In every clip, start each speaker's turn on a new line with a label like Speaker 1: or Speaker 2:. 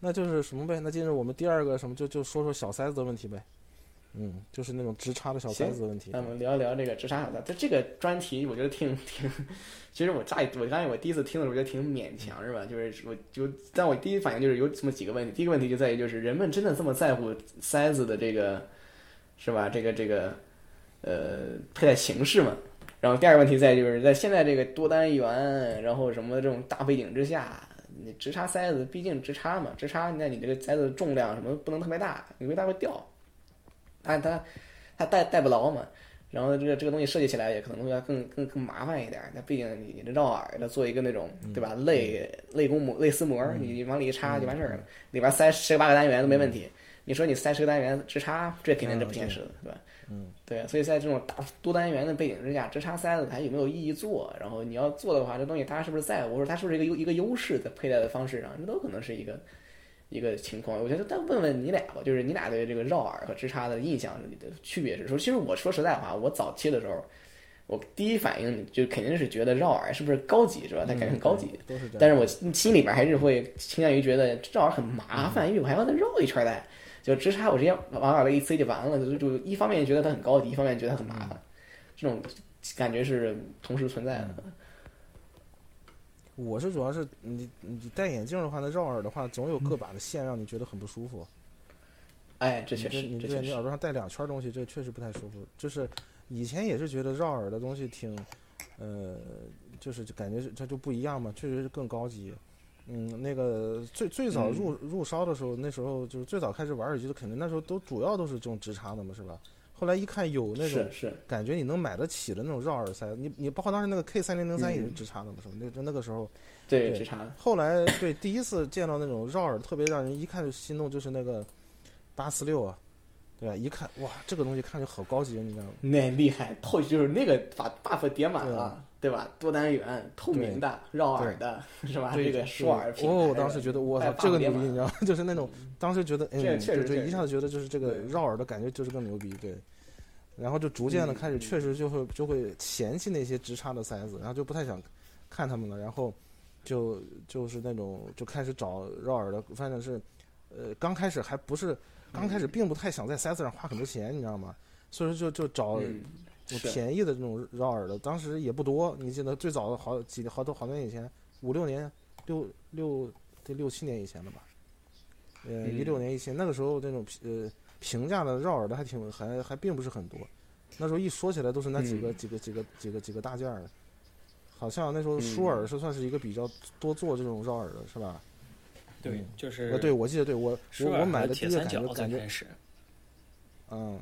Speaker 1: 那就是什么呗？那进入我们第二个什么，就就说说小塞子的问题呗。嗯，就是那种直插的小塞子的问题
Speaker 2: 那。我们聊一聊这个直杀小三，这这个专题我觉得挺挺，其实我乍一我发现我第一次听的时候我觉得挺勉强是吧？就是我就，但我第一反应就是有这么几个问题，第一个问题就在于就是人们真的这么在乎塞子的这个是吧？这个这个呃佩戴形式嘛？然后第二个问题在于就是在现在这个多单元，然后什么这种大背景之下。你直插塞子，毕竟直插嘛，直插，那你这个塞子重量什么不能特别大，你别大会掉。它它它带带不牢嘛。然后这个这个东西设计起来也可能要更更更麻烦一点，那毕竟你绕耳的做一个那种对吧类类弓模类丝膜，你往里一插就完事儿了，里边塞十个八个单元都没问题。你说你塞十个单元直插，这肯定是不现实的，对吧？嗯嗯，对，所以在这种大多单元的背景之下，直插塞子它有没有意义做？然后你要做的话，这东西它是不是在乎，或者它是不是一个优一个优势在佩戴的方式上，这都可能是一个一个情况。我觉得再问问你俩吧，就是你俩对这个绕耳和直插的印象你的区别是说，其实我说实在话，我早期的时候，我第一反应就肯定是觉得绕耳是不是高级是吧？它感觉很高级，
Speaker 1: 嗯都是这样。
Speaker 2: 但是我心里边还是会倾向于觉得这玩意儿很麻
Speaker 1: 嗯
Speaker 2: 烦，因为我还要再绕一圈儿戴，就直插我直接往耳朵一塞就完了，就就一方面觉得它很高级，一方面觉得它很麻烦，
Speaker 1: 嗯
Speaker 2: 这种感觉是同时存在的。
Speaker 1: 嗯我是主要是你你戴眼镜的话，那绕耳的话，总有个把的线让你觉得很不舒服。
Speaker 2: 哎，这
Speaker 1: 你
Speaker 2: 确实，
Speaker 1: 你
Speaker 2: 这
Speaker 1: 对
Speaker 2: 确
Speaker 1: 你
Speaker 2: 实，
Speaker 1: 耳朵上戴两圈东西，这确实不太舒服。就是以前也是觉得绕耳的东西挺，呃，就是就感觉是它就不一样嘛，确实是更高级。嗯，那个最最早
Speaker 2: 嗯
Speaker 1: 入入烧的时候，那时候就是最早开始玩耳机的，肯定那时候都主要都是这种直插的嘛，是吧？后来一看有那种
Speaker 2: 是是，
Speaker 1: 感觉你能买得起的那种绕耳塞，你你包括当时那个 K 三零零三也是
Speaker 2: 嗯
Speaker 1: 直插的嘛，是吧？那就那个时候
Speaker 2: 对
Speaker 1: 对
Speaker 2: 直插，
Speaker 1: 后来对第一次见到那种绕耳特别让人一看就心动，就是那个八四六啊，对吧？一看哇，这个东西看着好高级，啊你知道吗？
Speaker 2: 那厉害，透就是那个把 buff 叠满
Speaker 1: 对啊
Speaker 2: 了，对吧？多单元、透明的、绕耳的，是吧？
Speaker 1: 对
Speaker 2: 这个双耳
Speaker 1: 对哦，我当时
Speaker 2: 嗯
Speaker 1: 觉得我操，这个牛逼，你知道吗？ 就是那种当时觉得，哎
Speaker 2: 这
Speaker 1: 呦，
Speaker 2: 确实
Speaker 1: 就
Speaker 2: 确
Speaker 1: 就
Speaker 2: 实
Speaker 1: 一下子觉得就是这个
Speaker 2: 对
Speaker 1: 绕耳的感觉就是更牛逼，对。然后就逐渐的
Speaker 2: 嗯
Speaker 1: 开始，确实就会就会嫌弃那些直插的塞子，然后就不太想看他们了，然后就就是那种就开始找绕耳的，反正是呃刚开始还不是刚
Speaker 2: 嗯
Speaker 1: 开始并不太想在塞子上花很多钱，你知道吗？所以说就就找
Speaker 2: 嗯，
Speaker 1: 我
Speaker 2: 是
Speaker 1: 便宜的这种绕耳的，当时也不多。你记得最早的好几好多好多年以前，五六年、六六得六七年以前了吧？呃，
Speaker 2: 嗯
Speaker 1: 一六年以前，那个时候那种呃平价的绕耳的还挺还还并不是很多。那时候一说起来都是那几个、
Speaker 2: 嗯
Speaker 1: 几个几个几个几个大件儿，好像那时候
Speaker 3: 嗯
Speaker 1: 舒尔是算是一个比较多做这种绕耳的，是吧？
Speaker 3: 对
Speaker 1: 嗯，
Speaker 3: 就是
Speaker 1: 呃，对，我记得，对我
Speaker 3: 舒
Speaker 1: 我
Speaker 3: 尔
Speaker 1: 我买
Speaker 3: 和
Speaker 1: 的第
Speaker 3: 铁
Speaker 1: 一个
Speaker 3: 三
Speaker 1: 感觉
Speaker 3: 角
Speaker 1: 感
Speaker 3: 才
Speaker 1: 觉
Speaker 3: 开始，
Speaker 1: 嗯，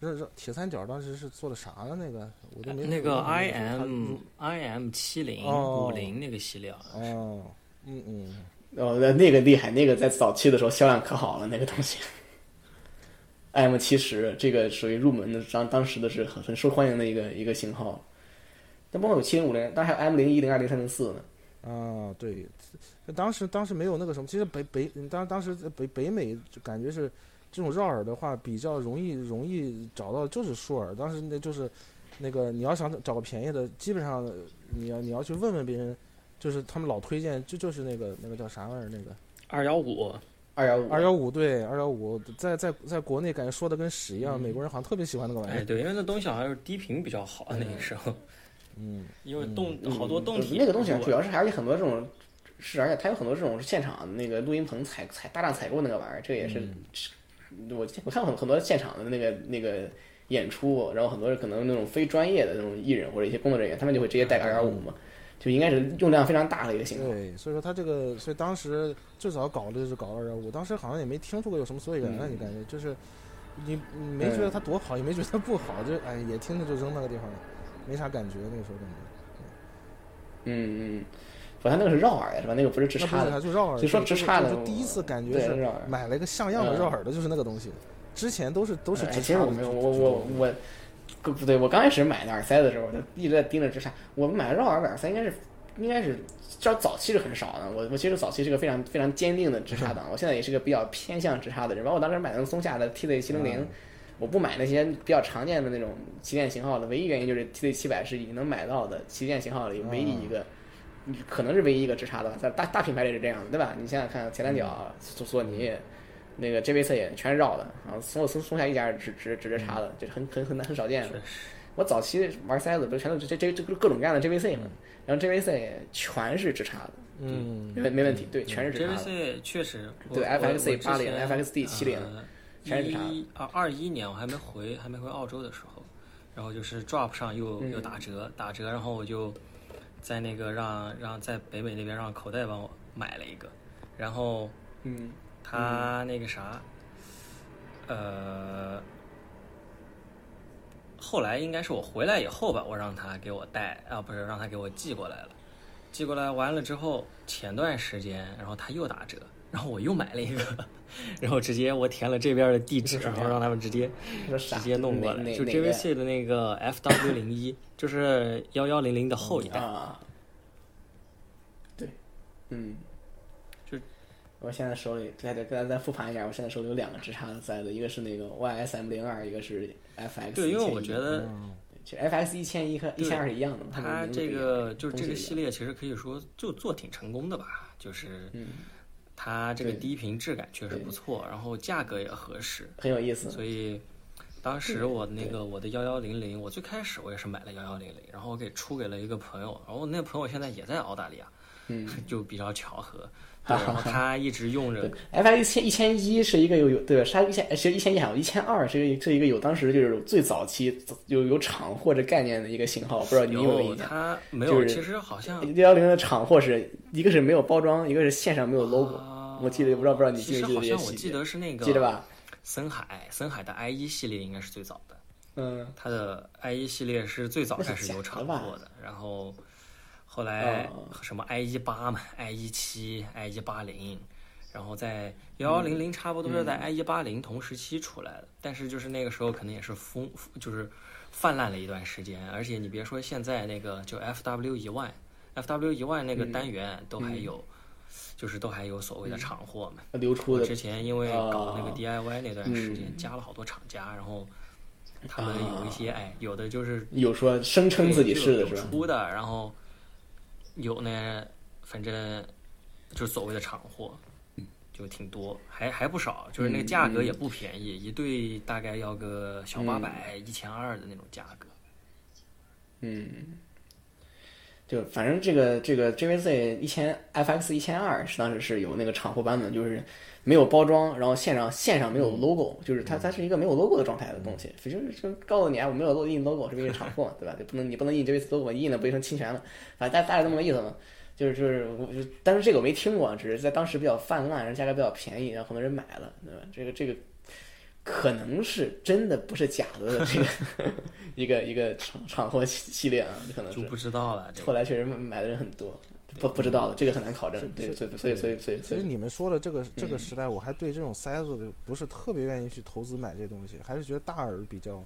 Speaker 1: 这这铁三角当时是做的啥呢？那个我都没
Speaker 3: 哎呃那个
Speaker 1: 我都没
Speaker 3: I
Speaker 1: 怎么看
Speaker 3: M I M 七零
Speaker 1: 哦
Speaker 3: 五零那个系列，啊，
Speaker 1: 哦，嗯嗯，
Speaker 2: 哦，那那个厉害，那个在早期的时候销量可好了，那个东西。M 七十这个属于入门的，当当时的是很很受欢迎的一个一个型号。但包括有七零五零，当然还有 M 零一零二零三零四呢。
Speaker 1: 啊，对，当时当时没有那个什么，其实北北当当时在北北美就感觉是这种绕耳的话比较容易容易找到，就是舒耳，当时那就是那个你要想找个便宜的，基本上你要你要去问问别人，就是他们老推荐，就就是那个那个叫啥玩意儿那个
Speaker 3: 二幺五，
Speaker 2: 二幺五
Speaker 1: 二幺五对二幺五，在在在国内感觉说的跟屎一样，美国人好像特别喜欢那个玩意
Speaker 3: 哎，
Speaker 1: 儿，
Speaker 3: 对，因为那东西好像是低频比较好，那个时候，
Speaker 1: 嗯，
Speaker 3: 因为动好多动体
Speaker 2: 嗯那个东西主
Speaker 3: 要
Speaker 2: 要是还有很多这种，是而且它有很多这种现场那个录音棚采采大量采购那个玩意儿，这个也是、
Speaker 3: 嗯
Speaker 2: 我我看过很很多现场的那个那个演出，然后很多可能那种非专业的那种艺人或者一些工作人员，他们就会直接带个二幺
Speaker 3: 嗯
Speaker 2: 五嘛，就应该是用量非常大的一个嗯型号。
Speaker 1: 对，所以说他这个，所以当时最早搞的就是搞二幺五，当时好像也没听说过有什么所以然啊，
Speaker 2: 嗯
Speaker 1: 你感觉就是你你没觉得它多好，也没觉得它不好，就哎也听着就扔那个地方了，没啥感觉那个时候感觉。
Speaker 2: 嗯嗯，不，它那个是绕耳的是吧？那个不是直
Speaker 1: 那不
Speaker 2: 插
Speaker 1: 是
Speaker 2: 的。
Speaker 1: 它就绕耳，
Speaker 2: 就说直插的
Speaker 1: 就就第一次感觉
Speaker 2: 对
Speaker 1: 是
Speaker 2: 绕耳
Speaker 1: 买了一个像样的
Speaker 2: 嗯
Speaker 1: 绕耳的，就是那个东西，之前都是都是
Speaker 2: 哎
Speaker 1: 直
Speaker 2: 其
Speaker 1: 插
Speaker 2: 实
Speaker 1: 的。
Speaker 2: 我没有，
Speaker 1: 就
Speaker 2: 我
Speaker 1: 就
Speaker 2: 我我，不不对，我刚开始买那耳塞的时候，我就一直在盯着直插。我们买绕耳耳塞应该是应该是，至少早期是很少的。我我其实早期是个非常非常坚定的直插党，我现在也是个比较偏向直插的人。包括我当时买那个松下的 TZ 七零零
Speaker 1: 嗯。
Speaker 2: 我不买那些比较常见的那种旗舰型号的，唯一原因就是 TZ 七百是已经能买到的旗舰型号里唯一一个
Speaker 1: 嗯
Speaker 2: 可能是唯一一个直插的吧，在大大品牌里是这样的，对吧？你想想看，前三角、索索尼、那个 JVC 也全是绕的，然后松松松下一家是直直直直插的，这很很很难很少见的。我早期玩塞子不是全都是这这这各种各样的 JVC
Speaker 3: 嗯
Speaker 2: 嘛，然后 JVC 全是直插的，
Speaker 1: 嗯，
Speaker 2: 没没问题，对，全是直插的。
Speaker 3: JVC 确实，我
Speaker 2: 对
Speaker 3: 我我
Speaker 2: FXC
Speaker 3: 之
Speaker 2: 80
Speaker 3: 前
Speaker 2: FXD 70
Speaker 3: 呃
Speaker 2: 全是啥
Speaker 3: 一啊二一年我还没回还没回澳洲的时候，然后就是 Drop 上又、
Speaker 2: 嗯
Speaker 3: 又打折打折，然后我就在那个让让在北美那边让口袋帮我买了一个，然后
Speaker 2: 嗯，
Speaker 3: 他那个啥，呃，后来应该是我回来以后吧，我让他给我带啊，不是让他给我寄过来了，寄过来完了之后，前段时间然后他又打折，然后我又买了一个，然后直接我填了这边的地址，然后让他们直接
Speaker 2: 说
Speaker 3: 直
Speaker 2: 傻，
Speaker 3: 接弄过
Speaker 2: 啊哪
Speaker 3: 来，
Speaker 2: 哪
Speaker 3: 就
Speaker 2: 哪个
Speaker 3: JVC 的那个 FW 零一，就是幺幺零零的后一代，
Speaker 2: 啊，对，嗯，
Speaker 3: 就
Speaker 2: 我现在手里再再再再复盘一下，我现在手里有两个直插的塞子，一个是那个 YSM 零二，一个是 FX。
Speaker 3: 对，因为我觉得。
Speaker 2: 嗯
Speaker 1: 嗯
Speaker 2: 其实 FX 一千一和一
Speaker 3: 对
Speaker 2: 千二是一嗯样的嘛，们
Speaker 3: 它
Speaker 2: 名字
Speaker 3: 这
Speaker 2: 不一样
Speaker 3: 个就是这
Speaker 2: 东
Speaker 3: 个
Speaker 2: 西
Speaker 3: 系列，其实可以说就做挺成功的吧，就是
Speaker 2: 嗯
Speaker 3: 它这个
Speaker 2: 对
Speaker 3: 低频质感确实
Speaker 2: 对
Speaker 3: 不错，然后价格也合适，
Speaker 2: 很有意思。
Speaker 3: 所以当时我那个我的幺幺零零，我最开始我也是买了幺幺零零，然后我给出给了一个朋友，然后那个朋友现在也在澳大利亚，
Speaker 2: 嗯，
Speaker 3: 就比较巧合，对，然后他一直用着
Speaker 2: 对，FX 一千一千一是一个有有对吧？它一千其实一千一还有一千二是一个是一个有当时就是最早期有有厂货这概念的一个型号，不知道你有没有印象？
Speaker 3: 他没
Speaker 2: 就
Speaker 3: 有，
Speaker 2: 是
Speaker 3: 其实好像
Speaker 2: 六幺零的厂货是一个是没有包装，一个是线上没有 logo。
Speaker 3: 啊
Speaker 2: 我记得不知道不知道你记
Speaker 3: 其实
Speaker 2: 不记得
Speaker 3: 好
Speaker 2: 这些
Speaker 3: 像我
Speaker 2: 细
Speaker 3: 记
Speaker 2: 节？
Speaker 3: 得是那个
Speaker 2: 记得吧？
Speaker 3: 森海森海的 I 一系列应该是最早的。
Speaker 2: 嗯，
Speaker 3: 它的 IE 系列是最早开始有厂货的，然后后来
Speaker 2: 哦
Speaker 3: 什么 IE 八嘛、IE 七、IE 八零，然后在幺幺零零差不多是在 IE 八零同时期出来的，但是就是那个时候可能也是风就是泛滥了一段时间，而且你别说现在那个就 FW 一万，FW 一万那个单元都还有，就是都还有所谓的厂货嘛。
Speaker 2: 流出
Speaker 3: 我
Speaker 2: 的
Speaker 3: 之前因为搞那个
Speaker 2: 啊
Speaker 3: DIY 那段时间，
Speaker 2: 嗯
Speaker 3: 加了好多厂家，然后他们有一些哎，有的就是
Speaker 2: 有说声啊称自己是的是
Speaker 3: 有
Speaker 2: 吧？
Speaker 3: 出的，然后有呢，反正就是所谓的厂货，
Speaker 2: 嗯
Speaker 3: 就挺多，还还不少，就是那个价格也不便宜，一对大概要个小八百、一千二的那种价格。
Speaker 2: 嗯，就反正这个这个 JVC 一千 FX 一千二是当时是有那个厂货版本，就是没有包装，然后线上线上没有 logo，、就是它它是一个没有 logo 的状态的东西，就是就告诉你啊，我没有 logo 印 logo 是不是厂货嘛，对吧？就不能你不能印 JVC logo，印了不就成侵权了？反正大大概这么个意思嘛。就是就是，我就但是这个我没听过，只是在当时比较泛滥，然后价格比较便宜，然后很多人买了，对吧？这个这个可能是真的，不是假的这个 一个一个厂厂货系系列啊，可能。
Speaker 3: 就是不知道了，这
Speaker 2: 后来确实买的人很多，不不知道的，这个很难考证
Speaker 1: 是。
Speaker 2: 对，
Speaker 1: 是
Speaker 2: 所以所以所以所以
Speaker 1: 其
Speaker 2: 所
Speaker 1: 实
Speaker 2: 以，
Speaker 1: 你们说的这个
Speaker 2: 嗯
Speaker 1: 这个时代，我还对这种塞子的不是特别愿意去投资买这东西，还是觉得大耳比较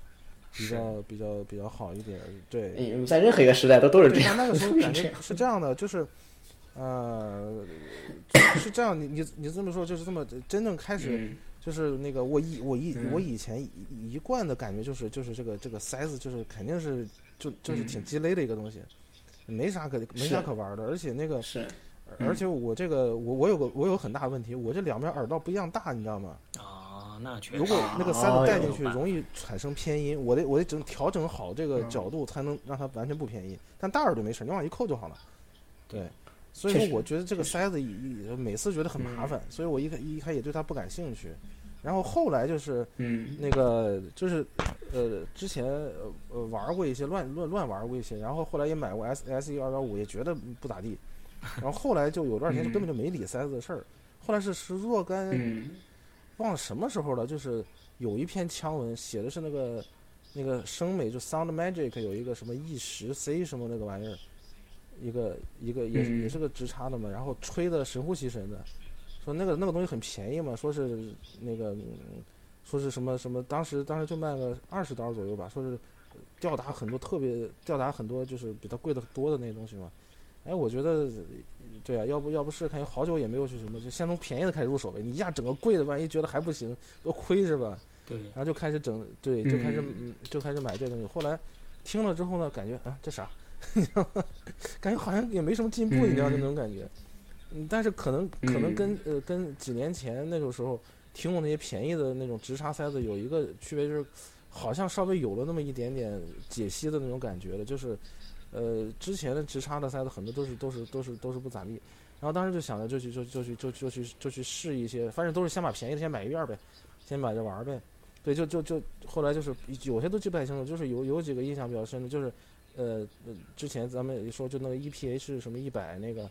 Speaker 1: 比
Speaker 3: 是
Speaker 1: 较比较比较好一点。对，
Speaker 2: 嗯，在任何一个时代都都是这
Speaker 1: 对，他
Speaker 2: 样，
Speaker 1: 那个时候
Speaker 2: 都是
Speaker 1: 感
Speaker 2: 这
Speaker 1: 觉
Speaker 2: 样。
Speaker 1: 是这样的，就是，呃，是这样，你你你这么说就是这么真正开始，
Speaker 2: 嗯
Speaker 1: 就是那个我以我以
Speaker 2: 嗯
Speaker 1: 我以前一一贯的感觉就是就是这个这个塞子就是肯定是就就是挺鸡肋的一个东西，没啥可没啥
Speaker 2: 嗯是
Speaker 1: 可玩的，而且那个
Speaker 2: 是，嗯
Speaker 1: 而且我这个我我有个我有很大的问题，我这两边耳道不一样大，你知道吗？
Speaker 3: 啊，那确实
Speaker 1: 如果那个塞子
Speaker 2: 哦
Speaker 1: 带
Speaker 2: 有
Speaker 1: 进去，
Speaker 3: 办法
Speaker 1: 容易产生偏音。我得我得整调整好这
Speaker 2: 嗯
Speaker 1: 个角度，才能让它完全不偏音。但大耳朵没事，你往一扣就好了。对，所以
Speaker 2: 确
Speaker 1: 说
Speaker 2: 实嗯
Speaker 1: 我觉得这个塞子也每次觉得很麻烦，所以我一开一开也对它不感兴趣。然后后来就是
Speaker 2: 嗯
Speaker 1: 那个就是呃，之前呃呃玩过一些乱乱乱玩过一些，然后后来也买过 S S E 二幺五，也觉得不咋地。然后后来就有段时间就根本就没理塞子的事儿。后来是是若干
Speaker 2: 嗯
Speaker 1: 忘了什么时候了，就是有一篇枪文写的是那个那个声美，就 Sound Magic 有一个什么 E 十 C 什么那个玩意儿，一个一个也是、
Speaker 2: 嗯
Speaker 1: 也是个直插的嘛，然后吹的神乎其神的，说那个那个东西很便宜嘛，说是那个、嗯说是什么什么，当时当时就卖个二十刀左右吧，说是吊打很多特别吊打很多就是比它贵的多的那些东西嘛。哎，我觉得，对啊，要不要不试看，好久也没有去什么，就先从便宜的开始入手呗。你一下整个贵的，万一觉得还不行，多亏是吧？
Speaker 3: 对
Speaker 1: 然后就开始整，对，就开始
Speaker 2: 嗯
Speaker 1: 嗯就开始买这东西。后来听了之后呢，感觉啊，这啥？ 你知道吗？感觉好像也没什么进步，你知道就那种感觉。嗯，但是可能可能跟呃跟几年前那种时候提供那些便宜的那种直插塞子有一个区别，就是好像稍微有了那么一点点解析的那种感觉了，就是呃之前的直插的塞子很多都是都是都是都是不咋地。然后当时就想着就去就就去就就去就去试一些，反正都是先把便宜的先买一遍呗，先买着玩儿呗。对，就就就后来就是有些都记不太清楚，就是有有几个印象比较深的，就是呃呃之前咱们也说就那个 E EPH 什么一百那个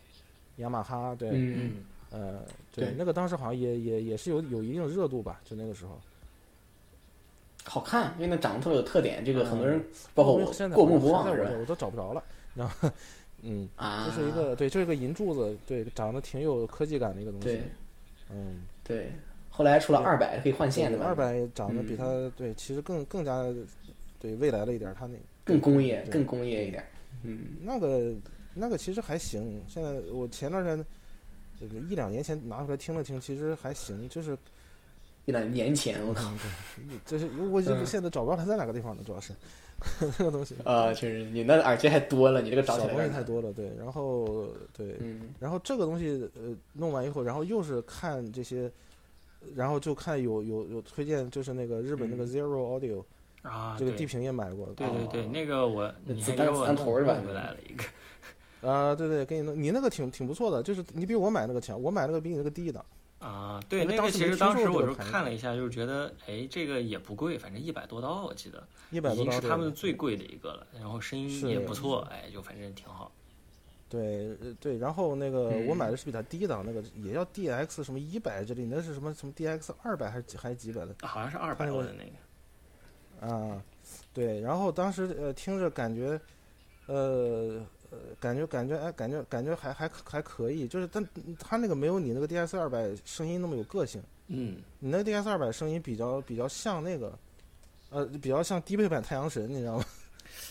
Speaker 1: 雅马哈，对，
Speaker 2: 嗯，
Speaker 1: 呃对
Speaker 2: 对
Speaker 1: 那个当时好像也也也是有有一定热度吧，就那个时候。
Speaker 2: 好看，因为那长得特别有特点，这个
Speaker 1: 嗯
Speaker 2: 很多人包括我
Speaker 1: 现在
Speaker 2: 过目不
Speaker 1: 好
Speaker 2: 忘
Speaker 1: 像还在
Speaker 2: 是
Speaker 1: 我
Speaker 2: 吧
Speaker 1: 这？我都找不着了，你知道吗？嗯，
Speaker 2: 啊，
Speaker 1: 这是一个对，这是个银柱子，对，长得挺有科技感的一个东西
Speaker 2: 对，
Speaker 1: 嗯。
Speaker 2: 对。后来出了二百可以换线对吧？
Speaker 1: 二百长得比
Speaker 2: 嗯
Speaker 1: 它、对，其实更更加对未来了一点儿。它那
Speaker 2: 更工业，
Speaker 1: 对
Speaker 2: 更工业一点。嗯，
Speaker 1: 那个那个其实还行。现在我前段时间这个一两年前拿出来听了听，其实还行，就是
Speaker 2: 一两年前我靠，
Speaker 1: 就是我这个
Speaker 2: 嗯
Speaker 1: 现在找不着它在哪个地方了，主要是这个东西
Speaker 2: 呃，就是你那耳机还多了，你这个找
Speaker 1: 小
Speaker 2: 起来有
Speaker 1: 东西
Speaker 2: 点
Speaker 1: 太
Speaker 2: 难。
Speaker 1: 多了，对，然后对，
Speaker 2: 嗯，
Speaker 1: 然后这个东西呃弄完以后，然后又是看这些，然后就看有有有推荐，就是那个日本那个
Speaker 2: 嗯
Speaker 1: Zero Audio，、
Speaker 3: 啊，
Speaker 1: 这
Speaker 3: 对
Speaker 1: 个地平也买过，
Speaker 3: 对对对，
Speaker 2: 哦
Speaker 3: 那个我你
Speaker 2: 子
Speaker 3: 还
Speaker 2: 弹
Speaker 3: 给我
Speaker 2: 子弹头儿是吧
Speaker 3: 弄回来了一个，
Speaker 1: 啊、对对，给你弄，你那个挺挺不错的，就是你比我买那个强，我买那个比你那个低一档。
Speaker 3: 啊，对，
Speaker 1: 因为
Speaker 3: 那
Speaker 1: 当时
Speaker 3: 个其
Speaker 1: 没
Speaker 3: 实
Speaker 1: 听
Speaker 3: 当
Speaker 1: 说
Speaker 3: 时
Speaker 1: 过
Speaker 3: 我
Speaker 1: 这
Speaker 3: 就
Speaker 1: 个牌
Speaker 3: 看
Speaker 1: 子
Speaker 3: 了一下，就是觉得，哎，这个也不贵，反正一百多刀，我记得
Speaker 1: 一百
Speaker 3: 已
Speaker 1: 多
Speaker 3: 经
Speaker 1: 刀
Speaker 3: 是
Speaker 1: 对嗯
Speaker 3: 他们最贵的一个了。然后声音
Speaker 1: 是
Speaker 3: 也不错，哎，就反正挺好。
Speaker 1: 对呃对，然后那个
Speaker 2: 嗯
Speaker 1: 我买的是比它低一档，那个也叫 DX 什么一百之类，你那是什么什么 DX 二百还是几还是几百的
Speaker 3: 啊好像是二百
Speaker 1: 看
Speaker 3: 我
Speaker 1: 过
Speaker 3: 的那个，
Speaker 1: 啊？对，然后当时呃听着感觉，呃呃感觉感觉哎感觉感觉还还还可以，就是但它那个没有你那个 DX 二百声音那么有个性，
Speaker 3: 嗯，
Speaker 1: 你那个 DX 二百声音比较比较像那个，呃比较像低配版太阳神，你知道吗？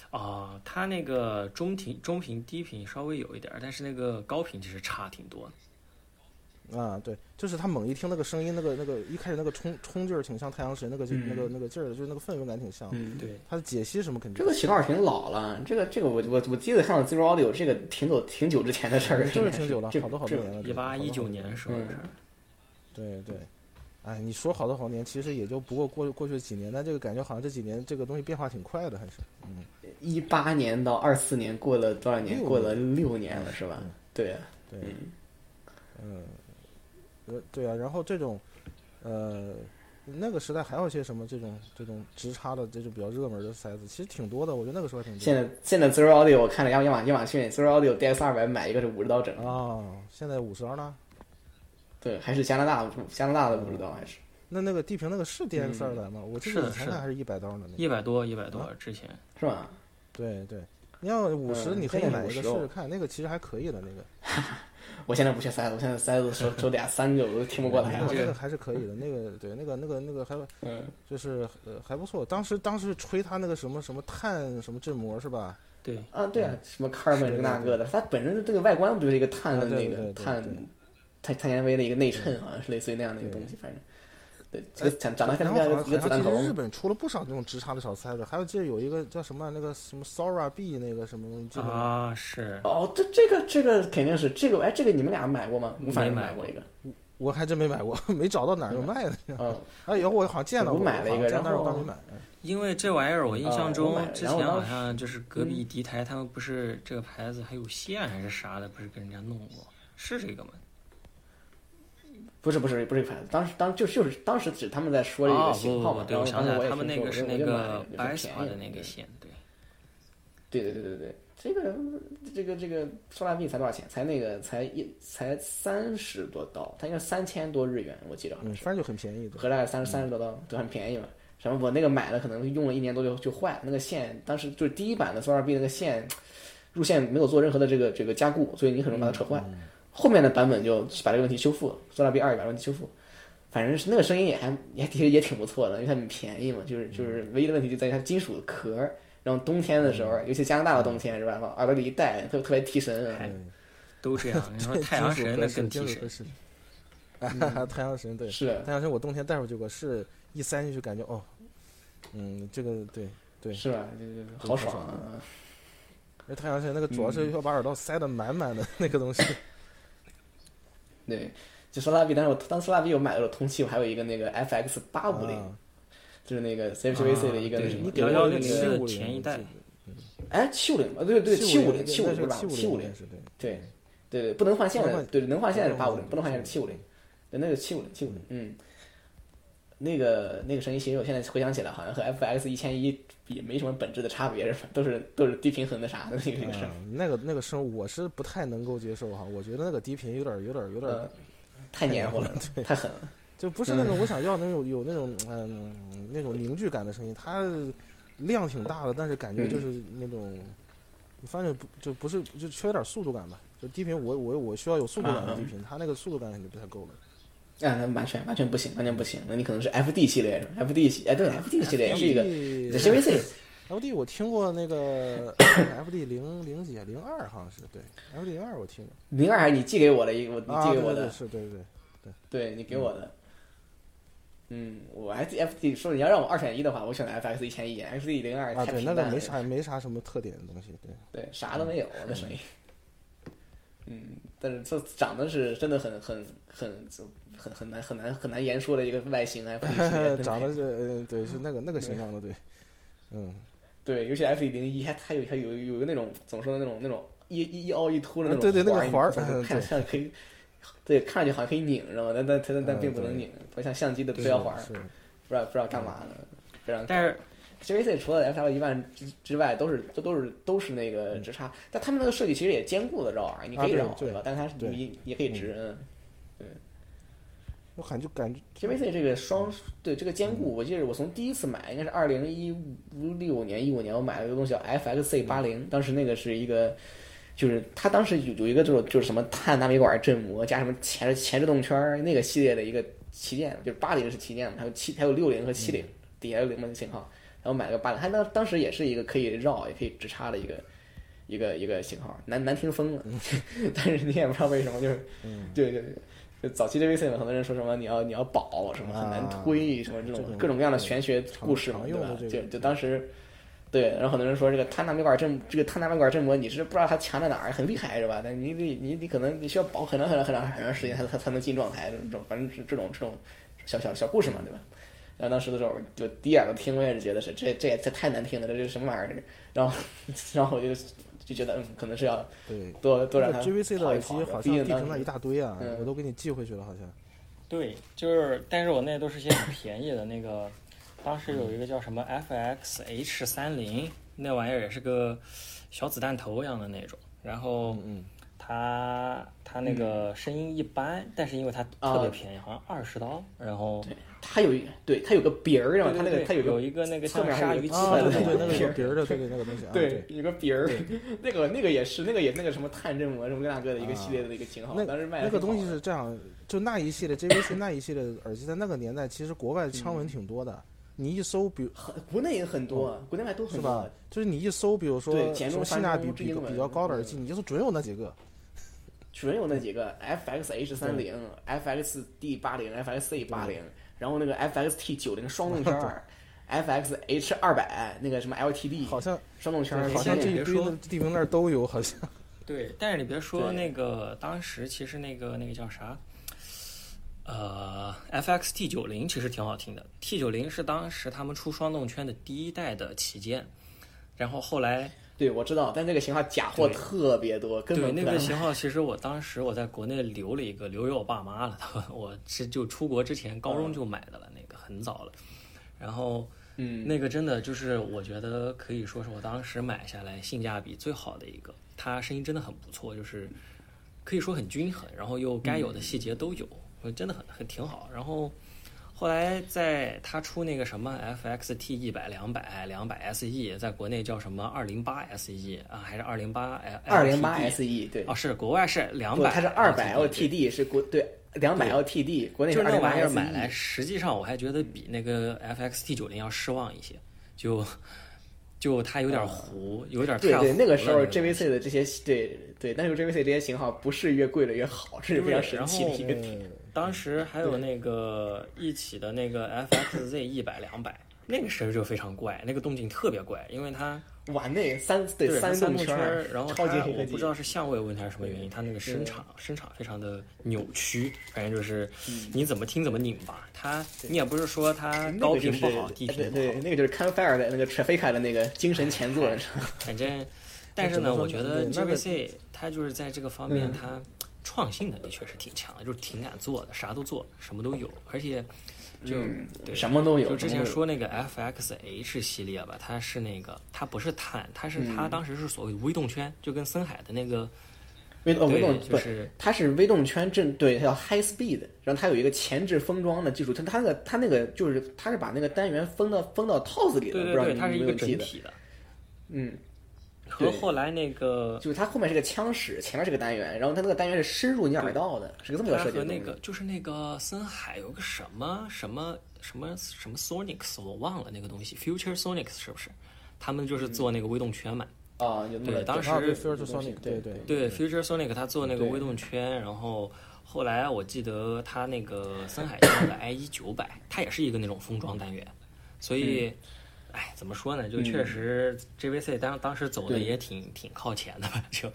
Speaker 3: 啊，它那个中频、中频、低频稍微有一点儿，但是那个高频其实差挺多的。
Speaker 1: 啊，对，就是他猛一听那个声音，那个那个一开始那个冲冲劲儿挺像太阳神那个劲、那个
Speaker 2: 嗯
Speaker 1: 那个劲儿的，就是那个氛围感挺像。
Speaker 2: 嗯，
Speaker 3: 对，
Speaker 1: 他的解析什么肯定
Speaker 2: 这个曲倒是挺老了，这个这个我我我记得看到 Zero Audio 这个挺久挺久之前的事儿了，
Speaker 1: 就是挺久了，
Speaker 2: 这
Speaker 1: 好多好
Speaker 2: 这
Speaker 1: 多年了，
Speaker 3: 一八一九
Speaker 1: 年。
Speaker 3: 年时候的事儿，
Speaker 1: 对对，哎，你说好多好多年，其实也就不过过过去几年，但这个感觉好像这几年这个东西变化挺快的，还是
Speaker 2: 一八年到二四年过了多少年？
Speaker 1: 六
Speaker 2: 过了六年了是吧
Speaker 1: 嗯？
Speaker 2: 对啊，
Speaker 1: 对，
Speaker 2: 嗯，
Speaker 1: 嗯，呃，对啊，然后这种，呃。那个时代还有些什么这种这种直插的这种比较热门的塞子，其实挺多的，我觉得那个时候还挺多的。
Speaker 2: 现在现在 Zero Audio 我看了亚亚马亚马逊 Zero Audio DX 二百买一个是五十刀整，
Speaker 1: 哦，现在五十二了，
Speaker 2: 对，还是加拿大加拿大的五十刀还是
Speaker 1: 那那个地平那个是 DX 二
Speaker 2: 嗯
Speaker 1: 百吗？我记
Speaker 3: 是
Speaker 1: 得
Speaker 3: 的
Speaker 1: 以前
Speaker 3: 是
Speaker 1: 那
Speaker 3: 的
Speaker 1: 还是一百刀呢。那
Speaker 3: 一
Speaker 1: 个
Speaker 3: 百多，
Speaker 1: 嗯
Speaker 3: 一百多之前。
Speaker 2: 是吧？
Speaker 1: 对对，你要五十，
Speaker 2: 嗯
Speaker 1: 你可以
Speaker 2: 现在
Speaker 1: 买一个
Speaker 2: 50
Speaker 1: 试试
Speaker 2: 哦
Speaker 1: 看，那个其实还可以的，那个
Speaker 2: 我现在不缺塞子，我现在塞子手手俩三个我都听不过来
Speaker 1: 那
Speaker 2: 了
Speaker 1: 个，
Speaker 3: 这
Speaker 1: 那
Speaker 3: 个
Speaker 1: 个还是可以的，那 个对，那个那个那个还
Speaker 2: 嗯。
Speaker 1: 就是呃还不错。当时当时吹他那个什么什么碳什么振膜是吧？
Speaker 3: 对，
Speaker 2: 啊，对啊，什么 carbon 这个那个的，它本身这个外观不就是一个碳的
Speaker 1: 啊对
Speaker 2: 那
Speaker 1: 对对
Speaker 2: 个
Speaker 1: 对
Speaker 2: 碳
Speaker 1: 对
Speaker 2: 碳碳纤维的一个内衬，好像是类似于那样的一个东西，反正对，这个长长得
Speaker 1: 然
Speaker 2: 像
Speaker 1: 后好像
Speaker 2: 啊
Speaker 1: 哎
Speaker 2: 个
Speaker 1: 好
Speaker 2: 一个
Speaker 1: 像
Speaker 2: 子
Speaker 1: 其
Speaker 2: 弹头
Speaker 1: 实日本出了不少那种直插的小塞子，还有记得有一个叫什么那个什么 Sora B 那个什么东西，这个
Speaker 3: 啊，是
Speaker 2: 哦，这这个这个肯定是这个，哎，这个你们俩买过吗？我反正
Speaker 3: 没
Speaker 2: 买
Speaker 3: 买
Speaker 2: 过一个，
Speaker 1: 我还真没买过， 没找到哪儿有卖的。
Speaker 2: 嗯，
Speaker 1: 哎，有我好像见到
Speaker 2: 我
Speaker 1: 过，
Speaker 2: 买了一
Speaker 1: 好像
Speaker 2: 个
Speaker 1: 见
Speaker 2: 然
Speaker 1: 到但是我
Speaker 2: 后
Speaker 1: 倒没买。
Speaker 3: 因为这玩意儿，我印象
Speaker 2: 啊
Speaker 3: 中
Speaker 2: 我买了
Speaker 3: 之
Speaker 2: 然后
Speaker 3: 前
Speaker 2: 我当时
Speaker 3: 好
Speaker 2: 嗯
Speaker 3: 像就是隔壁敌台他们不是这个牌子还有线还是啥的，不是跟人家弄过，是这个吗？
Speaker 2: 不是不是不是这个牌子，当时当就是就是当时只他们在说这
Speaker 3: 哦
Speaker 2: 个
Speaker 3: 不
Speaker 2: 型
Speaker 3: 不
Speaker 2: 号
Speaker 3: 不
Speaker 2: 嘛，
Speaker 3: 对，
Speaker 2: 然后
Speaker 3: 想
Speaker 2: 当时
Speaker 3: 起来
Speaker 2: 我也
Speaker 3: 他们那
Speaker 2: 听
Speaker 3: 个
Speaker 2: 说过
Speaker 3: 是
Speaker 2: 我
Speaker 3: 那
Speaker 2: 就买
Speaker 3: 个
Speaker 2: 了
Speaker 3: 白
Speaker 2: 也是
Speaker 3: 色
Speaker 2: 便宜
Speaker 3: 的那个
Speaker 2: 对
Speaker 3: 线，对，
Speaker 2: 对对对对对，这个这个这个收纳币才多少钱？才那个才一才三十多刀，它应该三千多日元，我记得好
Speaker 1: 嗯，
Speaker 2: 像是，
Speaker 1: 反正就很便宜的。
Speaker 2: 合大概三十三十多刀，都很便宜嘛。什么我那个买了，可能用了一年多就就坏了，那个线当时就是第一版的收纳币那个线入线没有做任何的这个这个加固，所以你很容易把它扯坏。
Speaker 1: 嗯
Speaker 2: 后面的版本就把这个问题修复了，收纳币二也把问题修复。反正是那个声音也还也的确也挺不错的，因为它很便宜嘛，就是就是
Speaker 1: 嗯
Speaker 2: 唯一的问题就在于它金属壳儿，然后冬天的时候，尤其加拿大
Speaker 1: 嗯
Speaker 2: 的冬天是吧，往耳朵里一戴，特特别提神啊。
Speaker 3: 哎都这样。你 说太阳神那更提神，
Speaker 1: 是， 啊，太阳神对，
Speaker 2: 是
Speaker 1: 太阳神我冬天戴回去过，是一塞进去感觉哦，嗯，这个对对
Speaker 2: 是吧？就是
Speaker 1: 对
Speaker 2: 好
Speaker 1: 好
Speaker 2: 爽
Speaker 1: 爽
Speaker 2: 啊！
Speaker 1: 而太阳神那个主要
Speaker 2: 嗯
Speaker 1: 是要把耳道塞得满满的那个东西，
Speaker 2: 对，就说蜡笔，但是我当时蜡笔我买了通气，我还有一个那个 FX 八五零，
Speaker 1: 啊
Speaker 2: 就是那个 CHVC 的一个
Speaker 3: 啊
Speaker 2: 那
Speaker 3: 对
Speaker 2: 什么
Speaker 1: 你给
Speaker 3: 遥
Speaker 1: 我
Speaker 3: 遥
Speaker 1: 那个
Speaker 3: 领先
Speaker 1: 750
Speaker 3: 的前一代
Speaker 2: 哎，七五零啊，对对，七
Speaker 1: 七
Speaker 2: 五零，
Speaker 1: 零，
Speaker 2: 七五零吧，七
Speaker 1: 七
Speaker 2: 五
Speaker 1: 五
Speaker 2: 零，
Speaker 1: 是对，
Speaker 2: 对对对，不能换现在
Speaker 1: 不能
Speaker 2: 的，
Speaker 1: 换
Speaker 2: 对对，能换现在是
Speaker 1: 不
Speaker 2: 八
Speaker 1: 能
Speaker 2: 五
Speaker 1: 换
Speaker 2: 零，不能换现在是七五零，对，那个七五零，七五零，嗯，那个那个声音，其实我现在回想起来，好像和 FX 一千一也没什么本质的差别，是吧？都是都是低平衡的啥的那个那个声
Speaker 1: 啊，那个那个声我是不太能够接受哈，我觉得那个低频有点有点有点
Speaker 2: 呃，太黏糊了，太狠了，
Speaker 1: 就不是那种我想要的那种有那种嗯那种凝聚感的声音，它量挺大的，但是感觉就是
Speaker 2: 嗯
Speaker 1: 那种，你发现不就不是就缺点速度感吧？就低频我我我需要有速度感的低频，它那个速度感肯定不太够了。
Speaker 2: 啊，那完全完全不行，完全不行，那你可能是 FD 系列是吧？FD 系，哎，对，FD
Speaker 1: 啊
Speaker 2: 系列也是一个 CVC，
Speaker 1: F D 我听过那个 F D 零零几啊零二好像是对 F D 零二我听过
Speaker 2: 零二还是你寄给我的一个，我你
Speaker 1: 啊
Speaker 2: 寄给
Speaker 1: 对
Speaker 2: 我
Speaker 1: 对
Speaker 2: 的
Speaker 1: 对，是对对对
Speaker 2: 对你给我的。嗯，我 F F D 说你要让我二选一的话，我选 F X 一千一，F D 零二
Speaker 1: 啊
Speaker 2: 太
Speaker 1: 对
Speaker 2: 平
Speaker 1: 那
Speaker 2: 淡
Speaker 1: 个
Speaker 2: 了，
Speaker 1: 没啥没啥什么特点的东西对。
Speaker 2: 对，啥都没有那声音。嗯，但是这长得是真的很很很很很难很难很难言说的一个外 形啊 F D 系列
Speaker 1: 长得是，呃，对，是那个那个形象的，对，嗯，
Speaker 2: 对，尤其 F D 零一还它有还有有一个那种怎么说呢那种那种一一一凹一凸的那
Speaker 1: 啊
Speaker 2: 种
Speaker 1: 对对那个
Speaker 2: 环儿
Speaker 1: 环儿嗯
Speaker 2: 你看像可以，对，看上去好像可以拧，知道吗？但但但但
Speaker 1: 嗯
Speaker 2: 并不
Speaker 1: 对
Speaker 2: 能拧，不像相机的
Speaker 1: 对
Speaker 2: 标环儿，
Speaker 1: 是嗯
Speaker 2: 不知道不知道干嘛的，非常
Speaker 3: 但是
Speaker 2: JVC 除了 F L 一万之之外，都是都都是都是那个直插，但他们那个设计其实也兼顾了绕耳，你可以
Speaker 1: 嗯啊对
Speaker 2: 绕、
Speaker 1: 对
Speaker 2: 吧？但是它是
Speaker 1: 对
Speaker 2: 你也可以直。嗯
Speaker 1: 我感觉感觉
Speaker 2: JVC 这个双对这个兼顾，我记得我从第一次买应该是二零一五六年一五年，我买了一个东西叫 FXC 八零，当时那个是一个，就是它当时有有一个这种就是什么碳纳米管振膜加什么前前制动圈儿那个系列的一个旗舰，就是八零是旗舰嘛，还有七还有六零和七零、底下有零的型号，然后买了个八零，它当当时也是一个可以绕也可以直插的一个。一个一个型号，难难听疯了， 但是你也不知道为什么，就是，对对对，就早期 JVC 嘛，很多人说什么你要你要保什么很难推、什么啊这
Speaker 1: 这
Speaker 2: 种
Speaker 1: 种
Speaker 2: 各种各样的玄学故事嘛，
Speaker 1: 常
Speaker 2: 对
Speaker 1: 用
Speaker 2: 吧
Speaker 1: 的？这
Speaker 2: 就
Speaker 1: 个
Speaker 2: 就当时，对，然后很多人说这个碳纳米管振这个碳纳米管振膜，你是不知道它强在哪儿，很厉害是吧？但你你你你可能你需要保很长很长很长很长时间，它它才能进状态，这种反正这这种这种小小小故事嘛，对吧？然后当时的时候，就第一耳朵听，我也是觉得是这这也这太难听了，这是什么玩意儿？然后 然后我就就觉得嗯，可能是要
Speaker 1: 对。
Speaker 2: 多多
Speaker 1: 那
Speaker 2: 让
Speaker 1: 个
Speaker 2: 它
Speaker 1: GVC 的
Speaker 2: 跑一
Speaker 1: 耳
Speaker 2: 跑
Speaker 1: 机好像
Speaker 2: 毕竟
Speaker 1: 地
Speaker 2: 当
Speaker 1: 平
Speaker 2: 时
Speaker 1: 了一大堆啊
Speaker 2: 嗯，
Speaker 1: 我都给你寄回去了，好像。
Speaker 3: 对，就是，但是我那都是些很便宜的那个，当时有一个叫什么 FX H 三零，那玩意儿也是个小子弹头一样的那种，然后
Speaker 1: 嗯
Speaker 3: 它它那个
Speaker 2: 嗯
Speaker 3: 声音一般，但是因为它特别
Speaker 2: 啊
Speaker 3: 便宜，好像二十刀，然后
Speaker 2: 它有一对它有个鼻儿，然后它那个
Speaker 3: 对对
Speaker 2: 它
Speaker 3: 对
Speaker 2: 个
Speaker 3: 有一个那个
Speaker 2: 侧
Speaker 3: 像
Speaker 2: 面还
Speaker 3: 鲨
Speaker 2: 有
Speaker 3: 鱼
Speaker 2: 一
Speaker 3: 鳍
Speaker 2: 个
Speaker 1: 啊，
Speaker 2: 刺
Speaker 3: 的
Speaker 1: 对
Speaker 2: 的
Speaker 1: 对对，那个
Speaker 3: 那种
Speaker 1: 有
Speaker 2: 皮儿
Speaker 1: 鼻儿的，对对那个东西啊，
Speaker 2: 对，有个鼻儿， 那个那个也是，那个也那个什么探针膜什么跟大哥的一个
Speaker 1: 啊
Speaker 2: 系列的一个型号，
Speaker 1: 那
Speaker 2: 当时卖
Speaker 1: 那
Speaker 2: 的
Speaker 1: 个东西是这样，就那一系列 JVC 那一系列的耳机，在那个年代其实国
Speaker 2: 嗯
Speaker 1: 外枪文挺多的。你一搜，比如
Speaker 2: 很，国内也很多，国内卖都
Speaker 1: 哦是
Speaker 2: 很多
Speaker 1: 吧，？就是你一搜，比如说
Speaker 2: 对简
Speaker 1: 什
Speaker 2: 中
Speaker 1: 么
Speaker 2: 繁
Speaker 1: 性价
Speaker 2: 中
Speaker 1: 比
Speaker 2: 英
Speaker 1: 比
Speaker 2: 文
Speaker 1: 比较高的耳机，你就准有那几个。
Speaker 2: 准有那几个 FX H 三零、FX D 八零、FXC 八零，然后那个 FXT 九零双动 圈儿。FX H 二百那个什么 LTD
Speaker 1: 好像
Speaker 2: 双动圈儿，
Speaker 1: 好像这一
Speaker 3: 别
Speaker 1: 堆
Speaker 3: 说
Speaker 1: 的地平那儿都有，好像。
Speaker 3: 对，但是你别说
Speaker 2: 对
Speaker 3: 那个，当时其实那个那个叫啥，呃，FX T 九零其实挺好听的。T 九零是当时他们出双动圈的第一代的旗舰，然后后来
Speaker 2: 对我知道，但这个型号假货特别多，根
Speaker 3: 对
Speaker 2: 本
Speaker 3: 那
Speaker 2: 不敢
Speaker 3: 个
Speaker 2: 买
Speaker 3: 型号，其实我当时我在国内留了一个，留给我爸妈了。 我是就出国之前高
Speaker 2: 哦
Speaker 3: 中就买的了，那个很早了。然后，嗯，那个真的就是我觉得可以说是我当时买下来性价比最好的一个，它声音真的很不错，就是可以说很均衡，然后又该
Speaker 2: 嗯
Speaker 3: 有的细节都有，我真的很很挺好。然后后来在它出那个什么 FXT 一百、两百、两百 SE，在国内叫什么二零八 SE 啊，还是二零八
Speaker 2: 二零八 SE 对，
Speaker 3: 哦，是国外是两
Speaker 2: 不
Speaker 3: 百，
Speaker 2: 它是二百 LTD 是国对两百 LTD，国内
Speaker 3: 就是
Speaker 2: 二
Speaker 3: 那
Speaker 2: 零八
Speaker 3: 玩意
Speaker 2: SE
Speaker 3: 儿买来，实际上我还觉得比那个 FXT 九零要失望一些，就就它有点糊，有点
Speaker 2: 啊对
Speaker 3: 太
Speaker 2: 对，
Speaker 3: 糊
Speaker 2: 那个
Speaker 3: 了
Speaker 2: 时候
Speaker 3: 那种
Speaker 2: JVC 的这些对对，那时候 JVC 这些型号不是越贵的越好，这是非常
Speaker 3: 对
Speaker 2: 神
Speaker 3: 然
Speaker 2: 奇的
Speaker 3: 后
Speaker 2: 一个
Speaker 3: 当时还有那个一起的那个 FXZ 一百两百，那个声儿就非常怪，那个动静特别怪，因为它
Speaker 2: 玩那个三对
Speaker 3: 它
Speaker 2: 动
Speaker 3: 动圈
Speaker 2: 儿
Speaker 3: 儿，然后它
Speaker 2: 超级黑科
Speaker 3: 我
Speaker 2: 技
Speaker 3: 不知道是相位问题还是什么原因，它那个声场声场非常的扭曲，反正就是你怎么听怎么拧吧。它你也不是说它
Speaker 2: 嗯哎那
Speaker 3: 高
Speaker 2: 个就
Speaker 3: 频
Speaker 2: 是哎
Speaker 3: 不好，低
Speaker 2: 对
Speaker 3: 频不
Speaker 2: 对，
Speaker 3: 好，哎
Speaker 2: 那个就是 Canfire 的那个 Traffica 的那个精神前作，你知道吗
Speaker 3: 反
Speaker 2: 哎
Speaker 3: 正但是
Speaker 1: 只能
Speaker 3: 呢，
Speaker 1: 说
Speaker 3: 我觉得
Speaker 1: 对那个
Speaker 3: GVC 它就是在这个方
Speaker 2: 嗯
Speaker 3: 面它创新能力确实挺强的，就是挺敢做的，啥都做，什么都有，而且就
Speaker 2: 嗯
Speaker 3: 对
Speaker 2: 什么都有。
Speaker 3: 就之
Speaker 2: 什么
Speaker 3: 前
Speaker 2: 都有
Speaker 3: 说那个 FXH 系列吧，它是那个它不是碳，它是
Speaker 2: 嗯
Speaker 3: 它当时是所谓微动圈，就跟森海的那个
Speaker 2: 微哦微
Speaker 3: 对
Speaker 2: 动
Speaker 3: 就
Speaker 2: 不
Speaker 3: 是
Speaker 2: 它是微动圈正对，它叫 high speed，然后它有一个前置封装的技术，它它那个它那个就是它是把那个单元封到封到 TOS 里的，
Speaker 3: 对对
Speaker 2: 不知道
Speaker 3: 对，
Speaker 2: 你
Speaker 3: 它
Speaker 2: 们
Speaker 3: 是
Speaker 2: 有没
Speaker 3: 一
Speaker 2: 有
Speaker 3: 个整
Speaker 2: 记得？
Speaker 3: 体的，
Speaker 2: 嗯，
Speaker 3: 和
Speaker 2: 对
Speaker 3: 后来那个
Speaker 2: 就是它后面是个枪室，前面是个单元，然后它那个单元是深入你耳道的，是个这么个
Speaker 3: 它
Speaker 2: 设计
Speaker 3: 和
Speaker 2: 的。
Speaker 3: 那个就是那个森海有个什么什么什么什么 Sonics 我忘了那个东西，Future Sonics 是不是？他们
Speaker 2: 嗯
Speaker 3: 就是做那个微动圈嘛，
Speaker 2: 啊，有那么
Speaker 3: 对
Speaker 2: 个
Speaker 3: 当
Speaker 2: 对
Speaker 3: 时
Speaker 1: 啊对
Speaker 3: 这
Speaker 1: Future
Speaker 2: 个东西
Speaker 1: Sonic，
Speaker 2: 对
Speaker 1: 对对
Speaker 3: 对，Future Sonic 他做那个
Speaker 2: 对
Speaker 3: 微动圈，然后后来我记得他那个森海用的 IE 九百，它也是一个那种封装单元，所以，
Speaker 2: 嗯
Speaker 3: 哎，怎么说呢？就确实 JVC 当当时走的
Speaker 2: 对
Speaker 3: 也挺挺靠前的吧，就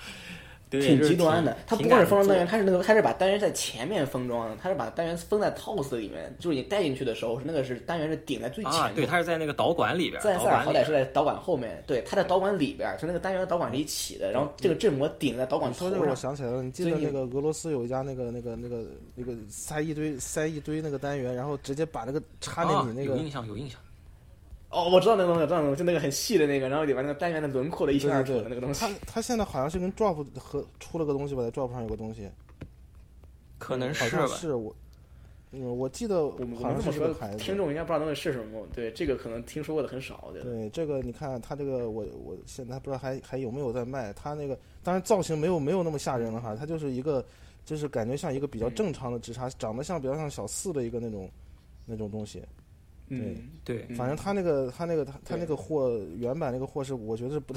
Speaker 3: 对，
Speaker 2: 挺
Speaker 3: 就是
Speaker 2: 极端的。它
Speaker 3: 挺
Speaker 2: 不光是封
Speaker 3: 敢
Speaker 2: 装
Speaker 3: 做
Speaker 2: 单元，它是那个它是把单元在前面封装的，它是把单元封在 TOS 里面，就是你带进去的时候，那个是单元是顶在最前面。
Speaker 3: 啊，对，它是在那个导管里边，
Speaker 2: 自然
Speaker 3: 导
Speaker 2: 塞尔
Speaker 3: 管
Speaker 2: 好
Speaker 3: 里
Speaker 2: 歹
Speaker 3: 边
Speaker 2: 是在导管后面，对，它在导管里边儿，就那个单元和导管是一起的，然后这个振膜顶在导管
Speaker 1: 你说
Speaker 2: 头
Speaker 1: 这个我想
Speaker 2: 上。
Speaker 1: 起来了，你记得
Speaker 2: 最
Speaker 1: 那
Speaker 2: 近
Speaker 1: 个俄罗斯有一家那个那个那个那个塞一堆塞一堆那个单元，然后直接把那个插进
Speaker 3: 啊
Speaker 1: 你那
Speaker 3: 有
Speaker 1: 个，
Speaker 3: 印象有印象，
Speaker 2: 哦，我知道那个东西，我知道那个东西，就那个很细的那个，然后里边那个单元的轮廓的一清
Speaker 1: 对
Speaker 2: 二楚
Speaker 1: 对
Speaker 2: 的那
Speaker 1: 对
Speaker 2: 个东，西
Speaker 1: 他。他现在好像是跟 Drop 和出了个东西吧，在 Drop 上有个东西，
Speaker 3: 可能
Speaker 1: 好
Speaker 3: 是
Speaker 1: 像
Speaker 3: 吧。
Speaker 1: 是我，嗯，我记得
Speaker 2: 嗯我们我
Speaker 1: 好
Speaker 2: 们
Speaker 1: 像
Speaker 2: 这么
Speaker 1: 是这
Speaker 2: 说
Speaker 1: 个牌，
Speaker 2: 听
Speaker 1: 子。
Speaker 2: 众应该不知道那个是什么。对，这个可能听说过的很少，我觉得。
Speaker 1: 对这个，你看他这个，我我现在不知道还还有没有在卖。他那个当然造型没有没有那么吓人了哈，他就是一个，就是感觉像一个比较
Speaker 2: 嗯
Speaker 1: 正常的直插，长得像比较像小四的一个那种那种东西。
Speaker 2: 嗯，
Speaker 3: 对，
Speaker 1: 反正他那个他那个他他那个货原版那个货是，我觉得是不，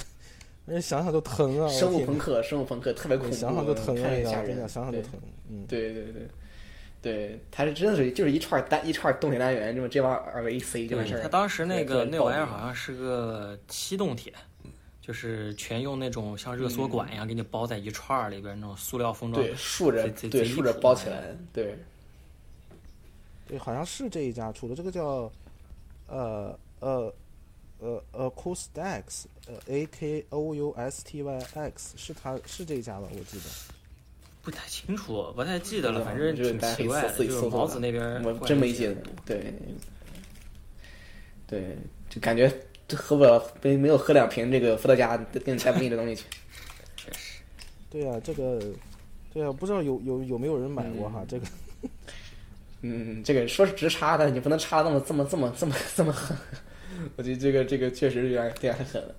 Speaker 1: 人想想都疼啊！我
Speaker 2: 生物
Speaker 1: 天
Speaker 2: 朋克，生物朋克特别恐
Speaker 1: 对
Speaker 2: 怖，
Speaker 1: 想想都疼啊！
Speaker 2: 看着
Speaker 1: 你
Speaker 2: 也
Speaker 1: 知道
Speaker 2: 吓
Speaker 1: 吗真
Speaker 2: 人，
Speaker 1: 的想想都
Speaker 2: 对
Speaker 1: 疼。嗯，
Speaker 2: 对对对。对，它是真的是就是一串单一串动力单元，这么这玩意儿一塞就完事儿了。
Speaker 3: 他当时那个
Speaker 2: 对
Speaker 3: 那玩意儿好像是个气动铁，
Speaker 2: 嗯
Speaker 3: 就是全用那种像热缩管一样给你包在一串儿里边儿那种塑料封装。
Speaker 2: 对竖着
Speaker 3: 贼贼
Speaker 2: 对
Speaker 3: 贼
Speaker 2: 竖着
Speaker 3: 离谱
Speaker 2: 包起
Speaker 3: 那个
Speaker 2: 来，对，
Speaker 1: 对，好像是这一家出的，这个叫呃呃呃呃 Acoustax，呃 A K O U S T Y X 是他是这一家吧？我记得。
Speaker 3: 不太清楚，不太记得
Speaker 2: 对啊
Speaker 3: 了，反正
Speaker 2: 就是
Speaker 3: 挺
Speaker 2: 大家可
Speaker 3: 奇
Speaker 2: 以
Speaker 3: 怪
Speaker 2: 搜
Speaker 3: 的。
Speaker 2: 自己
Speaker 3: 就是
Speaker 2: 搜搜
Speaker 3: 毛
Speaker 2: 吧
Speaker 3: 子那边儿
Speaker 2: 我
Speaker 3: 过来
Speaker 2: 真没
Speaker 3: 一些
Speaker 2: 劲，对，对，就感觉这喝不了，没没有喝两瓶这个伏特加跟塞不进的东西去。
Speaker 3: 确实，
Speaker 1: 对啊，这个对啊，不知道有有有没有人买过哈？这个
Speaker 2: 嗯，这个说是直插，但你不能插那么这么这么这么这么狠。 我觉得这个这个确实有点有点狠了。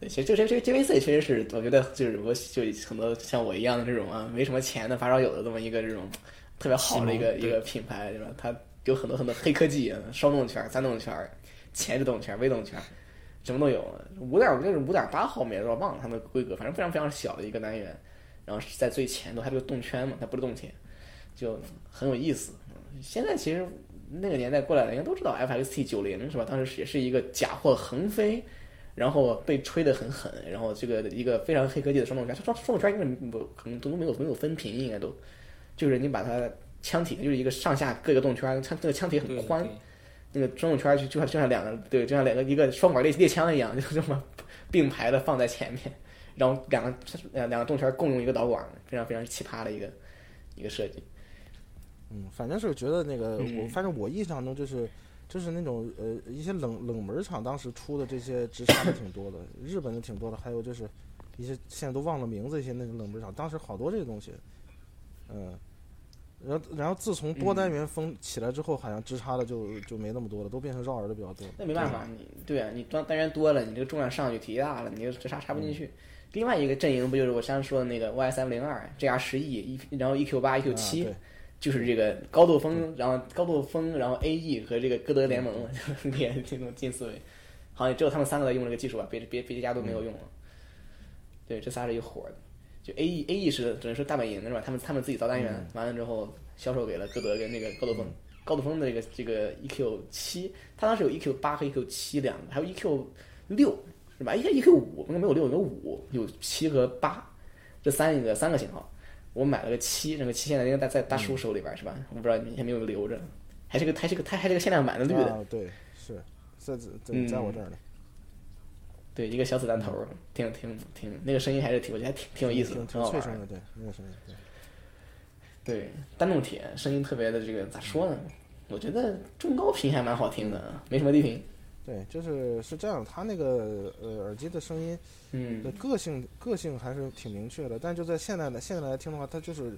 Speaker 2: 对，其实这个这个这个 JVC 确实是，我觉得就是我就很多像我一样的这种啊，没什么钱的发烧友的这么一个这种特别好的一个
Speaker 3: 启蒙
Speaker 2: 一个品牌，对吧？它有很多很多黑科技，双动圈、三动圈、前置动圈、微动圈，什么都有。五点就是五点八毫米，我忘了它们的规格，反正非常非常小的一个单元。然后是在最前头，它这个动圈嘛，它不是动铁，就很有意思。嗯现在其实那个年代过来的应该都知道 FXT 九零是吧？当时也是一个假货横飞，然后被吹得很狠，然后这个一个非常黑科技的双动圈，双双动圈应该不可能都没有没有分屏，应该都就是你把它枪体就是一个上下各一个动圈，它这个枪体很
Speaker 3: 对
Speaker 2: 宽，
Speaker 3: 对
Speaker 2: 那个双动圈就就像就像两个对，就像两个一个双管猎猎枪一样，就 这么并排的放在前面，然后两个呃两个动圈共用一个导管，非常非常奇葩的一个一个设计。
Speaker 1: 嗯，反正是觉得那个
Speaker 2: 嗯
Speaker 1: 我，反正我印象中就是。就是那种呃一些冷冷门厂当时出的这些直插的挺多的，日本的挺多的，还有就是一些现在都忘了名字一些那种冷门厂，当时好多这些东西，嗯，然后然后自从多
Speaker 2: 嗯
Speaker 1: 单元封起来之后，好像直插的就就没那么多了，都变成绕耳的比较多了。
Speaker 2: 那没办法，你对啊，你单单元多了，你这个重量上去体积大了，你就这啥插不进去。另外一个阵营不就是我刚才说的那个 Y 三零二 GR 十 E，一然后 EQ 八、EQ 七、
Speaker 1: 啊
Speaker 2: 就是这个高度风，然后高度风，然后 A E 和这个歌德联盟， 也这种近思维，好像只有他们三个在用这个技术吧，别别别家都没有用了。对，这仨是一伙儿的。就 A E A E 是只能说大本营的是吧？他们他们自己造单元，完了之后销售给了歌德跟那个高度风，高度峰的这个这个 EQ 七，它当时有 EQ 八和 EQ 七两个，还有 EQ 六是吧？应该 EQ 五，应该没有六，有五，有七和八，这三个三个型号。我买了个七，那个七现在应该在在大叔
Speaker 1: 嗯
Speaker 2: 手里边、是吧？我不知道你还没有留着，还是个还是个它还是个限量版的绿的，
Speaker 1: 啊，对，是在在
Speaker 2: 嗯
Speaker 1: 在我这儿呢，
Speaker 2: 对，一个小子弹头，挺挺挺那个声音还是挺我觉得还挺挺有意思的，
Speaker 1: 挺
Speaker 2: 挺
Speaker 1: 挺
Speaker 2: 好
Speaker 1: 脆
Speaker 2: 玩
Speaker 1: 声。的，
Speaker 2: 的
Speaker 1: 对，没有声音，对
Speaker 2: 对，单动铁声音特别的这个咋说呢？我觉得中高频还蛮好听的，没什么低频。
Speaker 1: 对，就是是这样，它那个呃耳机的声音
Speaker 2: 嗯
Speaker 1: 的个性个性还是挺明确的，但就在现在的现在来听的话，它就是。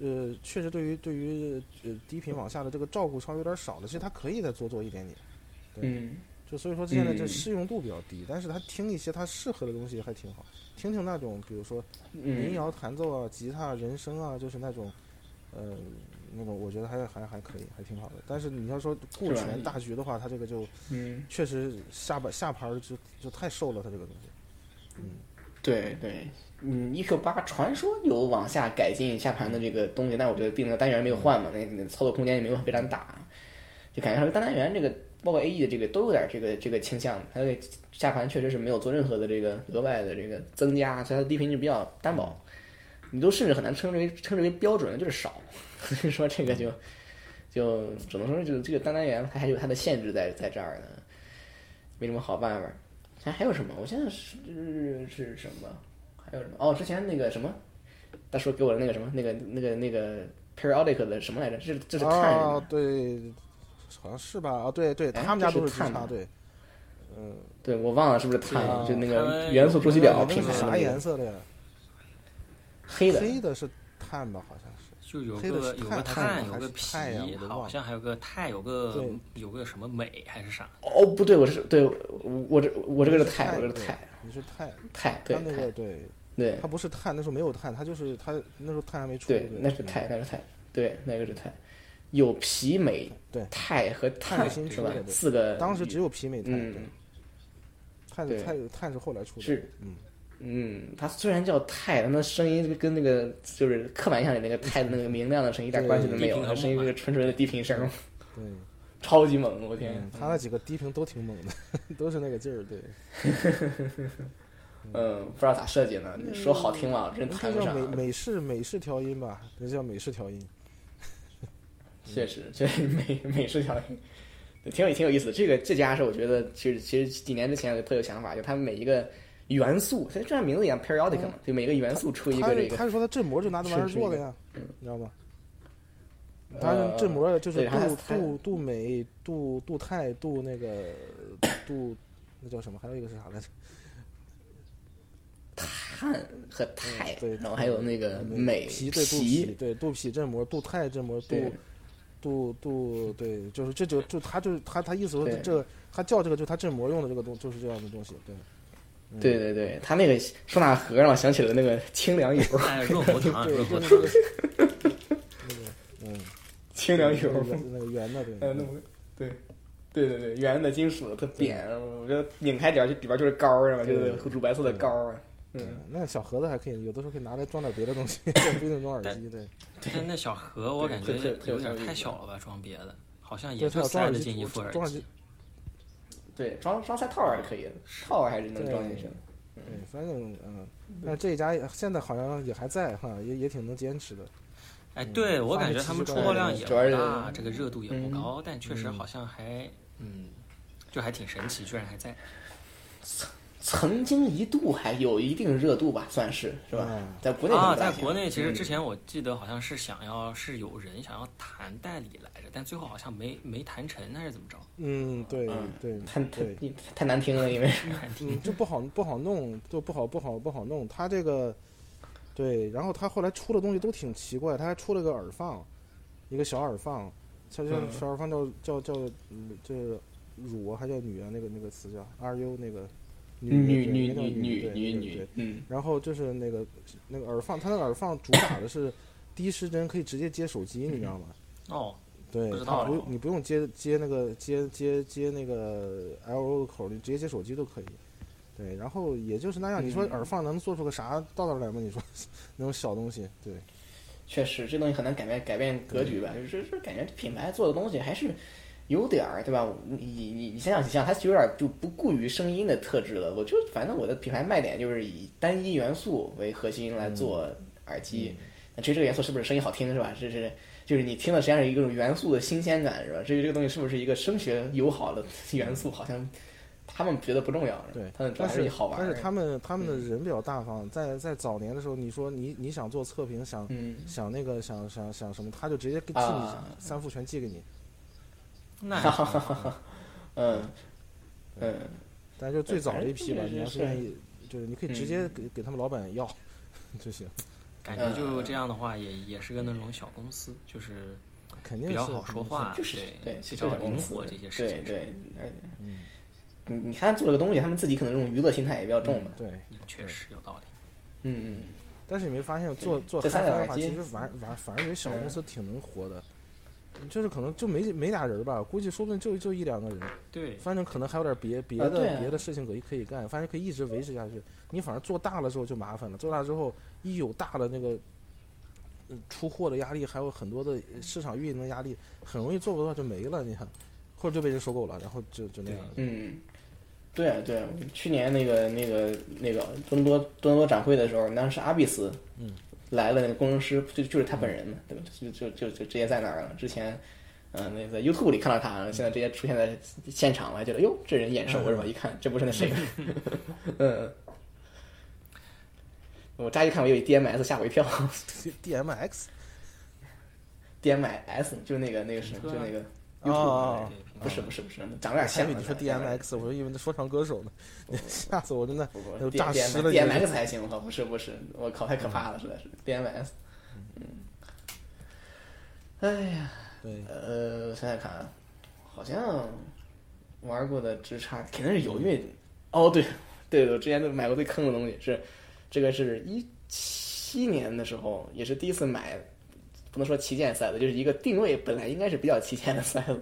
Speaker 1: 呃，确实对于对于呃低频往下的这个照顾稍微有点少了，其实它可以再多做一点点，
Speaker 2: 嗯，
Speaker 1: 就所以说现在这
Speaker 2: 嗯
Speaker 1: 适用度比较低，但是它听一些它适合的东西还挺好，听听那种比如说民
Speaker 2: 嗯，
Speaker 1: 谣弹奏啊、吉他、人声啊，就是那种，呃，那种我觉得还还还可以，还挺好的。但是你要说顾
Speaker 2: 是吧
Speaker 1: 全大局的话，它这个就
Speaker 2: 嗯，
Speaker 1: 确实下巴下盘儿就就太瘦了，它这个东西。
Speaker 2: 对对，嗯，EQ 八传说有往下改进下盘的这个东西，但我觉得毕竟单元没有换嘛，那那操作空间也没有非常大，就感觉它单单元这个包括 AE 的这个都有点这个这个倾向，它的下盘确实是没有做任何的这个额外的这个增加，所以它的低频就比较单薄，你都甚至很难称之为称之为标准，就是少， 所以说这个就就只能说就是这个单单元它还有它的限制在在这儿呢，没什么好办法。还还有什么？我现在是是是什么？还有什么？哦，之前那个什么，大叔给我的那个什么，那个那个那个 periodic 的什么来着？这是这是碳是
Speaker 1: 啊
Speaker 2: 吗？，
Speaker 1: 对，好像是吧？啊，对对，
Speaker 2: 哎
Speaker 1: 他们家
Speaker 2: 这
Speaker 1: 都
Speaker 2: 是
Speaker 1: 是
Speaker 2: 碳
Speaker 1: 直插，
Speaker 2: 吗
Speaker 1: 对，嗯，
Speaker 2: 对，我忘了是不是碳了，
Speaker 1: 啊
Speaker 2: 就那
Speaker 3: 他
Speaker 2: 个
Speaker 3: 们
Speaker 2: 元素周期表
Speaker 1: 哎那
Speaker 2: 品
Speaker 1: 个
Speaker 2: 牌
Speaker 1: 是
Speaker 2: 的
Speaker 1: 啥
Speaker 2: 那个
Speaker 1: 颜色的呀？
Speaker 2: 黑的，
Speaker 1: 黑的是碳吧？好像是。
Speaker 3: 就有
Speaker 1: 黑的
Speaker 3: 个
Speaker 1: 是
Speaker 3: 有
Speaker 1: 太
Speaker 3: 个
Speaker 1: 太
Speaker 3: 碳，
Speaker 1: 阳
Speaker 3: 有
Speaker 1: 还
Speaker 3: 个
Speaker 1: 是
Speaker 3: 皮
Speaker 1: 太阳我，都忘
Speaker 3: 好
Speaker 1: 了
Speaker 3: 像还有个钛，有个
Speaker 1: 对
Speaker 3: 有个什么镁还是啥？
Speaker 2: 哦，不对，我是对我我这我这个是钛，我这个是
Speaker 1: 对
Speaker 2: 钛，
Speaker 1: 你是钛，
Speaker 2: 钛对
Speaker 1: 它那
Speaker 2: 钛
Speaker 1: 个对，
Speaker 2: 对
Speaker 1: 它不是碳，那时候没有碳，它就是它那时候碳还没出，
Speaker 2: 对，那是
Speaker 1: 嗯
Speaker 2: 钛，那是钛，对，那个是钛，有皮镁
Speaker 1: 对
Speaker 2: 钛和碳
Speaker 1: 新
Speaker 2: 是
Speaker 1: 出
Speaker 2: 吧
Speaker 1: 的？对
Speaker 2: 四个
Speaker 1: 当时只有皮美碳，
Speaker 2: 嗯
Speaker 1: 对碳
Speaker 2: 对
Speaker 1: 是碳碳是后来出的，
Speaker 2: 是，
Speaker 1: 嗯
Speaker 2: 嗯，它虽然叫钛，但它声音跟那个就是刻板印象里那个钛的那个明亮的声音一点关系都没有，
Speaker 3: 对
Speaker 2: 它声音是个纯纯的低频声，
Speaker 1: 对，
Speaker 2: 超级猛，我天！
Speaker 1: 嗯，他那几个低频都挺猛的， 都是那个劲儿，对，
Speaker 2: 嗯，不知道咋设计呢，你说好听嘛，真谈
Speaker 1: 那
Speaker 2: 不
Speaker 1: 叫
Speaker 2: 上
Speaker 1: 美。美式美式调音吧，那叫美式调音，
Speaker 2: 确实，确实美美式调音，对挺有挺有意思的。这个这家是我觉得，其实其实几年之前我就特有想法，就他们每一个元素，它就像名字一样 periodic 嘛，就每个元素出一
Speaker 1: 他
Speaker 2: 个这个
Speaker 1: 他是说他振膜就拿那玩意儿
Speaker 2: 是是
Speaker 1: 做的呀，
Speaker 2: 嗯
Speaker 1: 你知道吗？他
Speaker 2: 呃
Speaker 1: 振膜就是
Speaker 2: 对它
Speaker 1: 镀
Speaker 2: 它
Speaker 1: 镀镀镁、镀镀钛、镀那个镀那叫什么？还有一个是啥来着？
Speaker 2: 碳和钛
Speaker 1: 嗯对，嗯
Speaker 2: 然后还有那个镁
Speaker 1: 皮对镀皮对镀皮振膜、镀钛振膜、镀
Speaker 2: 对
Speaker 1: 镀镀对，就是这就就他就是他他意思说
Speaker 2: 对
Speaker 1: 这他叫这个就是他振膜用的这个东就是这样的东西，对
Speaker 2: 对
Speaker 1: 嗯
Speaker 2: 对对，他那个收纳盒让我想起了那个清凉 油，
Speaker 3: 哎，润喉糖，
Speaker 1: 对，
Speaker 3: 润
Speaker 1: 就
Speaker 3: 喉
Speaker 1: 是那
Speaker 3: 糖
Speaker 1: 个那个嗯，
Speaker 2: 清凉油，
Speaker 1: 那个那个圆的对
Speaker 2: 呃，那，么对，对对对，圆的金属的，特扁，我觉得拧开点儿就里边就是膏儿嘛，就是乳白色的膏儿啊。
Speaker 1: 对
Speaker 2: 嗯，
Speaker 1: 那小盒子还可以，有的时候可以拿来装点别的东西， 不一定装耳机，对，
Speaker 3: 但那小盒我感觉
Speaker 2: 对特特
Speaker 3: 有
Speaker 2: 特有
Speaker 3: 点
Speaker 2: 意思
Speaker 3: 太小了吧，装别的，好像
Speaker 1: 对，
Speaker 3: 也
Speaker 1: 它
Speaker 3: 就
Speaker 1: 要装
Speaker 3: 塞
Speaker 1: 耳
Speaker 3: 得
Speaker 1: 机
Speaker 3: 进一副耳
Speaker 1: 装耳
Speaker 3: 机。
Speaker 2: 对，装装塞套儿还是可以的，套儿还是能装进去的。
Speaker 1: 对，反正嗯，但是这一家也现在好像也还在哈，也也挺能坚持的，
Speaker 3: 哎，
Speaker 2: 嗯
Speaker 3: 对我
Speaker 1: 发
Speaker 3: 感
Speaker 1: 那
Speaker 3: 觉
Speaker 1: 七
Speaker 3: 他
Speaker 1: 十
Speaker 3: 们出
Speaker 1: 块
Speaker 3: 货量也
Speaker 2: 主要
Speaker 3: 不
Speaker 2: 是
Speaker 3: 大，这个热度也不
Speaker 2: 嗯
Speaker 3: 高，但确实好像还嗯，就还挺神奇，居然还在。
Speaker 2: 曾经一度还有一定热度吧，算是是吧
Speaker 1: 嗯？
Speaker 2: 在国内
Speaker 3: 啊，
Speaker 2: 很
Speaker 3: 在
Speaker 2: 大
Speaker 3: 国内其实之
Speaker 2: 嗯
Speaker 3: 前我记得好像是想要是有人想要谈代理来着，但最后好像没没谈成，还是怎么着？
Speaker 1: 嗯，对
Speaker 2: 嗯
Speaker 1: 对
Speaker 2: 太太
Speaker 1: 对。
Speaker 2: 太难听了，因为
Speaker 1: 嗯， 就不好不好弄，就不好不好不好弄。他这个，对，然后他后来出的东西都挺奇怪，他还出了个耳放，一个小耳放，小小
Speaker 2: 嗯
Speaker 1: 小耳放叫叫叫，嗯这乳啊还叫女啊，那个那个词叫 R U 那个女
Speaker 2: 女
Speaker 1: 对
Speaker 2: 女
Speaker 1: 那叫
Speaker 2: 女
Speaker 1: 女
Speaker 2: 女
Speaker 1: 对
Speaker 2: 女
Speaker 1: 对
Speaker 2: 女
Speaker 1: 对，
Speaker 2: 嗯，
Speaker 1: 然后就是那个那个耳放，他那个耳放主打的是低失真，可以直接接手机，你知道吗？
Speaker 3: 哦，
Speaker 1: 对
Speaker 3: 不，知
Speaker 1: 它
Speaker 3: 道啊
Speaker 1: 不
Speaker 3: 了
Speaker 1: 用你不用接接那个接接接那个 L O 的口，你直接接手机都可以。对，然后也就是那样。你说
Speaker 2: 嗯
Speaker 1: 耳放能做出个啥道道来吗？你说那种小东西，对，
Speaker 2: 确实这东西很难改变改变格局
Speaker 1: 嗯
Speaker 2: 吧，就是就是感觉品牌做的东西还是有点儿对吧？你你你想想，你想它有点儿就不顾于声音的特质了。我就反正我的品牌卖点就是以单一元素为核心来做
Speaker 1: 嗯
Speaker 2: 耳机，那至于这个元素是不是声音好听是吧？这是就是你听的实际上是一种元素的新鲜感是吧？至于这个东西是不是一个声学友好的元素，好像他们觉得不重要，是吧
Speaker 1: 嗯对
Speaker 2: 他们主
Speaker 1: 但
Speaker 2: 要还是以
Speaker 1: 是
Speaker 2: 好玩
Speaker 1: 但
Speaker 2: 儿。哎嗯
Speaker 1: 是他们他们的人比较大方，在在早年的时候，你说你你想做测评，想
Speaker 2: 嗯，
Speaker 1: 想那个想想想什么，他就直接给寄你
Speaker 2: 啊
Speaker 1: 三副全寄给你，
Speaker 3: 那
Speaker 2: 哈哈哈， 嗯嗯，
Speaker 1: 但就最
Speaker 2: 对
Speaker 1: 早
Speaker 2: 反
Speaker 1: 的一
Speaker 2: 正
Speaker 1: 批吧，
Speaker 2: 哎就是嗯
Speaker 1: 你要是
Speaker 2: 是
Speaker 1: 愿意，就是你可以直接给给他们老板要就行，
Speaker 3: 感觉就
Speaker 2: 嗯
Speaker 3: 这样的话，也也是个那种小公司，就是
Speaker 1: 肯定
Speaker 3: 比较
Speaker 1: 是
Speaker 3: 好说。话，
Speaker 2: 就是啊对
Speaker 3: 对，
Speaker 2: 就是
Speaker 3: 比较
Speaker 2: 公
Speaker 3: 灵
Speaker 2: 司
Speaker 3: 活这些事
Speaker 2: 对
Speaker 3: 情，
Speaker 2: 对，而且
Speaker 1: 嗯，
Speaker 2: 你你看做这个东西，他们自己可能这种娱乐心态也比较重吧。
Speaker 1: 对，
Speaker 3: 也确实有道理。
Speaker 2: 嗯嗯，
Speaker 1: 但是你没发现做做
Speaker 2: 这
Speaker 1: 开
Speaker 2: 三
Speaker 1: 发的
Speaker 2: 角耳
Speaker 1: 话，
Speaker 2: 机
Speaker 1: 其实反反反而这小公司挺能活的，就是可能就没没俩人吧，估计说不定就就一两个人，
Speaker 3: 对，
Speaker 1: 反正可能还有点别别
Speaker 2: 啊对
Speaker 1: 的
Speaker 2: 啊
Speaker 1: 别的事情可以可以干，反正可以一直维持下去。你反而做大了之后就麻烦了，做大之后一有大的那个。呃出货的压力，还有很多的市场运营的压力，很容易做不到就没了。你看，或者就被人收购了，然后就就那样了。
Speaker 2: 嗯，对啊对啊，去年那个那个那个多伦多多伦多展会的时候，当时阿比斯，
Speaker 1: 嗯，
Speaker 2: 来了那个工程师，就就是他本人嘛，对吧？就就就就直接在哪儿了？之前，嗯、那在 YouTube 里看到他，现在直接出现在现场了，还觉得哟，这人眼熟是吧？一看这不是那谁吗？ 嗯。我乍一看我以为 DMS 吓我一跳
Speaker 1: D M X
Speaker 2: ，DMS 就那个那个什么，
Speaker 3: 车
Speaker 2: 就那个
Speaker 1: 啊
Speaker 2: YouTube
Speaker 1: 啊
Speaker 3: 对平
Speaker 2: 不是不是不是，长得哦有
Speaker 1: 还
Speaker 2: 点
Speaker 1: 以
Speaker 2: 像
Speaker 1: 为
Speaker 2: 啊。
Speaker 1: 你说 D
Speaker 2: 长
Speaker 1: M
Speaker 2: 得有点
Speaker 1: X，我 以为那说唱歌手呢， 吓死我！真的
Speaker 2: 不
Speaker 1: 都
Speaker 2: 不
Speaker 1: 诈尸了
Speaker 2: D M
Speaker 1: 你
Speaker 2: X 还行，我靠，不是不是，我靠，太可怕了，实在是 D M X。嗯，哎呀，
Speaker 1: 对，
Speaker 2: 呃，我想想看，啊，好像玩过的直插肯定是有，因为哦对对，我之前买过最坑的东西是这个是一七年的时候，也是第一次买，不能说旗舰塞子，就是一个定位本来应该是比较旗舰的塞子，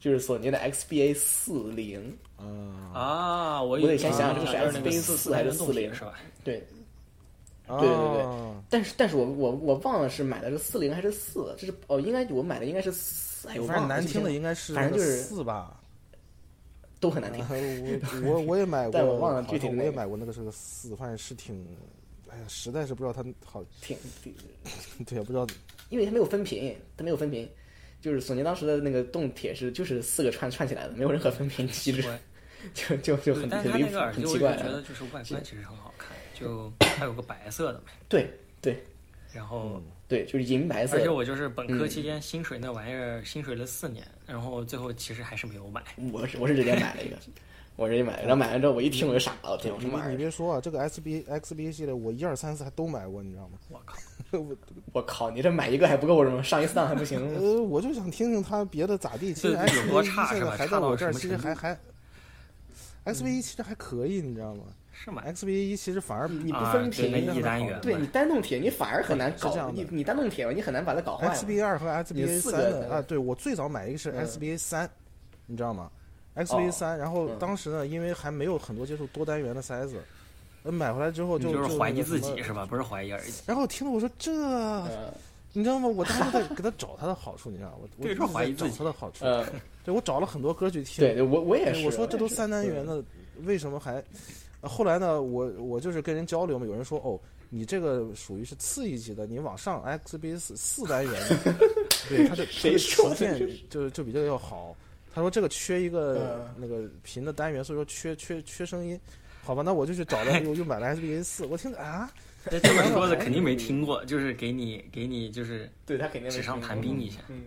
Speaker 2: 就是索尼的 XBA 四零。
Speaker 1: 啊
Speaker 3: 啊，我
Speaker 2: 我得
Speaker 3: 以
Speaker 2: 先
Speaker 3: 前
Speaker 2: 想
Speaker 1: 想这
Speaker 3: 就
Speaker 1: 个
Speaker 3: 是
Speaker 1: 是
Speaker 3: 那个
Speaker 2: SBA
Speaker 3: 四
Speaker 2: 还是
Speaker 3: 动
Speaker 2: 40
Speaker 3: 力是 吧？
Speaker 2: 对，
Speaker 1: 对
Speaker 2: 对对
Speaker 1: 哦
Speaker 2: 但是，但是我我我忘了是买的是四零还是四，这是哦，应该我买的应该是四，哎，我
Speaker 1: 反正
Speaker 2: 忘了，
Speaker 1: 难听的
Speaker 2: 这
Speaker 1: 应该是
Speaker 2: 反正就是
Speaker 1: 四吧，
Speaker 2: 都很难听
Speaker 1: 啊。 我我我也买过，
Speaker 2: 但我忘了
Speaker 1: 好
Speaker 2: 具体
Speaker 1: 像
Speaker 2: 那
Speaker 1: 我也
Speaker 2: 个
Speaker 1: 买过那个是个四，反正是挺，哎呀，实在是不知道它好，
Speaker 2: 挺，
Speaker 1: 对，也不知道
Speaker 2: 因为它没有分屏，它没有分屏，就是索尼当时的那个动铁是就是四个串串起来的，没有任何分屏机制，就就就
Speaker 3: 对，
Speaker 2: 很
Speaker 3: 但是
Speaker 2: 很
Speaker 3: 它
Speaker 2: 离谱
Speaker 3: 那个，耳
Speaker 2: 很
Speaker 3: 机我
Speaker 2: 奇
Speaker 3: 一直
Speaker 2: 怪
Speaker 3: 觉
Speaker 2: 啊。嗯
Speaker 3: 得就是外观其实很好看，就 它有个白色的嘛，
Speaker 2: 对对
Speaker 3: 然后
Speaker 2: 对，就是银白嗯色嗯
Speaker 3: 而且
Speaker 2: 的。
Speaker 3: 我就是本科期间薪水那玩意儿，薪水了四年，然后最后其实还是没有买。
Speaker 2: 我是我是直接买了一个，我直接买了，然后买完之后我一听我就傻了，我天，我
Speaker 1: 你
Speaker 2: 什么
Speaker 1: 别
Speaker 2: 玩
Speaker 1: 你
Speaker 2: 意儿？
Speaker 1: 别说啊，这个 S B X B 系列我一二三四还都买过，你知道吗？
Speaker 3: 我靠，
Speaker 1: 我
Speaker 2: 我靠，你这买一个还不够是吗？上一次当还不行吗？
Speaker 1: 呃，我就想听听它别的咋地，其实
Speaker 3: 对
Speaker 1: S
Speaker 3: 有
Speaker 1: B A
Speaker 3: 多差
Speaker 1: 现
Speaker 3: 是
Speaker 1: 在
Speaker 3: 吧
Speaker 1: 还
Speaker 3: 差
Speaker 1: 在
Speaker 3: 到
Speaker 1: 我
Speaker 3: 什
Speaker 1: 这儿，
Speaker 3: 么
Speaker 1: 其实
Speaker 3: 程
Speaker 1: 还还
Speaker 2: 嗯
Speaker 1: X B 一其实还可以，你知道吗
Speaker 3: 是吗？
Speaker 1: ？X B 一其实反而比
Speaker 2: 哎你不
Speaker 3: 啊
Speaker 2: 分
Speaker 3: 对
Speaker 2: 屏
Speaker 3: 那
Speaker 2: 那
Speaker 3: 一
Speaker 2: 很
Speaker 3: 单
Speaker 1: 好
Speaker 3: 元
Speaker 2: 对
Speaker 3: 嘛
Speaker 2: 你单动铁，你反而很难
Speaker 1: 是这
Speaker 2: 搞
Speaker 1: 样的
Speaker 2: 你你单动铁，你很难把它搞坏嘛。
Speaker 1: XBA 二和 XBA
Speaker 2: 你四
Speaker 1: 三
Speaker 2: 个
Speaker 1: 的
Speaker 2: 对
Speaker 1: 啊，对我最早买一个是
Speaker 2: 嗯
Speaker 1: XBA 三，你知道吗？XBA
Speaker 3: 哦
Speaker 1: 三，然后
Speaker 2: 嗯
Speaker 1: 当时呢，因为还没有很多接触多单元的塞子，呃买回来之后
Speaker 3: 你
Speaker 1: 就
Speaker 3: 就是
Speaker 1: 就
Speaker 3: 怀
Speaker 1: 那
Speaker 3: 疑
Speaker 1: 个
Speaker 3: 自
Speaker 1: 什么
Speaker 3: 己是嗯吧？不是怀疑耳机，
Speaker 1: 然后我听了我说这，
Speaker 2: 呃
Speaker 1: 你知道吗？我当时在给他找他的好处，你知道吗？ 我我
Speaker 3: 对
Speaker 1: 一直
Speaker 3: 说怀
Speaker 1: 在
Speaker 3: 疑
Speaker 1: 找
Speaker 3: 自己嗯
Speaker 1: 他的好处，
Speaker 2: 呃，
Speaker 1: 对我找了很多歌去听，
Speaker 2: 对对，我我也
Speaker 1: 哎
Speaker 2: 是。
Speaker 1: 我
Speaker 3: 啊
Speaker 1: 说这都
Speaker 2: 也是
Speaker 1: 三单元，的，为什么还？呃后来呢，我我就是跟人交流嘛，有人说哦，你这个属于是次一级的，你往上 XB 四四单元的， 对，它的它
Speaker 2: 谁
Speaker 1: 的实
Speaker 2: 说的
Speaker 1: 现
Speaker 2: 这是
Speaker 1: 就就比这个要好。他说这个缺一个
Speaker 2: 嗯
Speaker 1: 那个频的单元，所以说缺缺缺声音。好吧，那我就去找了，又又买了 SBA 四，我听着啊，
Speaker 3: 这这么
Speaker 2: 嗯
Speaker 3: 说的肯定没听过，就是给你给你就是
Speaker 2: 对他肯定
Speaker 3: 纸上谈兵
Speaker 2: 兵
Speaker 3: 一下。
Speaker 2: 嗯，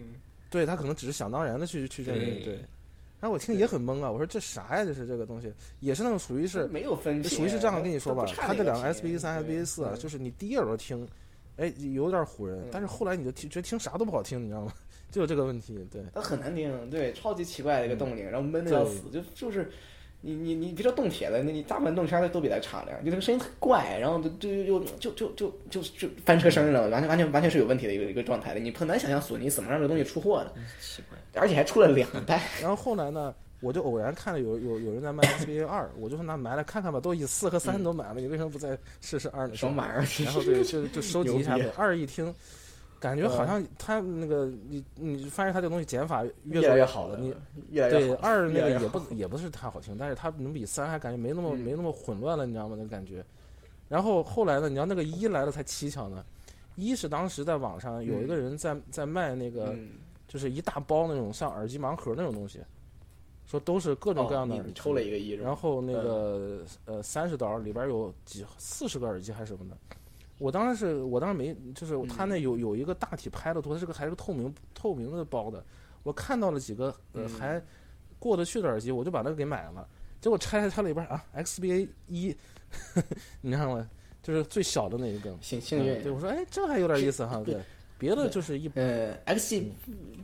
Speaker 1: 对他可能只是想当然的去去认为
Speaker 3: 对
Speaker 1: 对。然后我听也很懵啊，我说这啥呀？这是这个东西，也是那种属于是
Speaker 2: 没有分屏，
Speaker 1: 属于是这样跟你说吧，
Speaker 2: 他
Speaker 1: 它这两个 S B 三、S B 四啊，就是是你第一耳朵听，哎，有点唬人
Speaker 2: 嗯，
Speaker 1: 但是后来你就听觉得听啥都不好听，你知道吗？ 就有这个问题，对，
Speaker 2: 它很难听，对，超级奇怪的一个动静，然后闷的要死，就就是。你你你别说动铁了，那你大部分动圈的都比它差点儿，就这个声音特怪，然后就就就就就就就就翻车声了，完全完全完全是有问题的一个一个状态的，你很难想象索尼怎么让这个东西出货的，
Speaker 3: 嗯奇怪，
Speaker 2: 而且还出了两代，
Speaker 1: 然后后来呢，我就偶然看了有有有人 在卖 S B A 二，我就说那买来看看吧，都以四和
Speaker 2: 嗯
Speaker 1: 三都买了，你为什么不再试试二呢？
Speaker 2: 什么玩意儿？
Speaker 1: 然后对，就就收集一下
Speaker 2: 牛逼嗯
Speaker 1: 呗。二一听，感觉好像他那个你你发现他这个东西减法越
Speaker 2: 越来
Speaker 1: 做呃
Speaker 2: 越
Speaker 1: 好
Speaker 2: 好了，
Speaker 1: 你
Speaker 2: 越来
Speaker 1: 对
Speaker 2: 越好。
Speaker 1: 二那
Speaker 2: 越来
Speaker 1: 个
Speaker 2: 越
Speaker 1: 也
Speaker 2: 好
Speaker 1: 不也不是太好听，但是它能比三还感觉没那么、
Speaker 2: 哎嗯
Speaker 1: 没那么混乱了，你知道吗？那感觉。然后后来呢，你知道那个一来了才蹊跷呢，一是当时在网上有一个人在、在卖那个、
Speaker 2: 嗯，
Speaker 1: 就是一大包那种像耳机盲盒那种东西，说都是各种各样的
Speaker 2: 哦
Speaker 1: 耳
Speaker 2: 你
Speaker 1: 机，
Speaker 2: 抽了一个一是吧，
Speaker 1: 然后
Speaker 2: 嗯
Speaker 1: 那个、呃三十刀里边有几四十个耳机还是什么的，我当时是我当时没就是他
Speaker 2: 嗯
Speaker 1: 那有有一个大体拍的图，它是个还是个透明透明的包的，我看到了几个呃
Speaker 2: 嗯
Speaker 1: 还过得去的耳机，我就把那个给买了，结果拆开它里边啊 XBA 一， 你知道吗？就是最小的那一根，
Speaker 2: 幸幸运
Speaker 1: 嗯对我说哎这还有点意思哈，
Speaker 2: 这
Speaker 1: 对，别的就是一
Speaker 2: 呃，X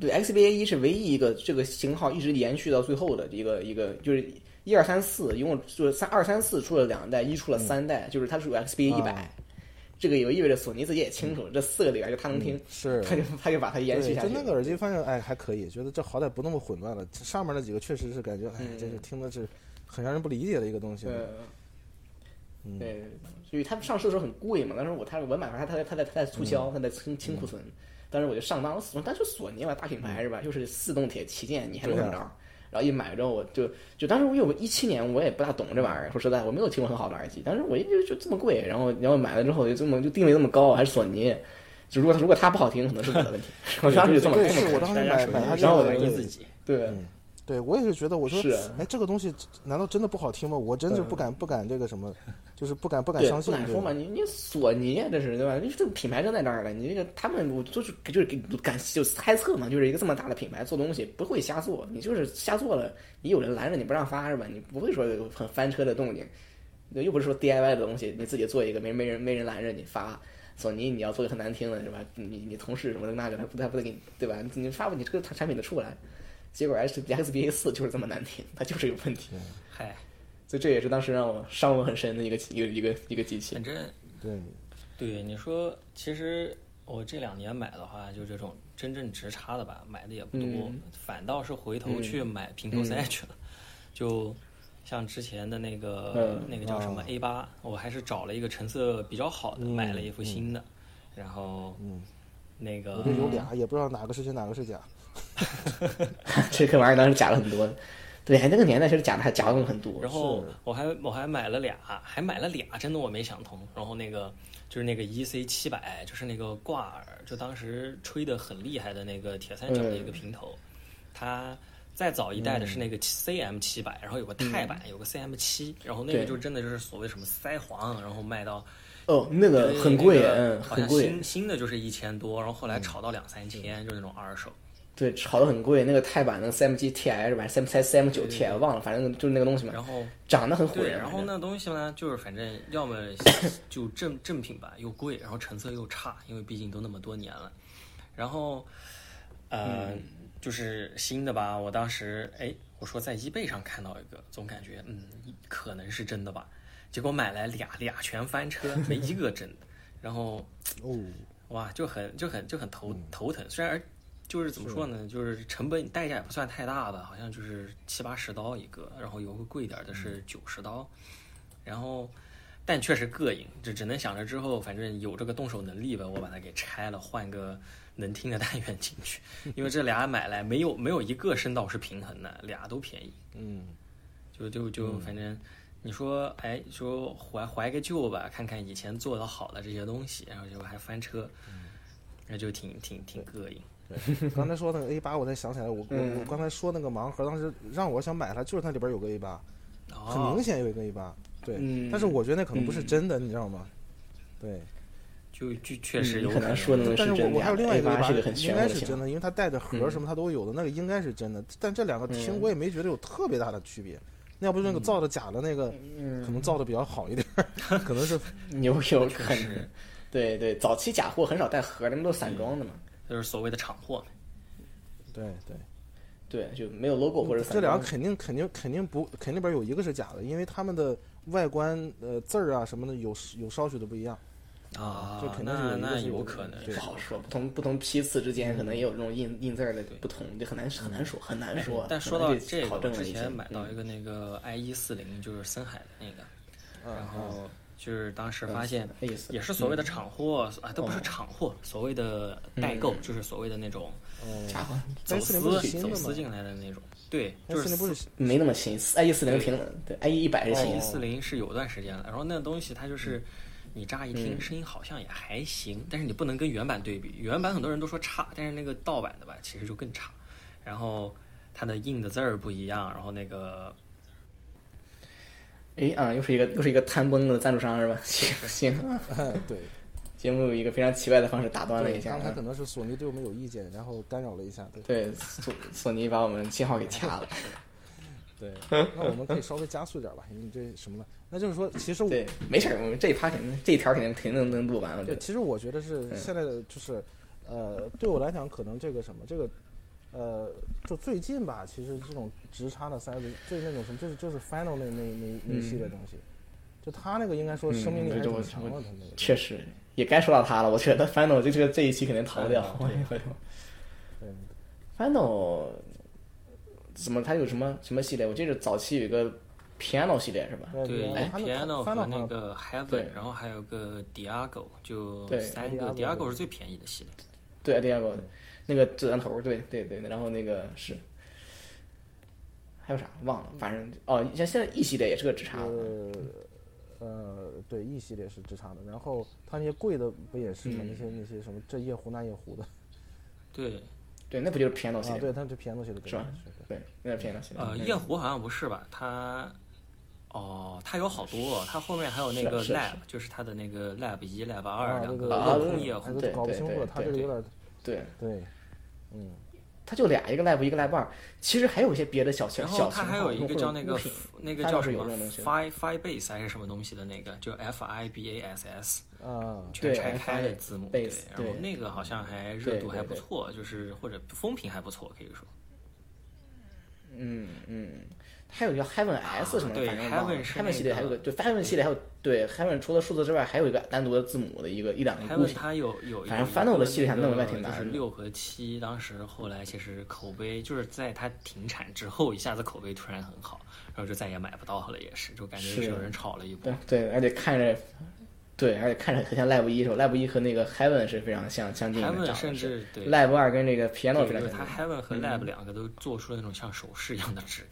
Speaker 2: 对 XBA 一是唯一一个这个型号一直延续到最后的一个一个，就是一二三四，一共就是三二三四出了两代，一出了三代，就是它属于 XBA 一百
Speaker 1: 啊。
Speaker 2: 这个也意味着索尼自己也清楚，这四个里边就他能听，
Speaker 1: 是
Speaker 2: 他就他就把它延
Speaker 1: 嗯
Speaker 2: 续
Speaker 1: 对，
Speaker 2: 下
Speaker 1: 就
Speaker 2: 去。
Speaker 1: 那个耳机，发现哎还可以，觉得这好歹不那么混乱了。这上面那几个确实是感觉，哎，
Speaker 2: 嗯
Speaker 1: 真是听的是很让人不理解的一个东西。
Speaker 2: 呃
Speaker 1: 嗯
Speaker 2: 对，所以它上市的时候很贵嘛，但是我它我买回来，它它它在它在促
Speaker 1: 嗯
Speaker 2: 销，它在清清库存，当时我就上当，我死但是索尼嘛，大品牌是吧，又是四动铁旗舰，你还能怎
Speaker 1: 嗯
Speaker 2: 么
Speaker 1: 对啊
Speaker 2: 着？然后一买之后，我就就当时因为我一七年我也不大懂这玩意儿，说实在我没有听过很好的耳机，但是我一就就这么贵，然后然后买了之后就这么就定位这么高，还是索尼，就如果它如果它不好听，可能是我的问题， 我当时就这么
Speaker 1: 对
Speaker 2: 这么
Speaker 1: 是我当嗯时
Speaker 3: 大家
Speaker 1: 买
Speaker 3: 属于
Speaker 1: 买它
Speaker 2: 这个
Speaker 3: 是
Speaker 2: 东
Speaker 3: 怀
Speaker 1: 西
Speaker 3: 疑自己，
Speaker 2: 对，
Speaker 1: 对我也是觉得，我说
Speaker 2: 是啊，
Speaker 1: 哎，这个东西难道真的不好听吗？我真是不敢不敢这个什么，就是不敢不敢
Speaker 2: 对，
Speaker 1: 相信
Speaker 2: 不敢
Speaker 1: 这
Speaker 2: 说嘛，
Speaker 1: 个。
Speaker 2: 你你索尼啊这是对吧？你这个品牌就在那儿了，你这个他们我就是就是给敢就猜测嘛，就是一个这么大的品牌做东西不会瞎做，你就是瞎做了，你有人拦着你不让发是吧？你不会说有很翻车的动静，对又不是说 DIY 的东西，你自己做一个没没人没人拦着你发。索尼，你要做一个很难听的，是吧？你你同事什么的那个，他不他不得给你，对吧？你发布你这个产品的出不来，结果 X XBA 四就是这么难听，它就是有问题，
Speaker 3: 嗨，
Speaker 2: 所以这也是当时让我伤我很深的一个一个一个一个机器
Speaker 3: 反。正
Speaker 1: 对，
Speaker 3: 对你说，其实我这两年买的话，就这种真正直插的吧，买的也不多，
Speaker 2: 嗯
Speaker 3: 反倒是回
Speaker 1: 嗯
Speaker 3: 头去买平头塞去了。就像之前的那个、
Speaker 2: 嗯
Speaker 3: 那个叫什么
Speaker 1: 啊
Speaker 3: A 八、我还是找了一个成色比较好的，
Speaker 1: 嗯
Speaker 3: 买了一副新的，然后那个
Speaker 1: 我这
Speaker 2: 嗯
Speaker 1: 有俩，也不知道哪个是真哪个 是假。
Speaker 2: 这个玩意儿当时假了很多，对，那个年代其实假的还假的很多。
Speaker 3: 然后我还我还买了俩，还买了俩，真的我没想通。然后那个就是那个 EC 七百，就是那个挂耳，就当时吹的很厉害的那个铁三角的一个平头，它再早一代的
Speaker 2: 嗯
Speaker 3: 是那个 CM 七百，然后有个钛版，有个 CM 七，然后那个
Speaker 2: 对
Speaker 3: 就真的就是所谓什么腮黄，然后卖到
Speaker 2: 哦，那个
Speaker 3: 对
Speaker 2: 很贵，
Speaker 3: 那个
Speaker 2: 嗯，
Speaker 3: 好
Speaker 2: 很
Speaker 3: 像
Speaker 2: 贵，嗯
Speaker 3: 新新的就是一千多，然后后来炒到两三千，就那种二手。
Speaker 2: 对，炒的很贵。那个泰版的 CMG TI 是吧？CM 才 CM9 TI 忘了，反正就是那个东西嘛，
Speaker 3: 然后
Speaker 2: 涨得很火。
Speaker 3: 对，然
Speaker 2: 反
Speaker 3: 后
Speaker 2: 正？
Speaker 3: 那东西呢，就是反正要 么就正正品吧，又贵，然后成色又差，因为毕竟都那么多年了。然后，呃，
Speaker 2: 嗯
Speaker 3: 就是新的吧，我当时哎，我说在 eBay 上看到一个，总感觉嗯，可能是真的吧。结果买来俩俩全翻车，没一个真的。然后
Speaker 1: 哦，
Speaker 3: 哇，就很就很就很
Speaker 2: 嗯
Speaker 3: 头头疼。虽然而就是怎么说呢，就是成本代价也不算太大吧，好像就是七八十刀一个，然后有个贵点儿的是九十刀，然后但确实膈应，就只能想着之后反正有这个动手能力吧，我把它给拆了，换个能听的单 元进去，因为这俩买来没有没有一个声道是平衡的，俩都便宜。
Speaker 1: 嗯，
Speaker 3: 就就就反正你说哎说怀怀个旧吧，看看以前做的好的这些东西，然后结果还翻车，那就挺挺挺膈应。
Speaker 1: 刚才说那个 A 八，我才想起来，我我我
Speaker 2: 嗯
Speaker 1: 刚才说那个盲盒，当时让我想买它，就是它里边有个 A 八，很
Speaker 3: 哦
Speaker 1: 明，显有一个 A 八。对，
Speaker 2: 嗯
Speaker 1: 但是我觉得那可能不是
Speaker 2: 嗯
Speaker 1: 真的，你知道吗？对。
Speaker 3: 就就确实
Speaker 2: 嗯
Speaker 3: 有
Speaker 2: 很难说
Speaker 3: 能
Speaker 2: 呢
Speaker 1: 但
Speaker 2: 是
Speaker 1: 我
Speaker 2: 真
Speaker 1: 我
Speaker 2: 的
Speaker 1: 还有
Speaker 2: 呀
Speaker 1: 另外一个
Speaker 2: A8
Speaker 1: 吧
Speaker 2: 是个很
Speaker 1: 应
Speaker 2: 炫
Speaker 1: 该
Speaker 2: 目的嗯
Speaker 1: 是
Speaker 2: 型
Speaker 1: 真的，因为它带着盒什么它都有的，那个应该是真的。但这两个
Speaker 2: 嗯
Speaker 1: 听我也没觉得有特别大的区别，那要不那个造的假的那个，
Speaker 2: 嗯
Speaker 1: 可能造的比较好一点，可能 是
Speaker 2: 有有可
Speaker 3: 确
Speaker 2: 能
Speaker 3: 实。
Speaker 2: 对对，早期假货很少带盒，那们都是
Speaker 3: 嗯
Speaker 2: 散装的嘛。
Speaker 3: 就是所谓的厂货嘛。
Speaker 1: 对对。
Speaker 2: 对，就没有 logo 或者散
Speaker 1: 嗯这两
Speaker 2: 装
Speaker 1: 个肯定肯定肯定不肯定里边有一个是假的，因为他们的外观呃字儿啊什么的有有稍许的不一样。
Speaker 3: 啊
Speaker 1: 就肯定是有
Speaker 3: 那
Speaker 1: 一个
Speaker 3: 那
Speaker 1: 是有
Speaker 3: 有
Speaker 1: 可
Speaker 3: 可
Speaker 1: 能
Speaker 3: 能
Speaker 1: 对
Speaker 2: 不好说，不同不同批次之间可
Speaker 3: 嗯
Speaker 2: 能也有这种印印字儿的不同，就很难很难说很难说。
Speaker 3: 哎但说
Speaker 2: 可能
Speaker 3: 到
Speaker 2: 这
Speaker 3: 这个，
Speaker 2: 考
Speaker 3: 我
Speaker 2: 证了嗯
Speaker 3: 之
Speaker 2: 一些
Speaker 3: 前买到
Speaker 2: 嗯
Speaker 1: 嗯
Speaker 3: 一个那个 i 一四零，就是森海的那个，然后就是当时发现
Speaker 2: 有意思，
Speaker 3: 也是所谓的厂货
Speaker 1: 嗯
Speaker 3: 啊，都不
Speaker 1: 哦
Speaker 3: 是厂货，所谓的代购，
Speaker 2: 嗯
Speaker 3: 就是所谓的那种
Speaker 1: 哦，
Speaker 2: 家伙
Speaker 3: 走
Speaker 1: 但是
Speaker 3: 私
Speaker 1: 那不是新的
Speaker 3: 走
Speaker 1: 吗
Speaker 3: 私进来的那种，对，
Speaker 1: 但
Speaker 3: 就是
Speaker 1: 那不
Speaker 3: 私
Speaker 1: 是新
Speaker 2: 没那么新，IE 四零挺冷，对 IE 一百是
Speaker 3: 哎
Speaker 2: 新
Speaker 3: 一
Speaker 2: 的，
Speaker 1: 哦
Speaker 3: 四零是有段时间了，然后那东西它就是，你乍一听声音好像也还行，但是你不能跟原版对比，原版很多人都说差，但是那个盗版的吧，其实就更差。然后它的印的字儿不一样，然后那个
Speaker 2: 哎啊，又是一个又是一个贪崩的赞助商是吧？ 行行，
Speaker 1: 对，
Speaker 2: 节目有一个非常奇怪的方式打断了一
Speaker 1: 对，
Speaker 2: 下
Speaker 1: 刚才可
Speaker 2: 啊，
Speaker 1: 能是索尼对我们有意见，然后干扰了一下，对
Speaker 2: 对，索索尼把我们信号给掐 了，
Speaker 1: 对。那我们可以稍微加速点吧，因为你这什么了？那就是说，其实我
Speaker 2: 对，没事儿，我们这一趴肯定这一条肯定肯定能能录完，我觉
Speaker 1: 对，
Speaker 2: 得，
Speaker 1: 其实我觉得
Speaker 2: 嗯
Speaker 1: 是现在的就是，呃，对我来讲，可能这个什么，这个，呃，就最近吧，其实这种直插的塞子，就是那种什么，就是就是 Final 那那那那系列东西，就他那个应该说生命力
Speaker 2: 嗯
Speaker 1: 还
Speaker 2: 这
Speaker 1: 挺
Speaker 2: 我
Speaker 1: 强的，他那个。
Speaker 2: 确实也该说到他了，我 觉得 Final 这这个这一期肯定逃不掉，
Speaker 1: 哎
Speaker 2: 我我
Speaker 1: 对
Speaker 2: Final 怎么它有什么什么系列？我记得早期有一个 Piano 系列是吧？
Speaker 3: 对
Speaker 1: 然后他
Speaker 3: piano
Speaker 1: 他
Speaker 3: 和
Speaker 1: Final
Speaker 3: 那
Speaker 1: 好像
Speaker 3: 个 heaven，
Speaker 2: 对
Speaker 3: 然后还有个 Diago，就
Speaker 2: 对
Speaker 3: 三个
Speaker 1: Diago
Speaker 3: Diago 是最便宜的系列。
Speaker 2: 对，第二个那个子弹头，对对对，然后那个是还有啥忘了，反正哦，像现在 E 系列也是个直插的，
Speaker 1: 呃呃，对 E 系列是直插的，然后他那些贵的不也是吗？那
Speaker 2: 嗯
Speaker 1: 些那些什么这夜壶那夜壶的
Speaker 3: 对，
Speaker 2: 对，那不就是 Piano 系
Speaker 1: 啊，
Speaker 2: 列
Speaker 1: 对，他们这 piano 系列对
Speaker 2: 是吧？
Speaker 1: 对
Speaker 2: 对，那是 Piano 系列。嗯
Speaker 3: 呃，夜壶好像不是吧？它哦，它有好多，它后面还有那
Speaker 2: 是
Speaker 3: 个
Speaker 2: 是是
Speaker 3: lab，就是它的那个 lab 一、lab
Speaker 1: 啊
Speaker 3: 二，两
Speaker 1: 这
Speaker 3: 个
Speaker 1: 个
Speaker 2: 啊
Speaker 3: 镂空
Speaker 2: 对
Speaker 3: 夜
Speaker 1: 哎
Speaker 3: 壶
Speaker 1: 都
Speaker 2: 对
Speaker 1: 搞不
Speaker 2: 对
Speaker 1: 清楚
Speaker 2: 对
Speaker 1: 了，他
Speaker 2: 对
Speaker 1: 这个有
Speaker 2: 对
Speaker 1: 点
Speaker 2: 对，
Speaker 1: 对，嗯，
Speaker 2: 它就俩，一个 Lab 一个 Lab 二，其实还有一些别的小小
Speaker 3: 然
Speaker 2: 小型
Speaker 3: 后它
Speaker 2: 号
Speaker 3: 还有一
Speaker 2: 用户
Speaker 3: 个叫那个
Speaker 2: 用品
Speaker 3: 那个
Speaker 2: 它
Speaker 3: 叫
Speaker 2: 倒
Speaker 3: 什
Speaker 2: 是有
Speaker 3: 么
Speaker 2: 这种东西
Speaker 3: Fi Fi Base 还是什么东西的那个，就 F I B A S S，
Speaker 1: 啊，
Speaker 3: 全
Speaker 2: 对
Speaker 3: 拆开的
Speaker 2: FI
Speaker 3: 字母。对
Speaker 2: base，，
Speaker 3: 然后
Speaker 2: 对
Speaker 3: 那个好像还热
Speaker 2: 对
Speaker 3: 度
Speaker 2: 对
Speaker 3: 还不
Speaker 2: 对
Speaker 3: 错，就是或者风评还不错，可以说。
Speaker 2: 嗯嗯，还有一个 Heaven S 什么的，
Speaker 3: 啊对
Speaker 2: 反正忘了
Speaker 3: Heaven 是
Speaker 2: Heaven 系列
Speaker 3: 那
Speaker 2: 还有
Speaker 3: 个
Speaker 2: 个对 Heaven 系列还有对 Heaven 除了数字之外，还有一个单独的字母的一个一两个
Speaker 3: 还
Speaker 2: 孤
Speaker 3: 有
Speaker 2: 品。
Speaker 3: 它有有，
Speaker 2: 嗯反
Speaker 3: 有
Speaker 2: 正 Final
Speaker 3: 一个
Speaker 2: 的系列
Speaker 3: 那
Speaker 2: 还弄得
Speaker 3: 个
Speaker 2: 还挺难
Speaker 3: 就是
Speaker 2: 的
Speaker 3: 六和七，当时后来其实口碑就是在它停产之后，一下子口碑突然很好，然后就再也买不到了，也是，就感觉
Speaker 2: 是
Speaker 3: 有人炒了一波
Speaker 2: 对。对，而且看着，对，而且看着很像 Live 一是吧？Live 一和那个 Heaven 是非常相相近的长
Speaker 3: Heaven
Speaker 2: 得
Speaker 3: 甚
Speaker 2: 是
Speaker 3: 至对
Speaker 2: Live 二跟这个 Piano 非
Speaker 3: 对
Speaker 2: 常嗯
Speaker 3: 对，
Speaker 2: 相
Speaker 3: 它
Speaker 2: 近。
Speaker 3: Heaven 和 Lab 两个都做出了那种像首饰一样的质
Speaker 2: 嗯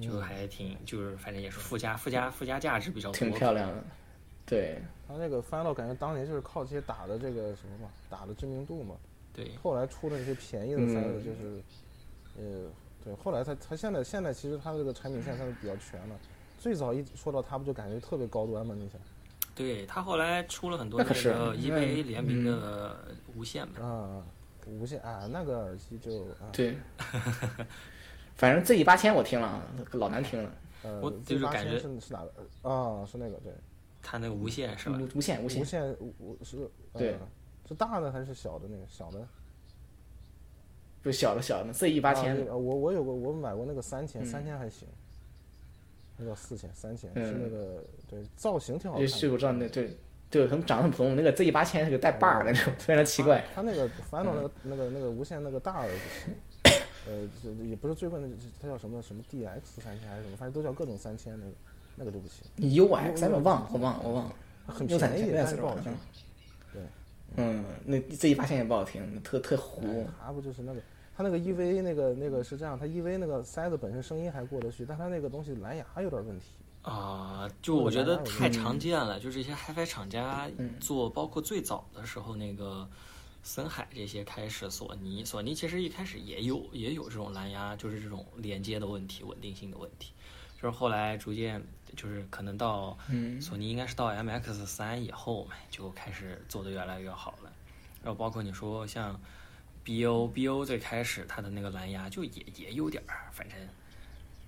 Speaker 3: 感，就还挺就是反正也是附加附加附加价值比较多，
Speaker 2: 挺漂亮的。对，
Speaker 1: 他那个 Final 感觉当年就是靠这些打的这个什么嘛，打的知名度嘛。
Speaker 3: 对，
Speaker 1: 后来出的那些便宜
Speaker 3: 嗯
Speaker 1: 的塞子就是，呃，对，后来他他现在现在其实他这个产品线算是比较全了。最早一说到他，不就感觉特别高端吗？那些
Speaker 3: 对他后来出了很多
Speaker 2: 那可是
Speaker 3: 个
Speaker 2: 因为嗯
Speaker 3: EVA 联名的无线嘛，
Speaker 1: 啊，无线啊，那个耳机就啊，
Speaker 2: 对，反正 Z 八千我听了啊，老难听了，
Speaker 1: 呃
Speaker 3: 我，
Speaker 1: 最
Speaker 3: 就是
Speaker 1: 八
Speaker 3: 感
Speaker 1: 千
Speaker 3: 觉
Speaker 1: 是是哪个耳啊？是那个对，
Speaker 3: 他那个无线是吧？
Speaker 2: 无无线无
Speaker 1: 无
Speaker 2: 线，
Speaker 1: 线无无是呃
Speaker 2: 对
Speaker 1: 是大的还是小的那个小的？
Speaker 2: 就小的小的 Z 八
Speaker 1: 啊
Speaker 2: 千嗯
Speaker 1: 那，个我我有过，我买过那个三千，三千还行，那叫四千，三千是那个对造型挺好
Speaker 2: 就
Speaker 1: 看
Speaker 2: 嗯是
Speaker 1: 的。
Speaker 2: 我知道那对对，他们长得很普通，那个 Z 八千是个带把儿的那种，非常奇怪。
Speaker 3: 啊
Speaker 1: 它那 个反
Speaker 2: 嗯
Speaker 1: 正那个那个那个无线那个大耳机，呃，这也不是最贵的，它叫什么什么 DX 三千还是什么，反正都叫各种三千那个，那个就不行，
Speaker 2: 你 U X 咱们忘了，我忘了，我忘了，
Speaker 1: 啊很
Speaker 2: 六
Speaker 1: 便
Speaker 2: 三
Speaker 1: 宜
Speaker 2: 千，
Speaker 1: 但
Speaker 2: 是
Speaker 1: 是不好听。
Speaker 2: 嗯，那 Z 八千也不好听，特特糊。
Speaker 1: 哎它不就是那个，它那个 EV 那个那个是这样，它 EV 那个塞子本身声音还过得去，但它那个东西蓝牙有点问题。
Speaker 3: 啊、就我觉嗯得太常见了，就是一些 HiFi 厂家做，包括最早的时候那个森海这些开始，索尼，索尼其实一开始也有也有这种蓝牙，就是这种连接的问题、稳定性的问题，就是后来逐渐就是可能到索尼应该是到 MX 三以后嘛，就开始做的越来越好了，然后包括你说像 BO BO 最开始它的那个蓝牙就也也有点儿，反正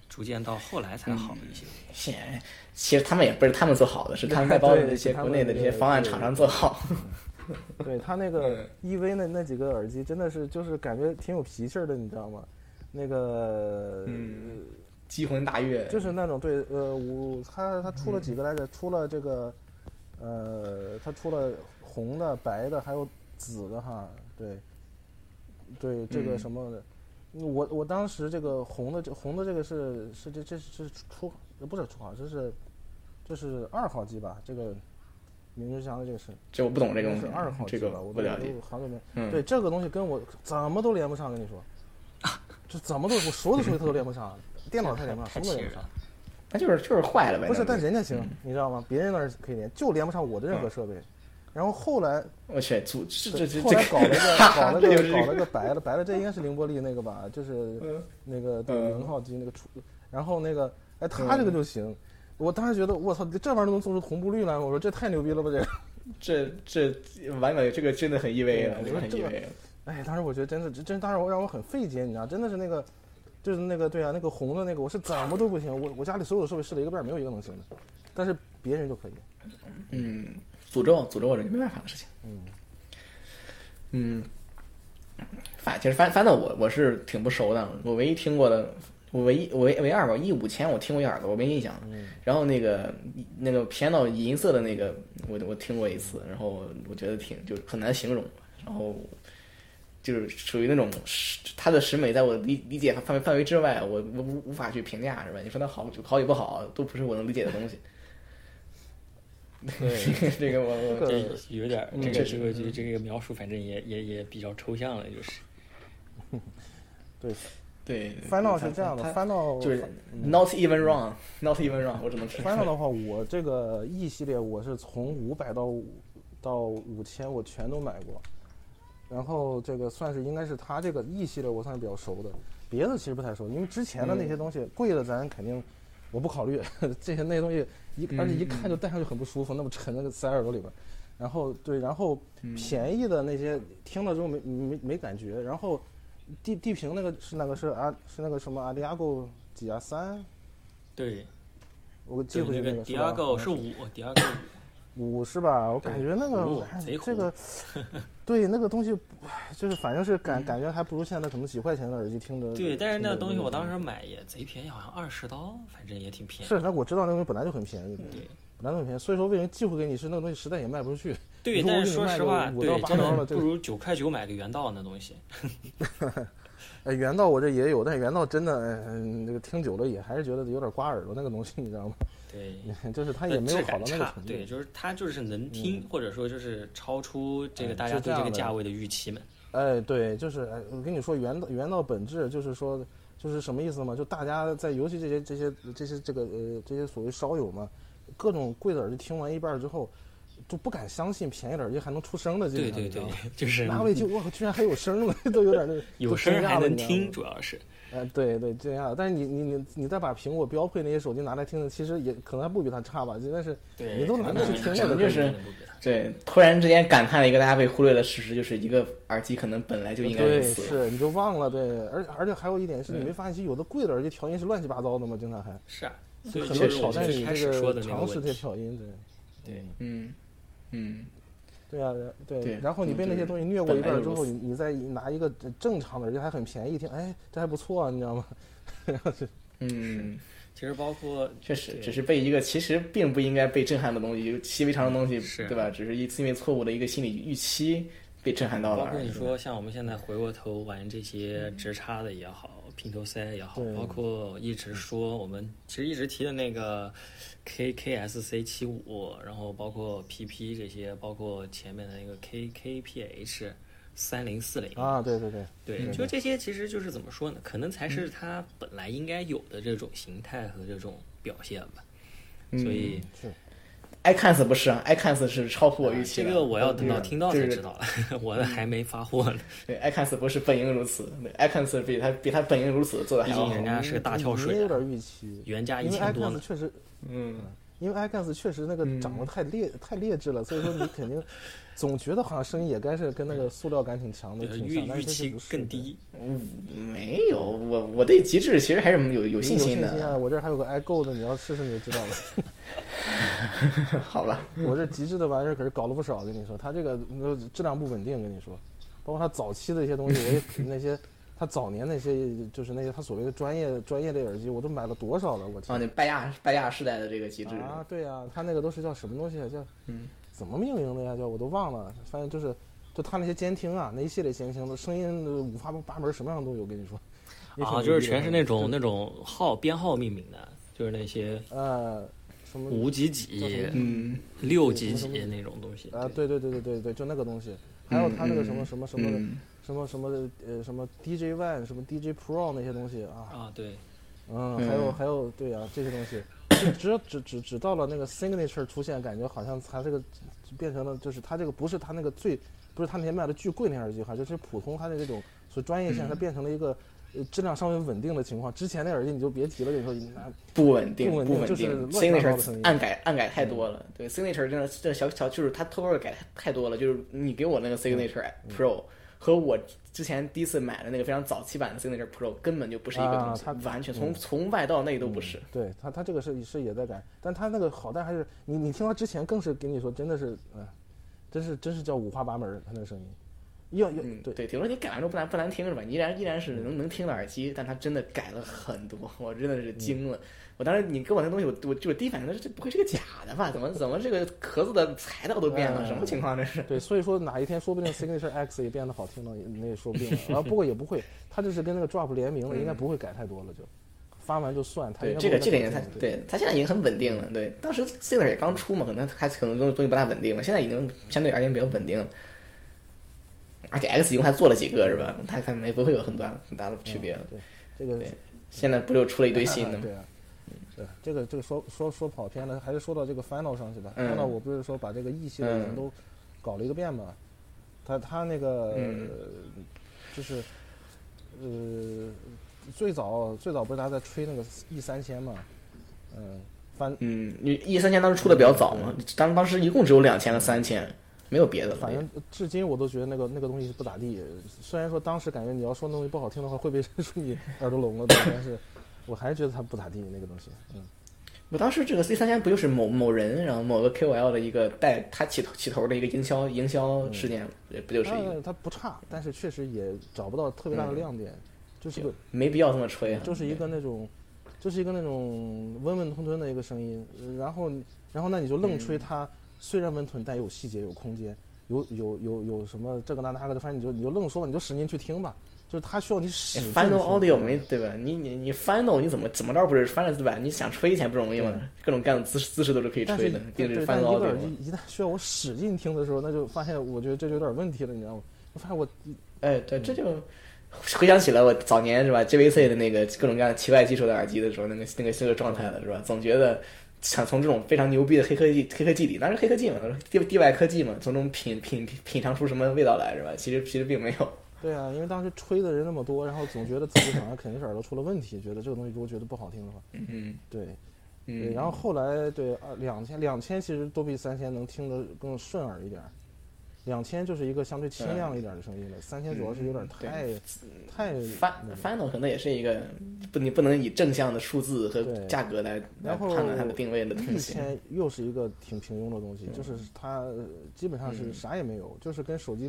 Speaker 3: 逐渐到后来才好一些。
Speaker 2: 显然，其实他们也不是他们做好的，是他们在帮我们这些
Speaker 1: 对他
Speaker 2: 国
Speaker 1: 们
Speaker 2: 内的这些方案厂商做好。
Speaker 1: 对他那个 EV 那那几个耳机真的是就是感觉挺有脾气儿的，你知道吗？那个、
Speaker 2: 嗯激魂大悦，
Speaker 1: 就是那种对呃，我他他出了几个来着？出了这个呃，他出了红的、白的，还有紫的哈。对，对这个什么的，我我当呃时这个红的这红的这个是是这这是是初不是初考，这是这是二号机吧？这个明日香的这个是
Speaker 2: 这我不懂这个
Speaker 1: 应
Speaker 2: 东
Speaker 1: 该
Speaker 2: 西
Speaker 1: 是二号，机
Speaker 2: 这个
Speaker 1: 吧？我
Speaker 2: 不
Speaker 1: 都
Speaker 2: 了解。
Speaker 1: 都好久没。
Speaker 2: 嗯，
Speaker 1: 对这个东西跟我怎么都连不上，跟 你说，这怎么都我所有的手机它都连不上，电脑它也连不上，
Speaker 3: 太
Speaker 1: 什么都
Speaker 3: 气
Speaker 1: 连
Speaker 3: 人
Speaker 1: 不上
Speaker 3: 了。。
Speaker 2: 那就是就是坏了呗。
Speaker 1: 不是，
Speaker 2: 那
Speaker 1: 但人家行，你知道吗？别人那儿可以连，就连不上我的任何设备。然后后来，
Speaker 2: 我去，组这嗯这这
Speaker 1: 后
Speaker 2: 这
Speaker 1: 来
Speaker 2: 个
Speaker 1: 搞了个搞 了
Speaker 2: 这就
Speaker 1: 个
Speaker 2: 是
Speaker 1: 搞了个白的白的，这应该是凌波丽那个吧？就是
Speaker 2: 嗯
Speaker 1: 那个
Speaker 2: 嗯
Speaker 1: 零号机那个出，然后那个哎，他这个就行。我当时觉得，我操，这玩意儿都能做出同步率来，我说这太牛逼了吧！这个，
Speaker 2: 这这完美，这个真的很 EVA 了，
Speaker 1: 对
Speaker 2: 这个很
Speaker 1: 这个
Speaker 2: EVA 了。
Speaker 1: 哎，当时我觉得真的，这真当时我让我很费解，你知道，真的是那个，就是那个对啊，那个红的那个，我是怎么都不行，我我家里所有的设备试了一个遍，没有一个能行的，但是别人就可以。
Speaker 2: 嗯，诅咒诅咒人没办法的事情。嗯反其实翻翻到我我是挺不熟的，我唯一听过的，我唯一我唯唯二吧，一五前我听过一耳朵，我没印象了。然后那个那个偏到银色的那个，我我听过一次，然后我觉得挺就是很难形容，然后就是属于那种它的审美在我理理解范围范围之外，我我无无法去评价是吧？你说它好好与不好，都不是我能理解的东西。 这个我我
Speaker 1: 这个
Speaker 3: 这有点儿
Speaker 1: 嗯
Speaker 3: 这
Speaker 1: 确实
Speaker 3: 个这个这个这个描述，反正也也也比较抽象了，就是
Speaker 1: 对，
Speaker 2: 对
Speaker 1: 翻到是这样的，
Speaker 2: 它
Speaker 1: 翻到
Speaker 2: 就是 not even wrong，not even wrong，我只能
Speaker 1: Final 的话，我这个 E 系列我是从五百到五到五千，我全都买过。然后这个算是应该是它这个 E 系列我算是比较熟的，别的其实不太熟，因为之前的那些东西、贵的咱肯定我不考虑， 这些那些东西一而且一看就戴上去很不舒服，那么沉那个塞耳朵里边儿。然后对，然后便宜的那些听了之后没没没感觉，然后地地平那个是那个是啊是那个什么阿迪亚购几啊三，
Speaker 3: 对，
Speaker 1: 我记
Speaker 3: 就
Speaker 1: 不
Speaker 3: 是
Speaker 1: 记
Speaker 3: 那
Speaker 1: 得那
Speaker 3: 个
Speaker 1: 个
Speaker 3: 迪
Speaker 1: 吧
Speaker 3: 亚
Speaker 1: 好
Speaker 3: 狗
Speaker 1: 像
Speaker 3: 是五，迪亚狗
Speaker 1: 五是吧？我感觉那
Speaker 3: 五
Speaker 1: 个哎
Speaker 3: 贼
Speaker 1: 这
Speaker 3: 虎
Speaker 1: 个， 对那个东西，哎就是反正是感感觉还不如现在可能几块钱的耳机听着。
Speaker 3: 嗯对，但是
Speaker 1: 听
Speaker 3: 那
Speaker 1: 着
Speaker 3: 个东西
Speaker 1: 那
Speaker 3: 我
Speaker 1: 个
Speaker 3: 当时买也贼便宜，好像二十刀，反正也挺便宜。
Speaker 1: 嗯是，那我知道那东西本来就很便宜，
Speaker 3: 嗯对
Speaker 1: 本来就很便宜，所以说为什么寄回给你是那个东西实在也卖不出去。
Speaker 3: 对，
Speaker 1: 你说
Speaker 3: 但
Speaker 1: 我
Speaker 3: 是
Speaker 1: 给你
Speaker 3: 说
Speaker 1: 卖
Speaker 3: 实
Speaker 1: 个
Speaker 3: 话，
Speaker 1: 五
Speaker 3: 对
Speaker 1: 到，八
Speaker 3: 真
Speaker 1: 刀
Speaker 3: 的
Speaker 1: 了
Speaker 3: 不
Speaker 1: 这个
Speaker 3: 如九块九买个原道那东西。
Speaker 1: 哎，原道我这也有，但原道真的，嗯，那个听久了也还是觉得有点刮耳朵那个东西，你知道吗？
Speaker 3: 对，
Speaker 1: 就是它
Speaker 3: 它
Speaker 1: 也没有好到那个
Speaker 3: 呃差
Speaker 1: 程，度。
Speaker 3: 对，就是它就是能听，或者说就是超出这个
Speaker 1: 嗯
Speaker 3: 大
Speaker 1: 是
Speaker 3: 家
Speaker 1: 这
Speaker 3: 对这
Speaker 1: 样
Speaker 3: 个
Speaker 1: 的
Speaker 3: 价位的预期嘛。
Speaker 1: 哎，对，就是哎我跟你说，原道原道本质就是说，就是什么意思嘛？就大家在，尤其这些这些这些这个呃这些所谓烧友嘛，各种贵的耳机听完一半儿之后，就不敢相信便宜的耳机还能出声的，基
Speaker 3: 对
Speaker 1: 本上
Speaker 3: 对
Speaker 1: 你知
Speaker 3: 对
Speaker 1: 道吗，
Speaker 3: 就是
Speaker 1: 拿回去，我靠，居然还有声了， 都有点儿那
Speaker 3: 有
Speaker 1: 都
Speaker 3: 声
Speaker 1: 惊
Speaker 3: 儿
Speaker 1: 讶
Speaker 3: 还
Speaker 1: 了
Speaker 3: 能
Speaker 1: 你知道吗
Speaker 3: 听，主要是
Speaker 1: 哎，对对，这样。但是你你你你再把苹果标配那些手机拿来听听，其实也可能还不比它差吧，但是
Speaker 3: 对
Speaker 1: 你都懒得去听
Speaker 2: 可
Speaker 1: 了
Speaker 2: 能
Speaker 1: 都
Speaker 2: 就
Speaker 1: 可以，
Speaker 2: 是对，突然之间感叹了一个大家被忽略的事实，就是一个耳机可能本来就应该如
Speaker 1: 对，
Speaker 2: 此。
Speaker 1: 是你就忘了对，而而且还有一点是你
Speaker 2: 对
Speaker 1: 没发现，其实有的贵的耳机调音是乱七八糟的嘛，经常还。
Speaker 3: 是啊，所以
Speaker 1: 嗯很
Speaker 3: 就
Speaker 1: 多
Speaker 3: 是
Speaker 1: 挑
Speaker 3: 我
Speaker 1: 战
Speaker 3: 最
Speaker 1: 你
Speaker 3: 开
Speaker 1: 这
Speaker 3: 始说的那个
Speaker 1: 尝试
Speaker 3: 问
Speaker 1: 这
Speaker 3: 题。
Speaker 1: 挑音，对，
Speaker 3: 对，
Speaker 2: 嗯嗯，
Speaker 1: 对啊，对
Speaker 2: 对
Speaker 1: 然后你被那些东西虐过
Speaker 2: 本
Speaker 1: 一
Speaker 2: 来
Speaker 1: 遍
Speaker 2: 就
Speaker 1: 之
Speaker 2: 如
Speaker 1: 后，
Speaker 2: 此
Speaker 1: 你你再拿一个正常的，而且还很便宜，一听，哎，这还不错、啊，你知道吗？
Speaker 2: 嗯，
Speaker 3: 其实包括
Speaker 2: 确实，
Speaker 3: 对
Speaker 2: 只是被一个其实并不应该被震撼的东西，就习以为常的东西，
Speaker 3: 是
Speaker 2: 对吧？只是一因为错误的一个心理预期被震撼到了
Speaker 3: 包
Speaker 2: 而
Speaker 3: 括
Speaker 2: 已。
Speaker 3: 你说像我们现在回过头玩这些直插的也好，平头塞也好
Speaker 1: 对，
Speaker 3: 包括一直说我们其实一直提的那个 K K S C 七五，然后包括 P P 这些，包括前面的那个 K K P H 三零四零
Speaker 1: 啊，对对对，嗯
Speaker 3: 对，就这些其实就是怎么说呢？可能才是它本来应该有的这种形态和这种表现吧。
Speaker 1: 嗯
Speaker 3: 所以
Speaker 1: 是，
Speaker 2: ，iCans 不是啊，iCans 是超乎我预期
Speaker 3: 啊这
Speaker 2: 的。
Speaker 3: 个我要等到
Speaker 2: 对
Speaker 3: 听到才
Speaker 2: 就是
Speaker 3: 知道了，
Speaker 1: 嗯
Speaker 3: 我的还没发货呢。
Speaker 2: 对，iCans 不是本应如此对，iCans 比他比他本应如此做的还
Speaker 3: 毕
Speaker 2: 要
Speaker 3: 竟
Speaker 2: 好
Speaker 3: 人。家是个大跳
Speaker 1: 你也有
Speaker 3: 水，啊
Speaker 1: 点预期，
Speaker 3: 原价
Speaker 1: 嗯因
Speaker 3: 一
Speaker 1: 为
Speaker 3: 千多
Speaker 1: iCans
Speaker 3: 呢。
Speaker 1: 确实，
Speaker 2: 嗯，
Speaker 1: 因为 iCans 确实那个长得太劣、太劣质了，所以说你肯定总觉得好像声音也该是跟那个塑料感挺强的，
Speaker 3: 对
Speaker 1: 挺
Speaker 3: 预
Speaker 1: 像，但
Speaker 3: 呃预
Speaker 1: 是其实
Speaker 3: 期
Speaker 1: 不是
Speaker 3: 更。低，
Speaker 2: 没有，我我对极致其实还是有有
Speaker 1: 对
Speaker 2: 信
Speaker 1: 有
Speaker 2: 心
Speaker 1: 信心
Speaker 2: 的。
Speaker 1: 啊！我这儿还有个 iGo 的，你要试试你就知道了。
Speaker 2: 好吧，
Speaker 1: 我这极致的玩意儿可是搞了不少，跟你说，它这个呃质量不稳定，跟你说，包括它早期的一些东西，我也那 些，它早年那些就是那些它所谓的专业专业类耳机，我都买了多少了，我
Speaker 2: 啊，
Speaker 1: 天！
Speaker 2: 那拜亚拜亚时代的这个极致，
Speaker 1: 啊，对呀、它那个都是叫什么东西啊？叫
Speaker 2: 嗯，
Speaker 1: 怎么命名的呀？叫我都忘了，反正就是，就它那些监听啊，那一系列监听的声音呃五花八门，什么样都有，跟你说。也挺
Speaker 3: 啊，
Speaker 1: 牛
Speaker 3: 就是
Speaker 1: 逼的
Speaker 3: 全是那种那种号编号命名的，就是那些
Speaker 1: 呃，什么
Speaker 3: 五几几、
Speaker 2: 嗯
Speaker 3: 六几几那种东西
Speaker 1: 啊，，对对对对对对，就那个东西，还有他那个什么什么什么
Speaker 2: 嗯，
Speaker 1: 什么什么呃什么 DJ One 什么 DJ Pro 那些东西啊，
Speaker 3: 啊，对，
Speaker 1: 嗯，还有
Speaker 2: 嗯
Speaker 1: 还有对啊这些东西， 就只只只只到了那个 Signature 出现，感觉好像它这个变成了就是它这个不是它那个最不是它那些卖的巨贵那样耳机款，就是普通它的这种所专业
Speaker 2: 嗯
Speaker 1: 性，它变成了一个。呃质量稍微稳定的情况，之前那耳机你就别提了，跟你说你拿
Speaker 2: 不稳定，
Speaker 1: 不稳定
Speaker 2: 不稳
Speaker 1: 就是
Speaker 2: 定。
Speaker 1: 乱七八糟的声
Speaker 2: Signature
Speaker 1: 音嗯
Speaker 2: 暗改暗改太多了，对 Signature 真的这小小就是他偷偷的改太多了，就是你给我
Speaker 1: 嗯
Speaker 2: 那个 Signature Pro 和我之前第一次买的那个非常早期版的 Signature Pro 根本就不是一个东西
Speaker 1: 啊，
Speaker 2: 完全从从外到内都不是。
Speaker 1: 对他，他这个是是也在改，但他那个好在还是你你听到之前更是跟你说，真的是，嗯、真是真是叫五花八门儿，他那个声音，要要
Speaker 2: 嗯，
Speaker 1: 对，嗯
Speaker 2: 对，顶多你改完之后不难不难听是吧？你依然依然是能能听的耳机，但它真的改了很多，我真的是惊了。我当时你给我那东西，我我我第一反应是这不会是个假的吧？怎么怎么这个壳子的材料都变了？
Speaker 1: 哎
Speaker 2: 什么情况这是？
Speaker 1: 对，所以说哪一天说不定 Signature X 也变得好听了，也那也说不定了。啊然后不过也不会，他这是跟那个 Drop 联名了，应该不会改太多了，就发完就算。他
Speaker 2: 嗯对
Speaker 1: 应该
Speaker 2: 这
Speaker 1: 不
Speaker 2: 个
Speaker 1: 会
Speaker 2: 这个
Speaker 1: 再
Speaker 2: 已经它
Speaker 1: 改对
Speaker 2: 对它现在已经很稳定了。对，当时 s i g n a 也刚出嘛，可能还可能东西东西不大稳定了，现在已经相对而言比较稳定了。而且 X 一共还做了几个是吧？它可能也不会有很大很大的区别了。
Speaker 1: 嗯这个
Speaker 2: 对现在不就出了一堆新的吗？
Speaker 1: 对啊，对啊，这个这个说说说跑偏了，还是说到这个 Final 上去吧。
Speaker 2: 嗯
Speaker 1: Final 我不是说把这个 E 系列全
Speaker 2: 嗯
Speaker 1: 都搞了一个遍嘛？他他那个、
Speaker 2: 嗯
Speaker 1: 呃就是呃，最早最早不是大家在吹那个 E 三千嘛？嗯，反
Speaker 2: 嗯，你 E 三千当时出的比较早嘛，当当时一共只有两千和三千，没有别的了。
Speaker 1: 反正至今我都觉得那个那个东西不咋地。虽然说当时感觉你要说那东西不好听的话，会被 人说你耳朵聋了，对但是我还是觉得它不咋地那个东西。嗯，
Speaker 2: 我当时这个 C 三千不就是某某人，然后某个 KOL 的一个带他起头起头的一个营销营
Speaker 1: 嗯
Speaker 2: 销事件，也不就是一个
Speaker 1: 呃
Speaker 2: 嗯
Speaker 1: 它它不差，但是确实也找不到特别大的亮点，就是个
Speaker 2: 没必要这么吹啊，
Speaker 1: 就是一个那种，就是一个那种温温吞吞的一个声音，呃然后然后那你就愣
Speaker 2: 嗯
Speaker 1: 吹它，虽然温吞，但有细节，有空间，有有有有什么这个那那个的，反正你就你就愣说吧，你就使劲去听吧，就是它需要你使
Speaker 2: 哎
Speaker 1: 劲去听。
Speaker 2: Final Audio 没对吧？你你你 Final 你怎么怎么着不是 Final 对吧？你想吹以前不容易吗？各种各样的姿势姿势都是可以
Speaker 1: 但
Speaker 2: 吹
Speaker 1: 是
Speaker 2: 的，定
Speaker 1: 对
Speaker 2: 制
Speaker 1: 对，但
Speaker 2: Final
Speaker 1: 一个
Speaker 2: Audio
Speaker 1: 耳机
Speaker 2: 嘛。
Speaker 1: 一旦需要我使劲听的时候，那就发现我觉得这就有点问题了，你知道吗？我发现我
Speaker 2: 哎，
Speaker 1: 嗯
Speaker 2: 对，这就回想起来我早年是吧，JVC 的那个各种各样奇怪技术的耳机的时候，那个那个那个状态了是吧？总觉得想从这种非常牛逼的黑科技黑科技里，当然黑科技嘛，地地外科技嘛，从中品品品尝出什么味道来是吧？其实其实并没有。
Speaker 1: 对啊，因为当时吹的人那么多，然后总觉得自己好像肯定是耳朵出了问题，觉得这个东西如果觉得不好听的话，
Speaker 2: 嗯
Speaker 1: 对，对，
Speaker 2: 嗯，
Speaker 1: 然后后来对二两千两千其实都比三千能听得更顺耳一点儿，两千就是一个相对清亮一点儿的声音了，三千主要是有点
Speaker 2: 嗯对
Speaker 1: 太、太
Speaker 2: 翻
Speaker 1: 那个嗯
Speaker 2: 嗯 Final 可能也是一个不，你不能以正向的数字和
Speaker 1: 对
Speaker 2: 价格来来
Speaker 1: 然后
Speaker 2: 判断它的定位的
Speaker 1: 一
Speaker 2: 东西。
Speaker 1: 千又是一个挺平庸的东西，就是它呃基本上
Speaker 2: 嗯
Speaker 1: 是啥也没有，就是跟手机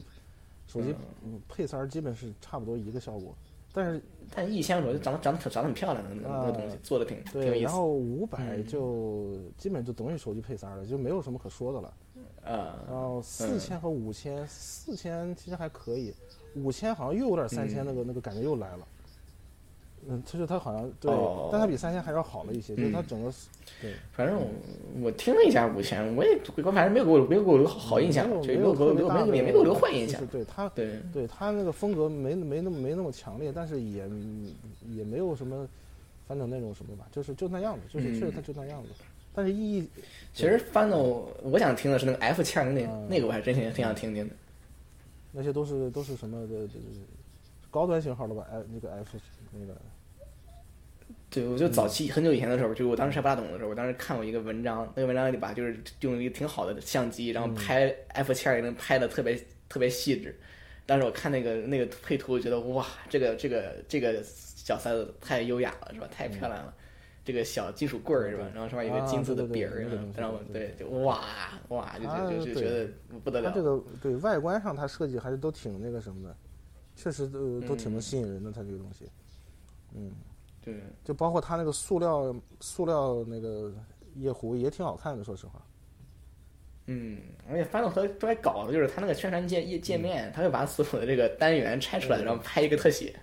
Speaker 1: 手机嗯配色儿基本是差不多一个效果。但是
Speaker 2: 但一千我觉得长得长得长得很漂亮的那个那个东西，做的挺挺有
Speaker 1: 啊对，
Speaker 2: 意
Speaker 1: 然
Speaker 2: 思。嗯
Speaker 1: 后五百就基本就等于手机配色儿了，就没有什么可说的了。然
Speaker 2: 啊，
Speaker 1: 后四千和五千，四千其实还可以，五千好像又有点三千那个、那个感觉又来了。嗯，就是它好像对，
Speaker 2: 哦嗯
Speaker 1: 但它比三千还要好了一些，就是它整个对
Speaker 2: 反正我我听了一下五千，我也我反正没有给我没有给我留好好印象
Speaker 1: 没，有嗯
Speaker 2: 就
Speaker 1: 没
Speaker 2: 没有给我
Speaker 1: 特
Speaker 2: 没
Speaker 1: 别
Speaker 2: 有
Speaker 1: 大
Speaker 2: 没
Speaker 1: 的
Speaker 2: 有也没给我留坏印
Speaker 1: 就
Speaker 2: 象
Speaker 1: 是。对它
Speaker 2: 对，
Speaker 1: 对它那个风格没没那么没那么强烈，但是也也没有什么，反正那种什么吧，就是就那样子，就是确实它就那样子。但是意义
Speaker 2: 其实 Final 我想听的是那个 F 腔那
Speaker 1: 嗯
Speaker 2: 那个，我还真挺挺想听听的。
Speaker 1: 那些都是都是什么的，就是高端型号的吧？F 那个 F 那个
Speaker 2: 对，我就
Speaker 1: 嗯
Speaker 2: 早期很久以前的时候，就我当时还不大懂的时候，我当时看过一个文章，那个文章里把就是用一个挺好的相机，
Speaker 1: 嗯
Speaker 2: 然后拍 F 七二零拍的特别特别细致。当时我看那个那个配图，我觉得哇，这个这个这个小塞子太优雅了，是吧？太漂亮了。这个小金属棍儿是吧？然后上面有一个
Speaker 1: 嗯啊
Speaker 2: 金色的
Speaker 1: 对
Speaker 2: 柄
Speaker 1: 对对
Speaker 2: 儿
Speaker 1: 那个东，西
Speaker 2: 然后
Speaker 1: 对
Speaker 2: 对，就哇哇，就
Speaker 1: 啊
Speaker 2: 就就就
Speaker 1: 对
Speaker 2: 觉得不得
Speaker 1: 它
Speaker 2: 了。
Speaker 1: 这个对外观上，它设计还是都挺那个什么的，确实都都挺能吸引人的。它这个东西，嗯
Speaker 2: 对，
Speaker 1: 就包括它那个塑料塑料那个夜壶也挺好看的，说实话。
Speaker 2: 嗯，而且翻到头都还
Speaker 3: 嗯
Speaker 2: 搞的就是他那个宣传界页界面，他会把所有的这个单元拆出来，然后拍一个特写，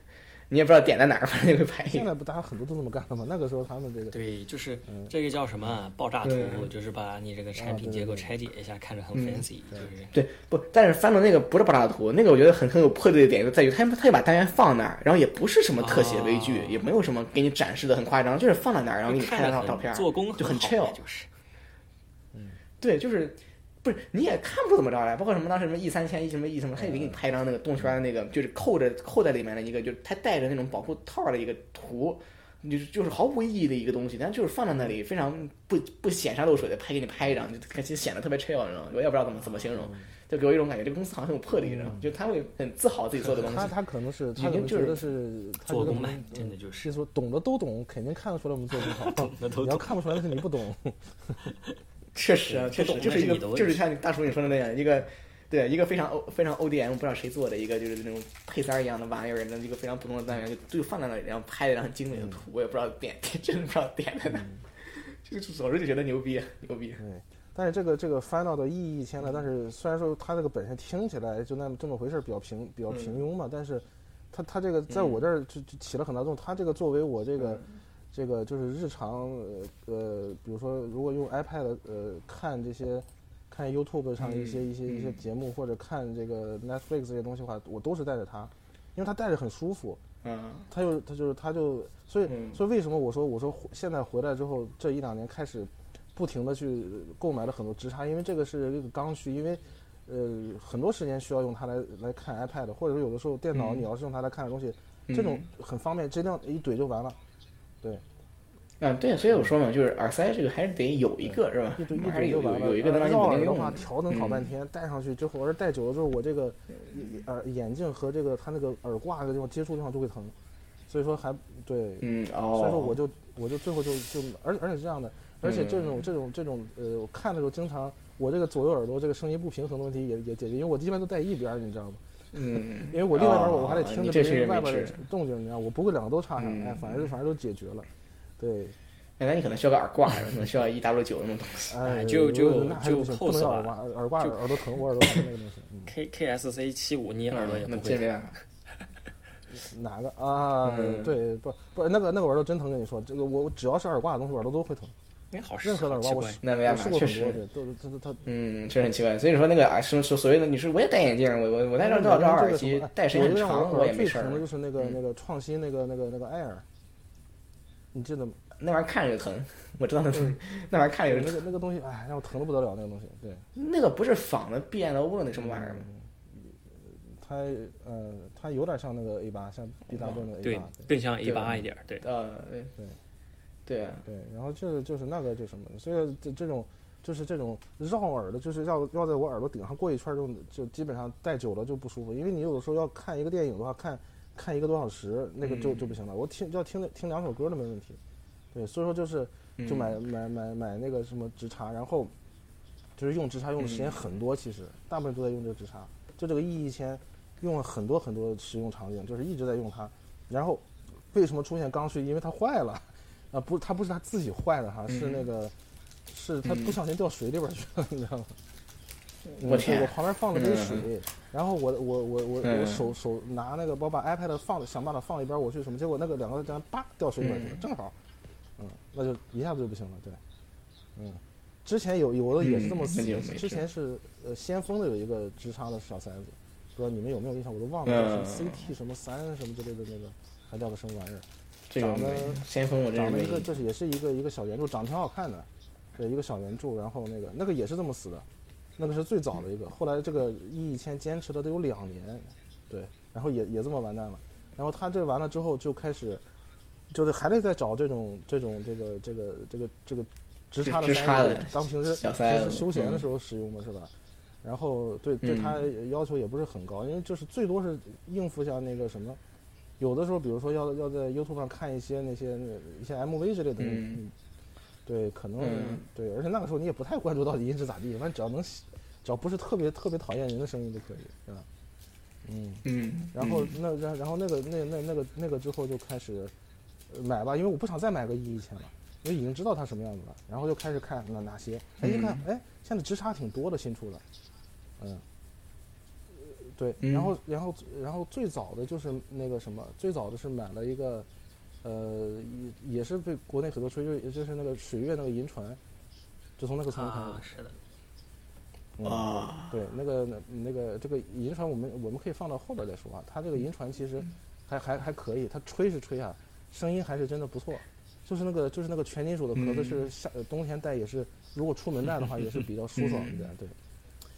Speaker 2: 你也不知道点在哪儿，反正就会排一
Speaker 1: 现
Speaker 2: 个。
Speaker 1: 在不大家很多都这么干了吗？那个时候他们这个
Speaker 3: 对，就是
Speaker 1: 嗯
Speaker 3: 这个叫什么啊爆炸图，
Speaker 2: 对
Speaker 3: 就是把你这个产品
Speaker 1: 啊对
Speaker 3: 结构
Speaker 1: 对对
Speaker 3: 拆解一下，看着很
Speaker 2: 嗯
Speaker 3: fancy，就
Speaker 1: 对
Speaker 3: 是
Speaker 2: 对，不，但是翻到那个不是爆炸图，那个我觉得很很有魄力的点就在于，他他就把单元放那儿，然后也不是什么特写微距，
Speaker 3: 哦
Speaker 2: 也没有什么给你展示的很夸张，就是放在那儿，然后给你
Speaker 3: 看
Speaker 2: 拍
Speaker 3: 着
Speaker 2: 张
Speaker 3: 很
Speaker 2: 照片儿，
Speaker 3: 做工
Speaker 2: 就很
Speaker 3: 好
Speaker 2: chill
Speaker 3: 呗。就是
Speaker 2: 对，就是不是你也看不出怎么着来，包括什么当时什么 E 三千 E 什么 E 什么，他也给你拍张那个动圈儿的那个，就是扣着扣在里面的一个，就是它带着那种保护套儿的一个图，就是就是毫无意义的一个东西，但就是放在那里非常不不显山露水的拍给你拍一张，就其实显得特别哦 chill，你知道吗？我也不知道怎么怎么形容，就给我一种感觉，这个公司好像很有魄力，你知道吗？就他会很自豪自己做的东
Speaker 1: 他
Speaker 2: 西。
Speaker 1: 他可能是他
Speaker 2: 已
Speaker 1: 可
Speaker 2: 经
Speaker 1: 能
Speaker 2: 就
Speaker 1: 觉
Speaker 2: 是
Speaker 1: 得是他
Speaker 3: 做
Speaker 1: 觉得
Speaker 3: 工
Speaker 1: 可能
Speaker 3: 慢，真的就是
Speaker 1: 是说懂的都懂，肯定看得出来我们做的好。
Speaker 3: 那都
Speaker 1: 你要看不出来，那是你不懂。
Speaker 2: 确实啊，
Speaker 3: 对
Speaker 2: 确
Speaker 3: 不
Speaker 2: 实
Speaker 3: 懂
Speaker 2: 就
Speaker 3: 那
Speaker 2: 是
Speaker 3: 是
Speaker 2: 一个
Speaker 3: 你的问
Speaker 2: 就是
Speaker 3: 题
Speaker 2: 像你大叔你说的那样一个。对，一个非常 O 非常 O D M 不知道谁做的一个就是那种配塞儿一样的玩意儿，那一个非常普通的单元就就放在那里，然后拍了一张很精美
Speaker 1: 嗯
Speaker 2: 的图，我也不知道点， 真的不知道点在哪， 这个总是就觉得牛逼牛逼。
Speaker 1: 对，但是这个这个 Final 的意义现在，但是虽然说它这个本身听起来就那么这么回事儿，比较平比较平庸嘛，但是它它这个在我这儿就就起了很大作用。它这个作为我这个、这个就是日常呃呃，比如说如果用 iPad 呃看这些看 YouTube 上一些、一些一些节目或者看这个 Netflix 这些东西的话，我都是带着它，因为它带着很舒服。
Speaker 2: 嗯，
Speaker 1: 他就他就是他就所以、
Speaker 2: 嗯
Speaker 1: 所以为什么我说我说回现在回来之后这一两年开始不停的去购买了很多直插，因为这个是一个刚需，因为呃很多时间需要用它来来看 iPad，或者说有的时候电脑
Speaker 2: 嗯
Speaker 1: 你要是用它来看的东西，这种很方便，这样一怼就完了，
Speaker 2: 嗯，对，所以我说嘛，就是耳塞这个还是得有一个是吧
Speaker 1: 一怼一？
Speaker 2: 还是
Speaker 1: 怼就
Speaker 2: 有有
Speaker 1: 完了。
Speaker 2: 有一个能
Speaker 1: 呃
Speaker 2: 让你
Speaker 1: 绕
Speaker 2: 稳
Speaker 1: 耳
Speaker 2: 定
Speaker 1: 的
Speaker 2: 用嗯
Speaker 1: 话调整好半天，戴上去之后，而戴久了之后，我这个耳眼镜和这个它那个耳挂这个地方接触地方就会疼，所以说还对
Speaker 2: 嗯
Speaker 1: 所以说
Speaker 2: 哦，
Speaker 1: 我就我就最后就就而而且是这样的，而且这
Speaker 2: 嗯
Speaker 1: 种这种这种呃，我看的时候经常我这个左右耳朵这个声音不平衡的问题也也解决，因为我一般都戴一边儿，你知道吗？
Speaker 2: 嗯，
Speaker 1: 因为我另外一边儿
Speaker 2: 哦
Speaker 1: 我还得听
Speaker 2: 你
Speaker 1: 着别
Speaker 2: 这是
Speaker 1: 人外
Speaker 2: 没
Speaker 1: 边儿
Speaker 2: 治
Speaker 1: 的动静，你知道，我不会两个都插上，
Speaker 2: 嗯
Speaker 1: 哎，反正反正都解决了。对，
Speaker 2: 哎，那你可能需要个耳挂，是吧可能需要 E W 九那种东 西。
Speaker 1: 哎，
Speaker 3: 就
Speaker 1: 我
Speaker 3: 就
Speaker 1: 我那还是
Speaker 3: 就
Speaker 1: 不行，
Speaker 3: 扣
Speaker 1: 不能
Speaker 3: 死
Speaker 1: 要耳
Speaker 3: 了
Speaker 1: 挂，耳挂耳朵疼，我耳朵疼那个东西。嗯
Speaker 3: K K S C 七五，你耳朵也
Speaker 2: 嗯
Speaker 3: 不
Speaker 2: 那啊
Speaker 3: 会
Speaker 2: 这
Speaker 3: 疼。
Speaker 2: 边
Speaker 1: 嗯哪个啊？
Speaker 2: 嗯
Speaker 1: 对，不不，那个那个耳朵真疼，跟你说，这个我我只要是耳挂的东西，我耳朵都会疼，
Speaker 3: 哎，好事，
Speaker 1: 任何的
Speaker 3: 好
Speaker 1: 耳挂
Speaker 3: 奇
Speaker 1: 我
Speaker 3: 怪
Speaker 1: 试。
Speaker 2: 那没
Speaker 1: 我
Speaker 2: 办
Speaker 1: 试
Speaker 2: 法，
Speaker 1: 过
Speaker 2: 确
Speaker 1: 很多
Speaker 2: 实。
Speaker 1: 的，都都都它
Speaker 2: 嗯，这很奇怪。所以说那个啊，什么所所谓的你是我也戴眼镜，我我我戴这罩罩耳机，戴时间很长，
Speaker 1: 我
Speaker 2: 也没事
Speaker 1: 最
Speaker 2: 儿
Speaker 1: 疼的。就是那个
Speaker 2: 嗯
Speaker 1: 那个创新那个那个那个 Air，你记得吗？
Speaker 2: 那玩意儿看着就疼，我
Speaker 1: 嗯
Speaker 2: 知道那疼，那玩意儿看着就
Speaker 1: 那
Speaker 2: 疼。
Speaker 1: 个那个东西，哎，让我疼的不得了，那个东西。对，
Speaker 2: 那个不是仿的 B N O 那什么玩意儿吗？
Speaker 1: 它呃，它有点像那个 A 八，像 B W 那个 A
Speaker 3: 对
Speaker 1: 八。，
Speaker 3: 更像 A
Speaker 2: 对
Speaker 3: 八一点儿，对，
Speaker 2: 呃，对
Speaker 1: 对
Speaker 2: 对啊，
Speaker 1: 对，然后这个就是那个就什么，所以这这种就是这种绕耳的，就是要要在我耳朵顶上过一圈儿这种，就基本上戴久了就不舒服，因为你有的时候要看一个电影的话，看看一个多小时，那个就就不行了。我听要听听两首歌都没问题。对，所以说就是
Speaker 2: 嗯
Speaker 1: 就买、买买买那个什么直插，然后就是用直插用的时
Speaker 2: 嗯
Speaker 1: 间很多，其实、大部分都在用这个直插，就这个 E 一千用了很多很多使用场景，就是一直在用它。然后为什么出现刚需？因为它坏了，啊、不，它不是它自己坏的哈，是那
Speaker 2: 嗯
Speaker 1: 个是它不小心掉水里边去了，你知道吗？
Speaker 2: 我天
Speaker 1: 我旁边放了杯水，
Speaker 2: 嗯
Speaker 1: 然后我我我我我
Speaker 2: 嗯
Speaker 1: 手手拿那个，我把 iPad 放想办法放一边，我去什么，结果那个两个咱叭掉水里边去了，正好，嗯，那就一下子就不行了，对，嗯，之前有有的也是这么
Speaker 2: 嗯
Speaker 1: 死
Speaker 2: 那就
Speaker 1: 的，
Speaker 2: 没
Speaker 1: 之
Speaker 2: 事
Speaker 1: 前是呃先锋的有一个直插的小塞子，不知道你们有没有印象，我都忘了，
Speaker 2: 嗯
Speaker 1: 什么 CT 什么三什么之类的那个，还叫个什么玩意儿，
Speaker 2: 这个
Speaker 1: 长得
Speaker 2: 先锋我真
Speaker 1: 长
Speaker 2: 是
Speaker 1: 了
Speaker 2: 没
Speaker 1: 一个，就是也是一个一个小圆柱，长得挺好看的，对，一个小圆柱，然后那个那个也是这么死的，那个是最早的一个，后来这个一以前坚持了得有两年，对，然后也也这么完蛋了，然后他这完了之后就开始，就是还得再找这种这种这个这个这个这个直插的
Speaker 2: 直
Speaker 1: 塞
Speaker 2: 插
Speaker 1: 子
Speaker 2: 的
Speaker 1: 当平时
Speaker 2: 小塞
Speaker 1: 平时
Speaker 2: 子
Speaker 1: 休闲的
Speaker 2: 嗯
Speaker 1: 时候使用嘛，是吧？然后对对他要求也不是很高，因为就是最多是应付一下那个什么，有的时候比如说要要在 YouTube 上看一些那些那一些 MV 之类的，
Speaker 2: 嗯
Speaker 1: 你对，可能、
Speaker 2: 嗯
Speaker 1: 对，而且那个时候你也不太关注到底音质咋地，反正只要能喜，只要不是特别特别讨厌人的声音就可以，对吧？嗯，
Speaker 2: 嗯，
Speaker 1: 然后那然然后那个那那那个那个之后就开始呃买吧，因为我不想再买个一一千了，因为已经知道它什么样子了，然后就开始看哪哪些，哎一看哎现在直插挺多的新出的，嗯，呃嗯对，
Speaker 2: 嗯
Speaker 1: 然后然后然后最早的就是那个什么，最早的是买了一个，呃，也也是被国内很多吹，就就是那个水月那个银船，就从那个从开始
Speaker 3: 啊，是的，
Speaker 1: 嗯
Speaker 2: 啊，
Speaker 1: 对，那个那个这个银船，我们我们可以放到后边再说啊。它这个银船其实还还还可以，它吹是吹啊，声音还是真的不错。就是那个就是那个全金属的壳子是夏、呃冬天戴也是，如果出门戴的话也是比较舒爽一点。对，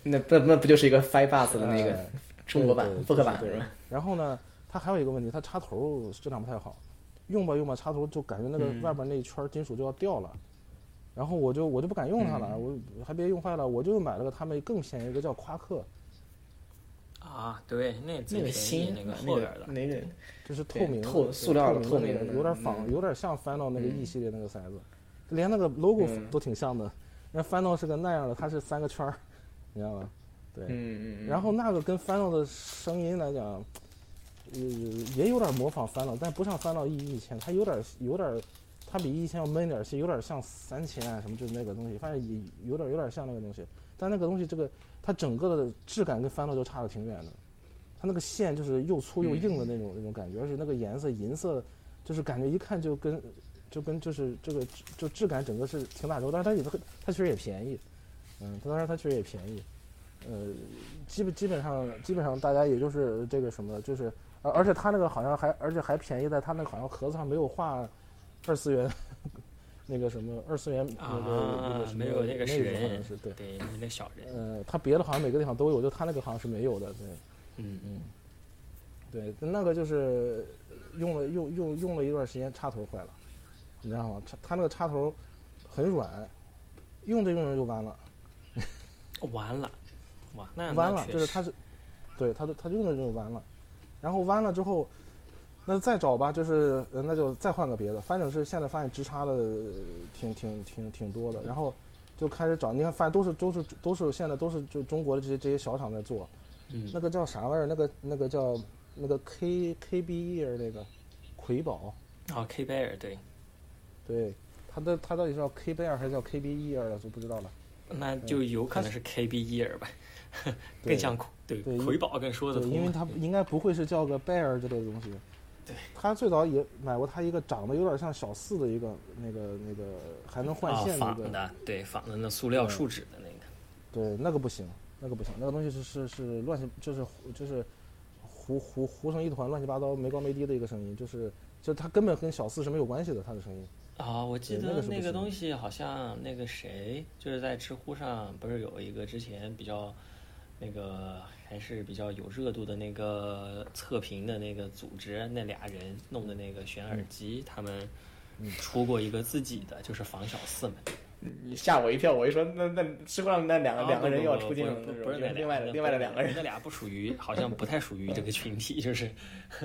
Speaker 2: 那那那不就是一个 Five Bus 的那
Speaker 1: 呃
Speaker 2: 个中国版
Speaker 1: 对对
Speaker 2: 复刻版
Speaker 1: 对
Speaker 2: 是吧？
Speaker 1: 然后呢，它还有一个问题，它插头质量不太好，用吧用吧，插头就感觉那个外边那一圈金属就要掉了。然后我就我就不敢用它了，我还别用坏了，我就买了个他们更便宜一个叫夸克，
Speaker 3: 啊，对，那最
Speaker 2: 那个
Speaker 3: 便宜
Speaker 2: 新
Speaker 3: 那个后边的，
Speaker 2: 那个
Speaker 1: 这是透
Speaker 2: 对
Speaker 1: 明
Speaker 2: 透
Speaker 1: 的
Speaker 2: 塑料的
Speaker 1: 的
Speaker 2: 透
Speaker 1: 那
Speaker 2: 明
Speaker 1: 个
Speaker 2: 的
Speaker 1: 有点仿，
Speaker 2: 嗯
Speaker 1: 有点像 Final 那个 E 系列那个塞子，连那个 logo
Speaker 2: 嗯
Speaker 1: 都挺像的。那 Final 是个那样的，它是三个圈儿，你知道吗？对。
Speaker 2: 嗯嗯嗯，
Speaker 1: 然后那个跟 Final 的声音来讲，呃，也有点模仿 Final，但不像 Final E 一千，它有点有点，它比 E 一千要闷点儿些，有点像三千啊什么，就是那个东西，反正也有点有点像那个东西。但那个东西这个它整个的质感跟 Final 就差的挺远的，它那个线就是又粗又硬的那种、那种感觉，而且那个颜色银色，就是感觉一看就跟就跟就是这个质就质感整个是挺打折，但是它也它它确实也便宜，嗯，它当然它确实也便宜，呃，基本基本上基本上大家也就是这个什么，就是而而且它那个好像还而且还便宜在它那个好像盒子上没有画二次元 那个什么二次元那个、那个
Speaker 3: 啊
Speaker 1: 什，么
Speaker 3: 没有那
Speaker 1: 那
Speaker 3: 个是
Speaker 1: 好像
Speaker 3: 人
Speaker 1: 是对，。
Speaker 3: 对，你那小人，
Speaker 1: 呃，它别的好像每个地方都有，就它那个好像是没有的，对。
Speaker 3: 嗯嗯，
Speaker 1: 对，那个就是用了用用用了一段时间，插头坏了，你知道吗？插它那个插头很软，用着用着就弯了，
Speaker 3: 嗯完了，哇，那
Speaker 1: 弯
Speaker 3: 那
Speaker 1: 了，
Speaker 3: 确
Speaker 1: 就是
Speaker 3: 实
Speaker 1: 它是，对，它就它用着用着就弯了，然后弯了之后，那再找吧，就是呃那就再换个别的，反正是现在发现直插的呃挺挺挺挺多的，然后就开始找，你看，反正都是都是都是现在都是就中国的这些这些小厂在做，
Speaker 3: 嗯
Speaker 1: 那个叫啥玩意儿？那个那个叫那个 K K B E 儿那个魁宝，
Speaker 3: 啊，K 贝尔对，
Speaker 1: 对，它的它到底是叫 K 贝尔还是叫 K B E 儿了，就不知道了。
Speaker 3: 那就有可能是 KB 伊 尔吧，
Speaker 1: 对
Speaker 3: 更像对
Speaker 1: 对
Speaker 3: 魁宝更说得
Speaker 1: 对，
Speaker 3: 通，
Speaker 1: 因为它应该不会是叫个贝尔之类的东西。
Speaker 3: 对，
Speaker 1: 他最早也买过他一个长得有点像小四的一个那个那个还能换
Speaker 3: 啊
Speaker 1: 线的一
Speaker 3: 仿
Speaker 1: 个，
Speaker 3: 的对仿的那塑料
Speaker 1: 对
Speaker 3: 树脂的那个。
Speaker 1: 对，那个不行，那个不行，那个东西是是是乱七就是就是糊糊糊成一团，乱七八糟没高没低的一个声音，就是就它根本跟小四是没有关系的，它的声音。
Speaker 3: 啊，我记
Speaker 1: 对那
Speaker 3: 得
Speaker 1: 个是不
Speaker 3: 那个
Speaker 1: 行
Speaker 3: 东西好像那个谁，就是在知乎上不是有一个之前比较那个还是比较有热度的那个测评的那个组织，那俩人弄的那个选
Speaker 1: 嗯
Speaker 3: 耳机，他们出过一个自己的，就是仿小四嘛。
Speaker 2: 你吓我一跳，我一说那那知乎上那两个
Speaker 3: 啊
Speaker 2: 两个
Speaker 3: 不
Speaker 2: 人
Speaker 3: 不
Speaker 2: 又要
Speaker 3: 不
Speaker 2: 出镜
Speaker 3: 不
Speaker 2: 了，
Speaker 3: 不
Speaker 2: 是
Speaker 3: 不
Speaker 2: 吧又
Speaker 3: 是那
Speaker 2: 是
Speaker 3: 俩
Speaker 2: 另外的
Speaker 3: 那
Speaker 2: 另外的
Speaker 3: 不
Speaker 2: 两个人，
Speaker 3: 那俩不属于，好像不太属于这个群体，就是，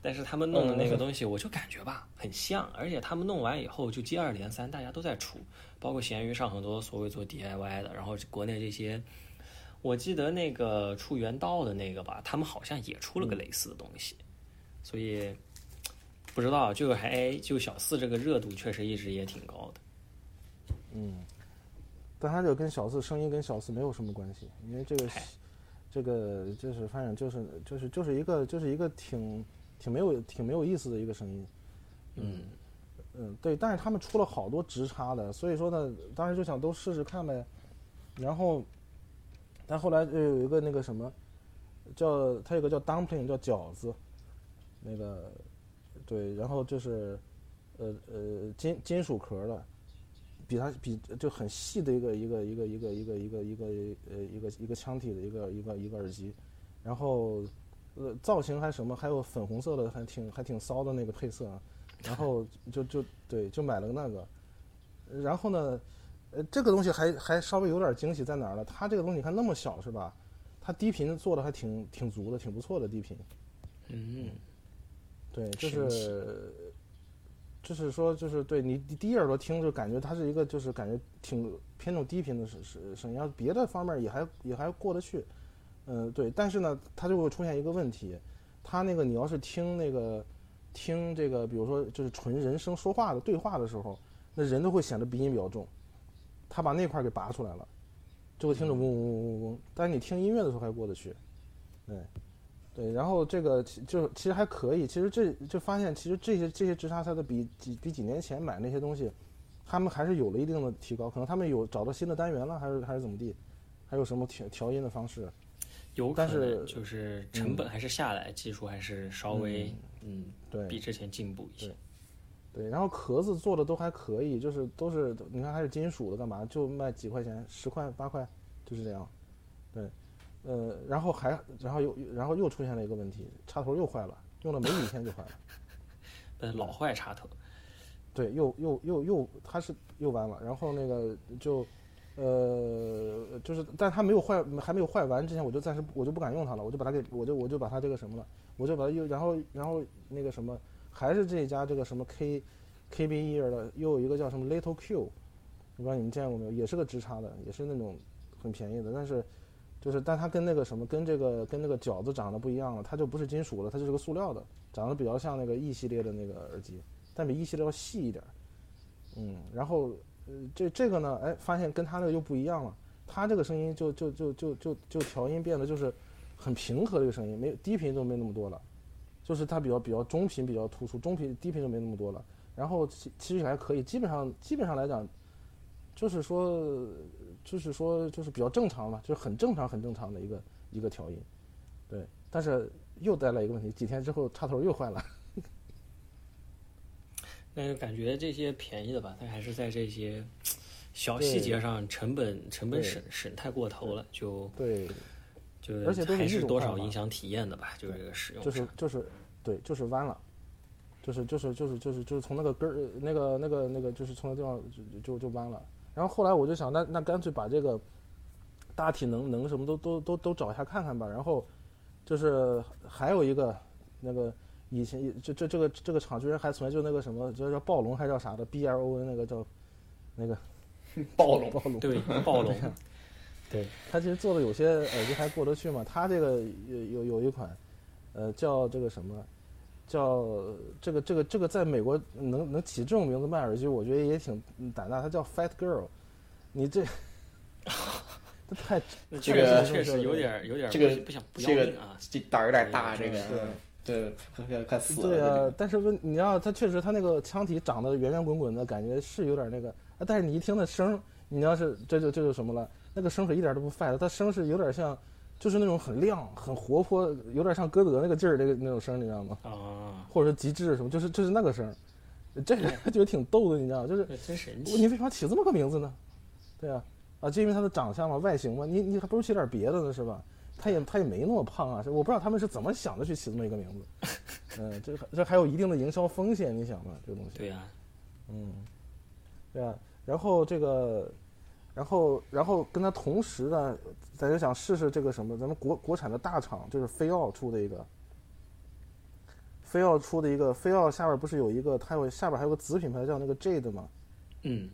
Speaker 3: 但是他们弄的那个
Speaker 2: 嗯
Speaker 3: 东西，我就感觉吧，很像，而且他们弄完以后就接二连三，大家都在出，包括闲鱼上很多所谓做 DIY 的，然后国内这些，我记得那个出原道的那个吧，他们好像也出了
Speaker 2: 嗯
Speaker 3: 个类似的东西，所以不知道，就还哎就小四这个热度确实一直也挺高的。
Speaker 1: 嗯，但它这个跟小四声音跟小四没有什么关系，因为这个
Speaker 3: 嗨
Speaker 1: 这个就是反正就是就是就是一个就是一个挺挺没有挺没有意思的一个声音。
Speaker 3: 嗯，
Speaker 1: 嗯，对，但是他们出了好多直插的，所以说呢，当时就想都试试看呗。然后，但后来就有一个那个什么，叫它有个叫 dumpling 叫饺子，那个对，然后就是呃呃金金属壳的，比它比就很细的一个一个一个一个一个一个一个呃一个一个腔体的一个一个一个耳机，然后呃造型还什么，还有粉红色的，还挺还挺骚的那个配色啊。然后就就对，就买了个那个。然后呢，呃，这个东西还还稍微有点惊喜在哪儿呢？它这个东西你看那么小是吧？它低频做的还挺挺足的，挺不错的低频。
Speaker 3: 嗯，
Speaker 1: 对，就
Speaker 3: 神奇
Speaker 1: 是就是说就是对你第一耳朵听就感觉它是一个就是感觉挺偏那种低频的声声声音，要别的方面也还也还过得去。嗯，对，但是呢，它就会出现一个问题，它那个你要是听那个听这个，比如说就是纯人声说话的对话的时候，那人都会显得鼻音比较重，他把那块儿给拔出来了，就会听着嗡嗡嗡嗡嗡。但是你听音乐的时候还过得去，对，然后这个其就其实还可以，其实这就发现，其实这些这些直插它的比几比几年前买那些东西，他们还是有了一定的提高，可能他们有找到新的单元了，还是还是怎么地，还有什么调调音的方式？
Speaker 3: 有可
Speaker 1: 但
Speaker 3: 能
Speaker 1: 是嗯
Speaker 3: 就是成本还是下来，技术还是稍微嗯
Speaker 1: 对
Speaker 3: 比之前进步一些。
Speaker 1: 对，然后壳子做的都还可以，就是都是你看还是金属的，干嘛就卖几块钱，十块八块，就是这样。对，呃，然后还然后又然后又出现了一个问题，插头又坏了，用了没几天就坏了。
Speaker 3: 呃，老坏插头，
Speaker 1: 对，又又又又，它是又弯了。然后那个就，呃，就是，但它没有坏，还没有坏完之前，我就暂时不我就不敢用它了，我就把它给我就我就把它这个什么了，我就把它又然后然后那个什么，还是这一家这个什么 K K B E 的，又有一个叫什么 Little Q，我不知道你们见过没有，也是个直插的，也是那种很便宜的，但是。就是，但它跟那个什么，跟这个跟那个饺子长得不一样了，它就不是金属了，它就是个塑料的，长得比较像那个 E 系列的那个耳机。但比一系列要细一点儿。嗯，然后呃，这这个呢，哎，发现跟他那个又不一样了，他这个声音就就就就就就调音变得就是很平和，这个声音没有低频都没那么多了，就是它比较比较中频比较突出，中频低频就没那么多了。然后其其实也还可以，基本上基本上来讲，就是说就是说就是比较正常了，就是很正常很正常的一个一个调音，对。但是又带来一个问题，几天之后插头又坏了。
Speaker 3: 那就感觉这些便宜的吧，它还是在这些小
Speaker 1: 对
Speaker 3: 细节上成本成本
Speaker 1: 对
Speaker 3: 省省太过头了，就
Speaker 1: 对，
Speaker 3: 就
Speaker 1: 而且都是
Speaker 3: 还
Speaker 1: 一
Speaker 3: 是
Speaker 1: 种
Speaker 3: 多
Speaker 1: 看
Speaker 3: 少
Speaker 1: 法
Speaker 3: 影响体验的吧，就是这个使用
Speaker 1: 就
Speaker 3: 上
Speaker 1: 是就是，对，就是弯了，就是就是就是就是就是从那个根儿那个那个那个就是从那地方就就就弯了。然后后来我就想，那那干脆把这个大体能能什么都都都都找一下看看吧。然后就是还有一个那个以前这这这个这个厂居然还存在就那个什么叫叫暴龙还叫啥的 B L O N 那个叫那个
Speaker 2: 暴龙
Speaker 1: 暴龙
Speaker 3: 对 暴龙，
Speaker 1: 对他其实做的有些耳机还过得去嘛。他这个有有有一款，呃，叫这个什么，叫这个这个这个在美国能能起这种名字卖耳机，我觉得也挺胆大。它叫 Fat Girl，你这 这太
Speaker 3: 那
Speaker 2: 这
Speaker 3: 确
Speaker 2: 个
Speaker 3: 实确实有点儿有点儿
Speaker 2: 这个
Speaker 3: 不想不要
Speaker 2: 这
Speaker 3: 命
Speaker 2: 个
Speaker 3: 啊，
Speaker 2: 这胆儿有点大，这
Speaker 3: 对
Speaker 2: 个对，快快快死了。
Speaker 1: 对
Speaker 2: 这
Speaker 1: 啊
Speaker 2: 个，
Speaker 1: 但是问你要它确实它那个腔体长得圆圆滚滚的，感觉是有点那个，啊但是你一听那声儿，你要是这就这就什么了，那个声儿可一点都不 fat，它声是有点像，就是那种很亮、很活泼，有点像歌德那个劲儿那个那种声儿，你知道吗？
Speaker 3: 啊，
Speaker 1: 或者说极致什么，就是就是那个声儿，这个觉得挺逗的，你知道吗？就是
Speaker 3: 这真神
Speaker 1: 我你
Speaker 3: 奇，
Speaker 1: 为啥起这么个名字呢？对啊，啊，就因为他的长相嘛，外形嘛，你你还不如起点别的呢，是吧？他也他也没那么胖啊，是我不知道他们是怎么想的去起这么一个名字。 嗯，这还这还有一定的营销风险，你想嘛，这个东西。
Speaker 3: 对啊呀，
Speaker 1: 嗯，对啊，然后这个，然后然后跟他同时呢，咱就想试试这个什么，咱们国国产的大厂就是飞奥出的一个，飞奥出的一个，飞奥下边不是有一个，它有下边还有个子品牌叫那个 Jade 嘛，
Speaker 3: 嗯，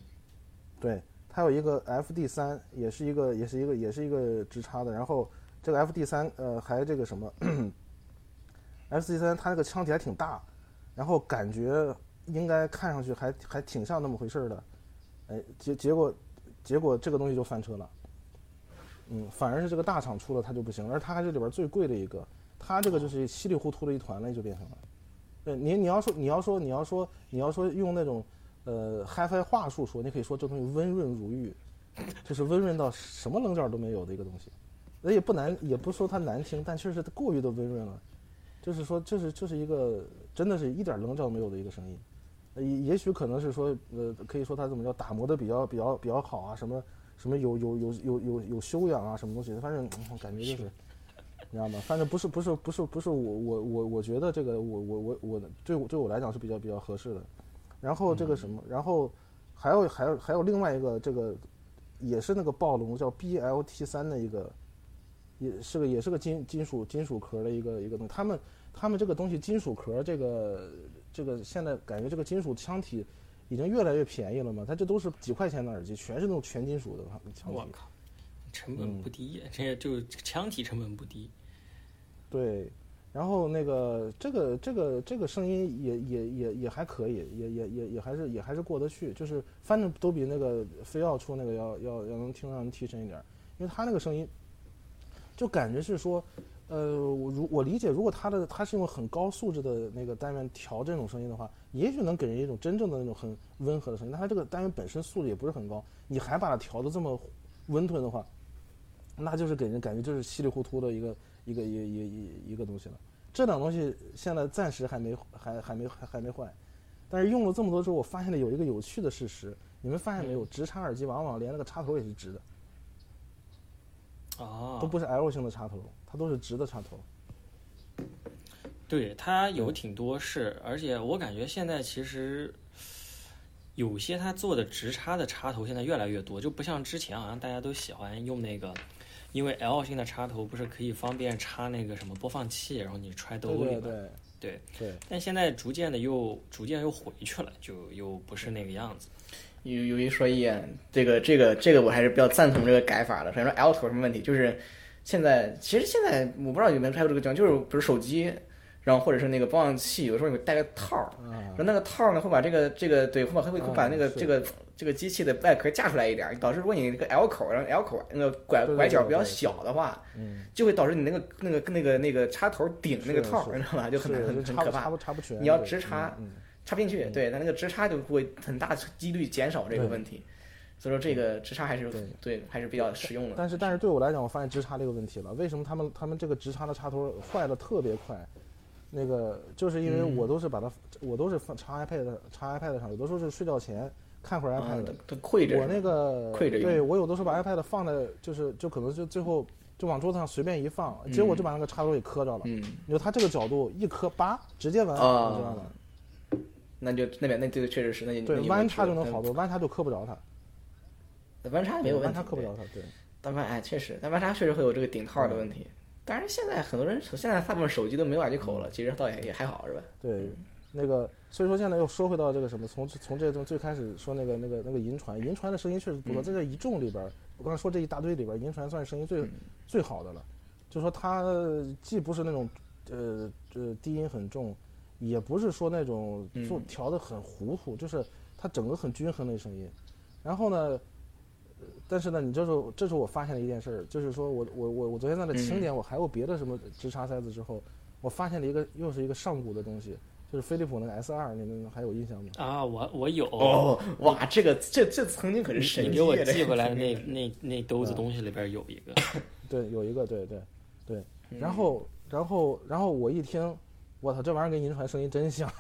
Speaker 1: 对，它有一个 FD 三，也是一个也是一个也是一个直插的，然后这个 FD 三呃还这个什么 ，FD 三它那个腔体还挺大，然后感觉应该看上去还还挺像那么回事儿的，哎结结果结果这个东西就翻车了，嗯，反而是这个大厂出了它就不行，而它还是里边最贵的一个，它这个就是稀里糊涂的一团了，就变成了。对你，你要说你要说你要说你要说用那种呃 HiFi 话术说，你可以说这东西温润如玉，就是温润到什么棱角都没有的一个东西。那也不难，也不说它难听，但确实它过于的温润了。就是说，这是这是一个真的是一点棱角没有的一个声音。呃也也许可能是说，呃，可以说它怎么叫打磨的比较比较比较好啊，什么什么有有有有有有修养啊，什么东西，反正、嗯感觉就是你知道吗？反正不是不是不是不是我我我我觉得这个我我我我对我对我来讲是比较比较合适的。然后这个什么，然后还有还有还有另外一个这个也是那个暴龙叫 BLT 三的一个，也是个也是个金金属金属壳的一个一个东西。他们他们这个东西金属壳这个这个现在感觉这个金属腔体已经越来越便宜了嘛，它这都是几块钱的耳机，全是那种全金属的腔体
Speaker 3: 我。靠，
Speaker 1: 嗯
Speaker 3: 成本不低，这就腔体成本不低，
Speaker 1: 对，然后那个这个这个这个声音也也也也还可以，也也也也还是也还是过得去，就是反正都比那个非要出那个要要要能听上提神一点儿，因为他那个声音就感觉是说，呃，我如我理解，如果它的它是用很高素质的那个单元调这种声音的话，也许能给人一种真正的那种很温和的声音。但它这个单元本身素质也不是很高，你还把它调的这么温吞的话，那就是给人感觉就是稀里糊涂的一个一个一个一个一个一个东西了。这两东西现在暂时还没还还没还还没坏，但是用了这么多之后，我发现了有一个有趣的事实，你们发现没
Speaker 2: 嗯
Speaker 1: 有？直插耳机往往连那个插头也是直的，
Speaker 3: 哦，
Speaker 2: 啊
Speaker 1: 都不是 L 型的插头，它都是直的插头。
Speaker 3: 对，它有挺多是，而且我感觉现在其实有些它做的直插的插头现在越来越多，就不像之前好像大家都喜欢用那个，因为 L 型的插头不是可以方便插那个什么播放器，然后你揣兜
Speaker 1: 对
Speaker 3: 里
Speaker 1: 对
Speaker 3: 嘛。
Speaker 1: 对
Speaker 3: 对
Speaker 1: 对，
Speaker 3: 但现在逐渐的又逐渐又回去了，就又不是那个样子。
Speaker 2: 有有一说一啊，这个这个这个我还是比较赞同这个改法的。首先说 L 头有什么问题，就是现在其实现在我不知道有没有拍过这个地方，就是比如手机，然后或者是那个播放器，有时候你会带个套儿，
Speaker 1: 啊
Speaker 2: 然后那个套儿呢会把这个这个对会把会会把那个
Speaker 1: 啊是
Speaker 2: 这个这个机器的外壳架出来一点儿，导致如果你这个 L 口，然后 L 口那个拐
Speaker 1: 对对
Speaker 2: 拐角比较
Speaker 1: 对对
Speaker 2: 小的话，
Speaker 1: 嗯，
Speaker 2: 就会导致你那个那个那个那个插头顶那个
Speaker 1: 是
Speaker 2: 套儿，
Speaker 1: 是
Speaker 2: 你知道吧？就很
Speaker 1: 是
Speaker 2: 很
Speaker 1: 就
Speaker 2: 很
Speaker 1: 插不
Speaker 2: 可怕
Speaker 1: 插。不插不全。
Speaker 2: 你要
Speaker 1: 对
Speaker 2: 直插
Speaker 1: 嗯
Speaker 2: 插不进去，
Speaker 1: 嗯
Speaker 2: 对，它那个直插就会很大几率减少这个问题。所以说这个直插还是
Speaker 1: 嗯对
Speaker 2: 对，还是比较实用
Speaker 1: 嗯
Speaker 2: 的。
Speaker 1: 但是但是对我来讲，我发现直插这个问题了。为什么他们他们这个直插的插头坏的特别快？那个就是因为
Speaker 2: 嗯
Speaker 1: 我都是把它，我都是放插 iPad 的插 iPad 上，有的时候是睡觉前看会儿 iPad
Speaker 2: 嗯
Speaker 1: 的。，
Speaker 2: 它会着
Speaker 1: 我那个
Speaker 2: 跪着用
Speaker 1: 对我有的时候把 iPad 放在就是就可能就最后就往桌子上随便一放，结果就把那个插头给磕着了。
Speaker 2: 嗯
Speaker 1: 你说它这个角度一磕，叭，直接弯，你知道吗
Speaker 2: 啊？，那就那边那这个确实是，那你
Speaker 1: 对，弯插就能好多，
Speaker 2: 多，
Speaker 1: 弯插就磕不着它，
Speaker 2: 但弯插没有问
Speaker 1: 弯
Speaker 2: 题，
Speaker 1: 插磕不
Speaker 2: 对
Speaker 1: 着它，对。
Speaker 2: 但弯哎确实，但弯插确实会有这个顶套的
Speaker 1: 嗯
Speaker 2: 问题。当然现在很多人现在大部分手机都没有耳机口了，其实倒也也还好是吧？
Speaker 1: 对，那个所以说现在又说回到这个什么，从从这种最开始说那个那个那个银船，银船的声音确实不错，在这一众里边儿，我刚才说这一大堆里边儿，银船算是声音最、最好的了。就说它既不是那种呃呃低音很重，也不是说那种做调的很糊涂，就是它整个很均衡的声音。然后呢，呃但是呢，你这时候这时候我发现了一件事儿，就是说我我我我昨天在那清点我还有别的什么直插塞子之后，我发现了一个又是一个上古的东西，就是飞利浦那个 S 二，你们还有印象吗？
Speaker 3: 啊，我我有，
Speaker 2: 哦，哇，这个这这曾经可是神
Speaker 3: 你
Speaker 2: 机
Speaker 3: 给我
Speaker 2: 啊！这
Speaker 3: 寄
Speaker 2: 个嗯
Speaker 3: 过来的那那那兜子东西里边有一个，
Speaker 1: 对，有一个，对对对。然后然后然后我一听，我操，这玩意儿跟银川声音真像。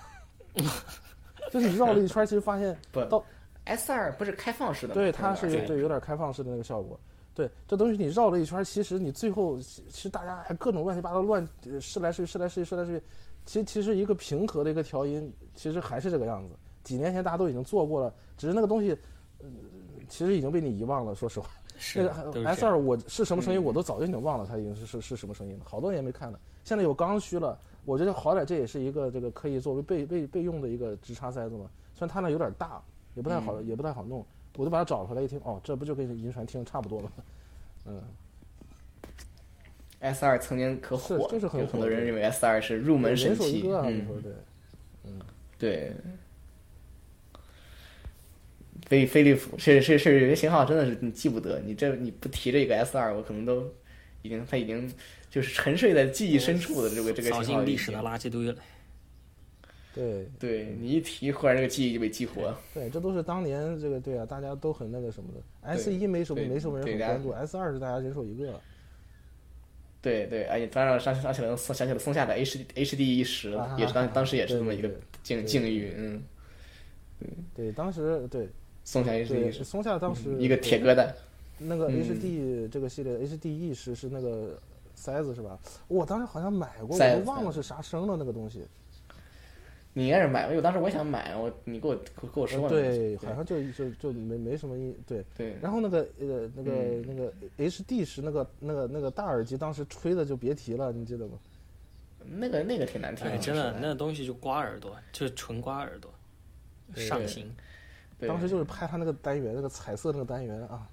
Speaker 1: 就是你绕了一圈儿，其实发现
Speaker 2: 不
Speaker 1: 到
Speaker 2: S 二不是开放式的吗，
Speaker 1: 对，它是
Speaker 2: 吧
Speaker 1: 有对有点开放式的那个效果。对，这东西你绕了一圈儿，其实你最后其其实大家还各种乱七八糟乱呃试来试去，试来试去，试来试去，其实其实一个平和的一个调音，其实还是这个样子。几年前大家都已经做过了，只是那个东西，呃，其实已经被你遗忘了。说实话，
Speaker 3: 是
Speaker 1: 那
Speaker 3: 的都
Speaker 1: 个
Speaker 3: 是
Speaker 1: S
Speaker 3: 这样
Speaker 1: 二我是什么
Speaker 2: 嗯
Speaker 1: 声音，我都早就已经忘了，它已经是是是什么声音了，好多年没看了。现在有刚需了，我觉得好歹这也是一个这个可以作为备备备用的一个直插塞子嘛。虽然它那有点大，也不太
Speaker 2: 嗯
Speaker 1: 好，也不太好弄。我就把它找出来一听，哦，这不就跟银船听差不多吗？嗯，
Speaker 2: S 二曾经可火
Speaker 1: 是
Speaker 2: 了，
Speaker 1: 就是很
Speaker 2: 有
Speaker 1: 火
Speaker 2: 很多
Speaker 1: 的
Speaker 2: 人认为 S 二是入门
Speaker 1: 人
Speaker 2: 神
Speaker 1: 手一
Speaker 2: 器。
Speaker 1: 个啊，你
Speaker 2: 嗯，
Speaker 1: 说对？
Speaker 2: 对。飞飞利浦是是是，有些型号真的是你记不得，你这你不提这个 S 二，我可能都已经它已经就是沉睡在记忆深处的
Speaker 1: 嗯
Speaker 2: 这个这个
Speaker 3: 扫
Speaker 2: 型号
Speaker 3: 进
Speaker 2: 已
Speaker 3: 历史的
Speaker 2: 经。
Speaker 3: 垃圾堆了。
Speaker 1: 对
Speaker 2: 对你一提，忽然这个记忆就被激活。
Speaker 1: 对，这都是当年这个对啊，大家都很那个什么的。S 一没什么
Speaker 2: 对
Speaker 1: 没什么人
Speaker 2: 对
Speaker 1: 很
Speaker 2: 大家
Speaker 1: 关注，S 二是大家人手一个。
Speaker 2: 对对，而且当然想想起了松想起了松下的 H H D 一十
Speaker 1: 啊，
Speaker 2: 也是当当时也是
Speaker 1: 对
Speaker 2: 这么
Speaker 1: 对
Speaker 2: 一个
Speaker 1: 对
Speaker 2: 境
Speaker 1: 对
Speaker 2: 境遇，嗯，
Speaker 1: 对，当时对
Speaker 2: 松下 H D
Speaker 1: 对，
Speaker 2: 一十，嗯
Speaker 1: 松下当时
Speaker 2: 一个铁疙瘩，
Speaker 1: 那个
Speaker 2: 嗯
Speaker 1: HD 这个系列、HDE 是是那个塞子是吧？我当时好像买过，
Speaker 2: 塞
Speaker 1: 我
Speaker 2: 子
Speaker 1: 都忘了是啥声了那个东西。
Speaker 2: 你应该是买，因为我当时我想买，我你给我给我
Speaker 1: 呃
Speaker 2: 说了，
Speaker 1: 对，好像就就就没没什么意对。
Speaker 2: 对，嗯
Speaker 1: 然后那个呃那个、那个 HD 是那个那个那个大耳机，当时吹的就别提了，你记得吗？
Speaker 2: 那个那个挺难听
Speaker 3: 哎，真的，
Speaker 2: 嗯是
Speaker 3: 那东西就刮耳朵，就是纯刮耳朵，上心。
Speaker 2: 嗯对
Speaker 1: 当时就是拍它那个单元，那个彩色那个单元啊，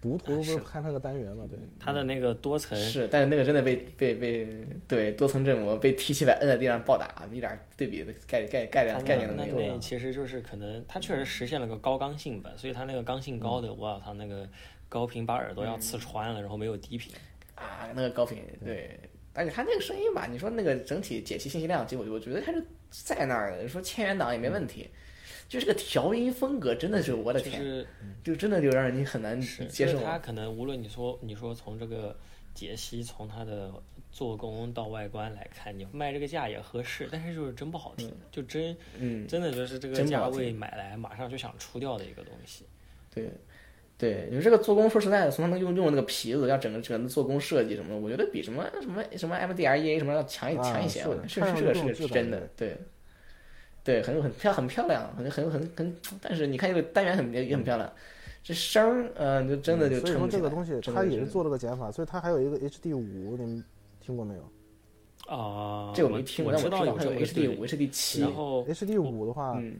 Speaker 1: 读
Speaker 2: 啊
Speaker 1: 图不
Speaker 3: 是
Speaker 1: 是拍那个单元嘛？对，
Speaker 3: 它的那个多层，
Speaker 2: 是，但是那个真的被被被对多层振膜被 T 七百摁在地上暴打，一点对比的概概概
Speaker 3: 它
Speaker 2: 念概
Speaker 3: 那
Speaker 2: 念都
Speaker 3: 哎那
Speaker 2: 没有
Speaker 3: 那。其实就是可能它确实实现了个高刚性吧，
Speaker 2: 嗯
Speaker 3: 所以它那个刚性高的，我操，它那个高频把耳朵要刺穿了，然后没有低频。
Speaker 2: 啊，那个高频对，而且他那个声音吧，你说那个整体解析信息量，结果我觉得还是在那儿的，说千元档也没问题。
Speaker 3: 嗯
Speaker 2: 就这个调音风格，真的是我的
Speaker 3: 就
Speaker 2: 天，
Speaker 3: 是
Speaker 2: 就真的就让人很难
Speaker 3: 是
Speaker 2: 接受
Speaker 3: 就是。他可能无论你说你说从这个解析，从他的做工到外观来看，你卖这个价也合适，但是就是真不好听，就真
Speaker 2: 嗯，
Speaker 3: 真的就是这个
Speaker 2: 真不
Speaker 3: 价
Speaker 2: 好
Speaker 3: 位买来马上就想出掉的一个东西。
Speaker 2: 对，对，你说这个做工，说实在的，从他们用用那个皮子，要整个整个做工设计什么的，我觉得比什么什么什么 MDREA E 什么要强一
Speaker 1: 啊
Speaker 2: 强一些，
Speaker 1: 是
Speaker 2: 我
Speaker 1: 的
Speaker 2: 是
Speaker 1: 看上去
Speaker 2: 是这个
Speaker 1: 更有
Speaker 2: 是
Speaker 1: 质
Speaker 2: 是
Speaker 1: 感
Speaker 2: 真的
Speaker 1: 一点，
Speaker 2: 对，对，很很漂很漂亮，很很很很，但是你看这个单元很也也很漂亮，这声儿，嗯，就真的就
Speaker 1: 所以
Speaker 2: 撑
Speaker 1: 说
Speaker 2: 不起
Speaker 1: 这个
Speaker 2: 来
Speaker 1: 东西
Speaker 2: 真
Speaker 1: 它
Speaker 2: 的
Speaker 1: 也
Speaker 2: 是
Speaker 1: 是做了个减法，所以它还有一个 HD 五，你们听过没有
Speaker 3: 啊、
Speaker 2: 这我没
Speaker 3: 我
Speaker 2: 听过，
Speaker 3: 我
Speaker 2: 但我
Speaker 3: 知道有
Speaker 2: 还
Speaker 3: 这
Speaker 2: 有
Speaker 3: 个
Speaker 2: HD 五、HD 七
Speaker 3: 然，后
Speaker 1: ？HD 五的话
Speaker 2: 嗯，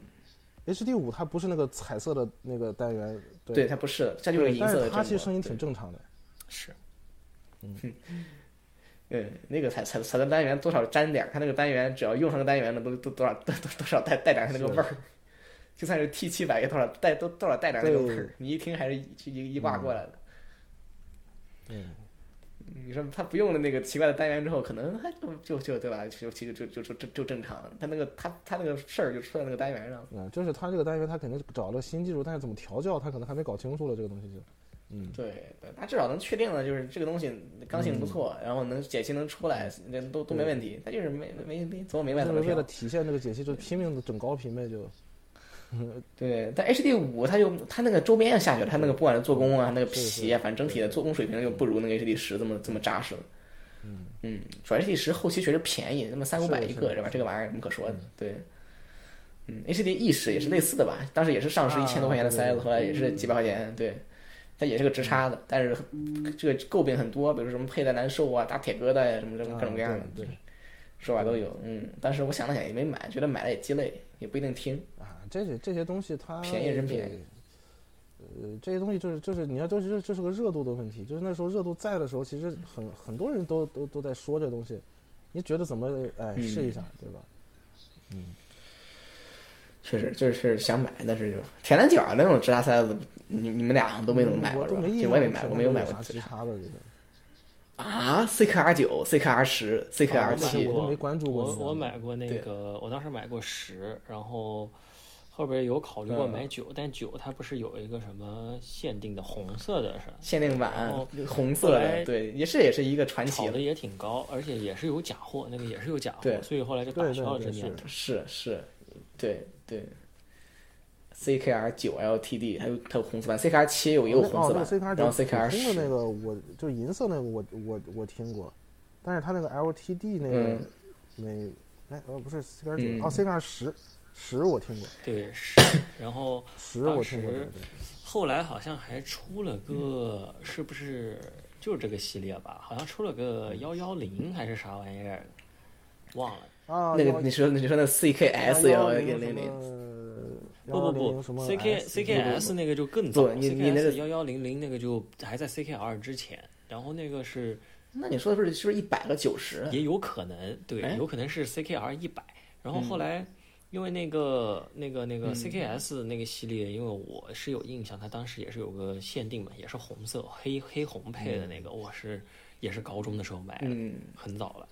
Speaker 1: ，HD 五它不是那个彩色的那个单元，
Speaker 2: 对，它不是了，它就是
Speaker 1: 对
Speaker 2: 银
Speaker 1: 但
Speaker 2: 色的
Speaker 1: 是它
Speaker 2: 振
Speaker 1: 其实
Speaker 2: 膜
Speaker 1: 声音
Speaker 2: 对
Speaker 1: 挺正常的。
Speaker 3: 是
Speaker 2: 嗯，那个彩彩彩色单元多少沾点儿，它那个单元只要用上个单元了，都都多少都都多少带带点儿它那个味儿，就算是 T 七百也多少带都多少带点儿那个味
Speaker 1: 对
Speaker 2: 儿，你一听还是一一一挂过来的。
Speaker 1: 嗯，
Speaker 2: 你说它不用了那个奇怪的单元之后，可能它就就就对吧？就其实就就就就就正常了，它那个它它那个事儿就出在那个单元上。
Speaker 1: 啊，就是它这个单元，它肯定是找了新技术，但是怎么调教，它可能还没搞清楚了这个东西就。嗯，
Speaker 2: 对，对，它至少能确定了，就是这个东西刚性不错，然后能解析能出来，那都都没问题。它就是没没没琢磨明白
Speaker 1: 就
Speaker 2: 怎么
Speaker 1: 是为
Speaker 2: 调
Speaker 1: 了。体现这个解析，就拼命的整高频呗，就
Speaker 2: 对，但 HD 五它就它那个周边下去了，它那个不管是做工啊，那个
Speaker 1: 是是
Speaker 2: 皮啊，反正整体的做工水平就不如那个 HD 十这么这么扎实了。嗯主要 HD 十后期确实便宜，那么三五
Speaker 1: 是
Speaker 2: 百
Speaker 1: 的
Speaker 2: 一
Speaker 1: 是
Speaker 2: 个
Speaker 1: 的
Speaker 2: 是吧？这个玩意儿有什么可说的？对，嗯，HD E 十也是类似的吧？当时也是上市一
Speaker 1: 啊
Speaker 2: 千多块钱的
Speaker 1: 对
Speaker 2: 塞
Speaker 1: 对嗯
Speaker 2: 子，后来也是几百块钱，对，它也是个直插的，但是这个诟病很多，比如说什么佩戴难受啊、打铁疙瘩呀、什么什么各种各样的
Speaker 1: 啊，对对
Speaker 2: 说法都有。嗯，当时我想了想也没买，觉得买了也鸡肋，也不一定听。
Speaker 1: 啊，这些这些东西它
Speaker 2: 便宜人便
Speaker 1: 宜。呃，这些东西就是就是你要都是这是个热度的问题，就是那时候热度在的时候，其实很很多人都都都在说这东西，你觉得怎么哎
Speaker 2: 嗯
Speaker 1: 试一下对吧？
Speaker 2: 确实，就是想买，但是就铁三角啊那种直达塞子，你你们俩都没怎么买
Speaker 1: 嗯
Speaker 2: 过
Speaker 1: 我
Speaker 2: 是
Speaker 1: 都
Speaker 2: 吧？
Speaker 1: 没印
Speaker 2: 这
Speaker 1: 象，
Speaker 2: 我也没买，过，没有买过
Speaker 1: 啥
Speaker 2: 直
Speaker 1: 直
Speaker 2: 达
Speaker 1: 插的这个。
Speaker 2: 啊，CKR 九、CKR 十、
Speaker 1: 啊
Speaker 3: 哦
Speaker 2: CKR
Speaker 1: 那
Speaker 2: 七
Speaker 1: 我，都没关注过
Speaker 3: 我
Speaker 1: 你
Speaker 3: 我
Speaker 1: 知道吗
Speaker 3: 买过那
Speaker 2: 对
Speaker 3: 个，我当时买过十，然后后边有考虑过
Speaker 2: 嗯
Speaker 3: 买九、但九它不是有一个什么限定的红色的是吧？
Speaker 2: 限定版
Speaker 3: 然后
Speaker 2: 红色
Speaker 3: 后来
Speaker 2: 的，对，也是也是一个传奇
Speaker 3: 炒
Speaker 2: 了
Speaker 3: 的，也挺高，而且也是有假货，那个也是有假货，
Speaker 2: 对
Speaker 3: 所以后来就
Speaker 1: 对
Speaker 3: 打
Speaker 1: 对
Speaker 3: 消了
Speaker 1: 对
Speaker 3: 这念
Speaker 1: 是
Speaker 3: 头。
Speaker 2: 是是，对对。CKR 九 LTD 还有它有红色版，CKR 七有也有红色
Speaker 1: 哦那
Speaker 2: 版，
Speaker 1: 个 CKR
Speaker 2: 然后
Speaker 1: 九普
Speaker 2: CKR
Speaker 1: 通的那
Speaker 2: 十，
Speaker 1: 个我就是银色那个我我我听过，但是它那个 LTD 那个、
Speaker 2: 嗯
Speaker 1: 没哎呃不是 CKR
Speaker 2: 嗯
Speaker 1: 九、哦 CKR 十十我听过
Speaker 3: 对，是。然后
Speaker 1: 十
Speaker 2: 啊
Speaker 1: 我听过
Speaker 3: 当
Speaker 1: 这
Speaker 3: 时
Speaker 1: 个东西
Speaker 3: 后来好像还出了个，是不是就是这个系列吧？好像出了
Speaker 2: 嗯
Speaker 3: 个幺幺零还是啥玩意儿的，忘了。
Speaker 1: 啊
Speaker 2: 那个你说你说那 CKS 幺
Speaker 1: 零
Speaker 2: 零零零，
Speaker 3: 不不不
Speaker 1: 什么
Speaker 3: ，C K C K S 那个就更
Speaker 2: 不
Speaker 3: 早
Speaker 2: 你
Speaker 3: ，C
Speaker 2: 你
Speaker 3: K
Speaker 2: 那个
Speaker 3: S 幺幺零零那个就还在 C K R 之前，然后那个是
Speaker 2: 那你说的是不是是不是一百个九十？
Speaker 3: 也有可能，
Speaker 2: 嗯哎嗯
Speaker 3: 对，有可能是 C K R 一百，然后后来因为那个那个那个 C K S 那个系列，因为我是有印象，它当时也是有个限定嘛，也是红色黑黑红配的那个，我是也是高中的时候买的，
Speaker 2: 嗯，
Speaker 3: 很早了，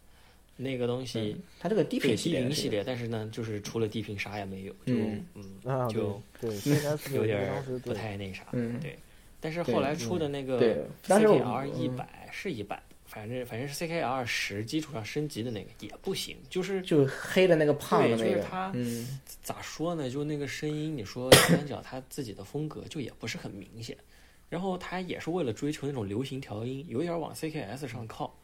Speaker 3: 那个东西。
Speaker 2: 它这个低
Speaker 3: 对
Speaker 2: 频
Speaker 3: 低
Speaker 2: 列
Speaker 3: 频
Speaker 2: 是
Speaker 3: 系列，但是呢，就是除了低频啥也没有，就
Speaker 2: 嗯
Speaker 3: 嗯
Speaker 1: 啊对
Speaker 3: 就
Speaker 1: 对 CKS
Speaker 3: 有
Speaker 1: 那个
Speaker 3: 点
Speaker 1: 当时
Speaker 3: 儿不
Speaker 1: 对
Speaker 3: 太那啥，
Speaker 2: 嗯
Speaker 3: 对。但是
Speaker 2: 对嗯
Speaker 3: 后来出的那
Speaker 2: 对
Speaker 3: 个
Speaker 2: 但是我嗯
Speaker 3: CKR 一百是一百，反正反正是 CKR 十基础上升级的那个也不行，就是
Speaker 2: 就黑的那个胖的
Speaker 3: 对
Speaker 2: 那
Speaker 3: 就
Speaker 2: 个
Speaker 3: 是他，
Speaker 2: 嗯，
Speaker 3: 咋说呢？就那个声音，你说三角他自己的风格就也不是很明显，然后他也是为了追求那种流行调音，有点往 CKS 上靠，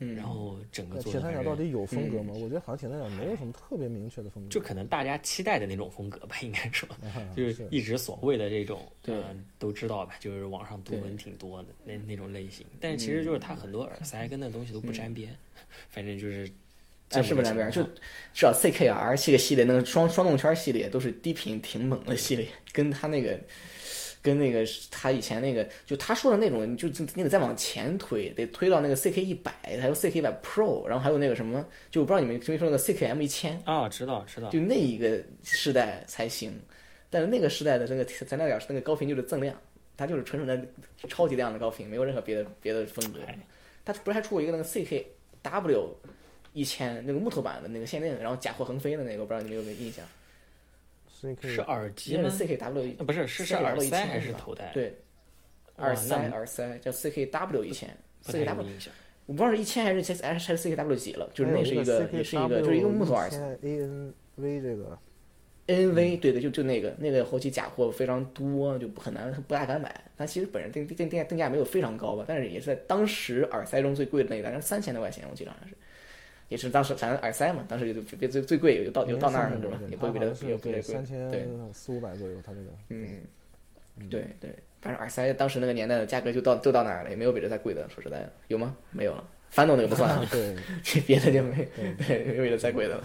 Speaker 2: 嗯
Speaker 3: 然后整个
Speaker 1: 那
Speaker 3: 做
Speaker 1: 铁
Speaker 3: 的
Speaker 1: 三
Speaker 3: 反
Speaker 1: 角到
Speaker 3: 正
Speaker 1: 底有风格吗？我觉得好像铁三角没有什么特别明确的风格，
Speaker 3: 就可能大家期待的那种风格吧，应该说。
Speaker 1: 啊
Speaker 3: 就是一直所谓的这种，
Speaker 2: 对
Speaker 3: 呃都知道吧？就是网上读
Speaker 2: 对嗯
Speaker 3: 文挺多的那那种类型，但其实就是它很多耳塞跟那东西都不沾边，反正就是
Speaker 2: 但嗯
Speaker 3: 这
Speaker 2: 哎是不
Speaker 3: 么个
Speaker 2: 是那边儿就
Speaker 3: 情况
Speaker 2: 至少 CKR 这个系列，那个双双动圈系列都是低频挺猛的系列， 跟他那个。跟那个他以前那个，就他说的那种，你就就你得再往前推，得推到那个 CK 一百，还有 CK 一百 Pro，然后还有那个什么，就我不知道你们听没听说那个 CKM 一千，
Speaker 3: 啊，知道知道，
Speaker 2: 就那一个时代才行。但是那个时代的那个咱那点儿那个高频就是锃亮，它就是纯纯的超级亮的高频，没有任何别的别的风格
Speaker 3: 哎。
Speaker 2: 他不是还出过一个那个 CKW 一千那个木头版的那个限定，然后假货横飞的那个，我不知道你们有没有印象？
Speaker 1: 所以可以
Speaker 2: 嗯
Speaker 3: 是耳机
Speaker 2: 应该
Speaker 3: 吗呃
Speaker 2: 是？CKW
Speaker 3: 不是，是是
Speaker 2: CKW
Speaker 3: 耳
Speaker 2: 一
Speaker 3: 塞
Speaker 2: 千
Speaker 3: 还
Speaker 2: 是
Speaker 3: 是
Speaker 2: 吧
Speaker 3: 头戴？
Speaker 2: 对，
Speaker 3: 哇
Speaker 2: 耳塞
Speaker 3: 那
Speaker 2: 耳塞叫 CKW 一千
Speaker 3: 不太有
Speaker 2: ，CKW
Speaker 3: 印象。
Speaker 2: 我不知道是一千还是还是还是 CKW 几了，就是
Speaker 1: 还有
Speaker 2: 那是
Speaker 1: 个
Speaker 2: 一个也是一个就是一个木头耳塞。
Speaker 1: A N V 这个
Speaker 2: NV 对的，就就那个那个后期假货非常多，就很难不大敢买。但其实本人定定定价定价没有非常高吧，但是也是在当时耳塞中最贵的那一单，三千多块钱我记得好像是，也是当时反正耳塞嘛，当时哦就别最最贵有到有到那儿了是吧？也不会比它也不会比它
Speaker 1: 三
Speaker 2: 贵，对
Speaker 1: 千四五百左右，它这个
Speaker 2: 嗯，对对，反正耳塞当时那个年代的价格就到就到那儿了，也没有比这再贵的，说实在的，有吗？没有了，翻动那个不 算，
Speaker 1: 啊对
Speaker 2: 别的就没对，没有比这再贵的了，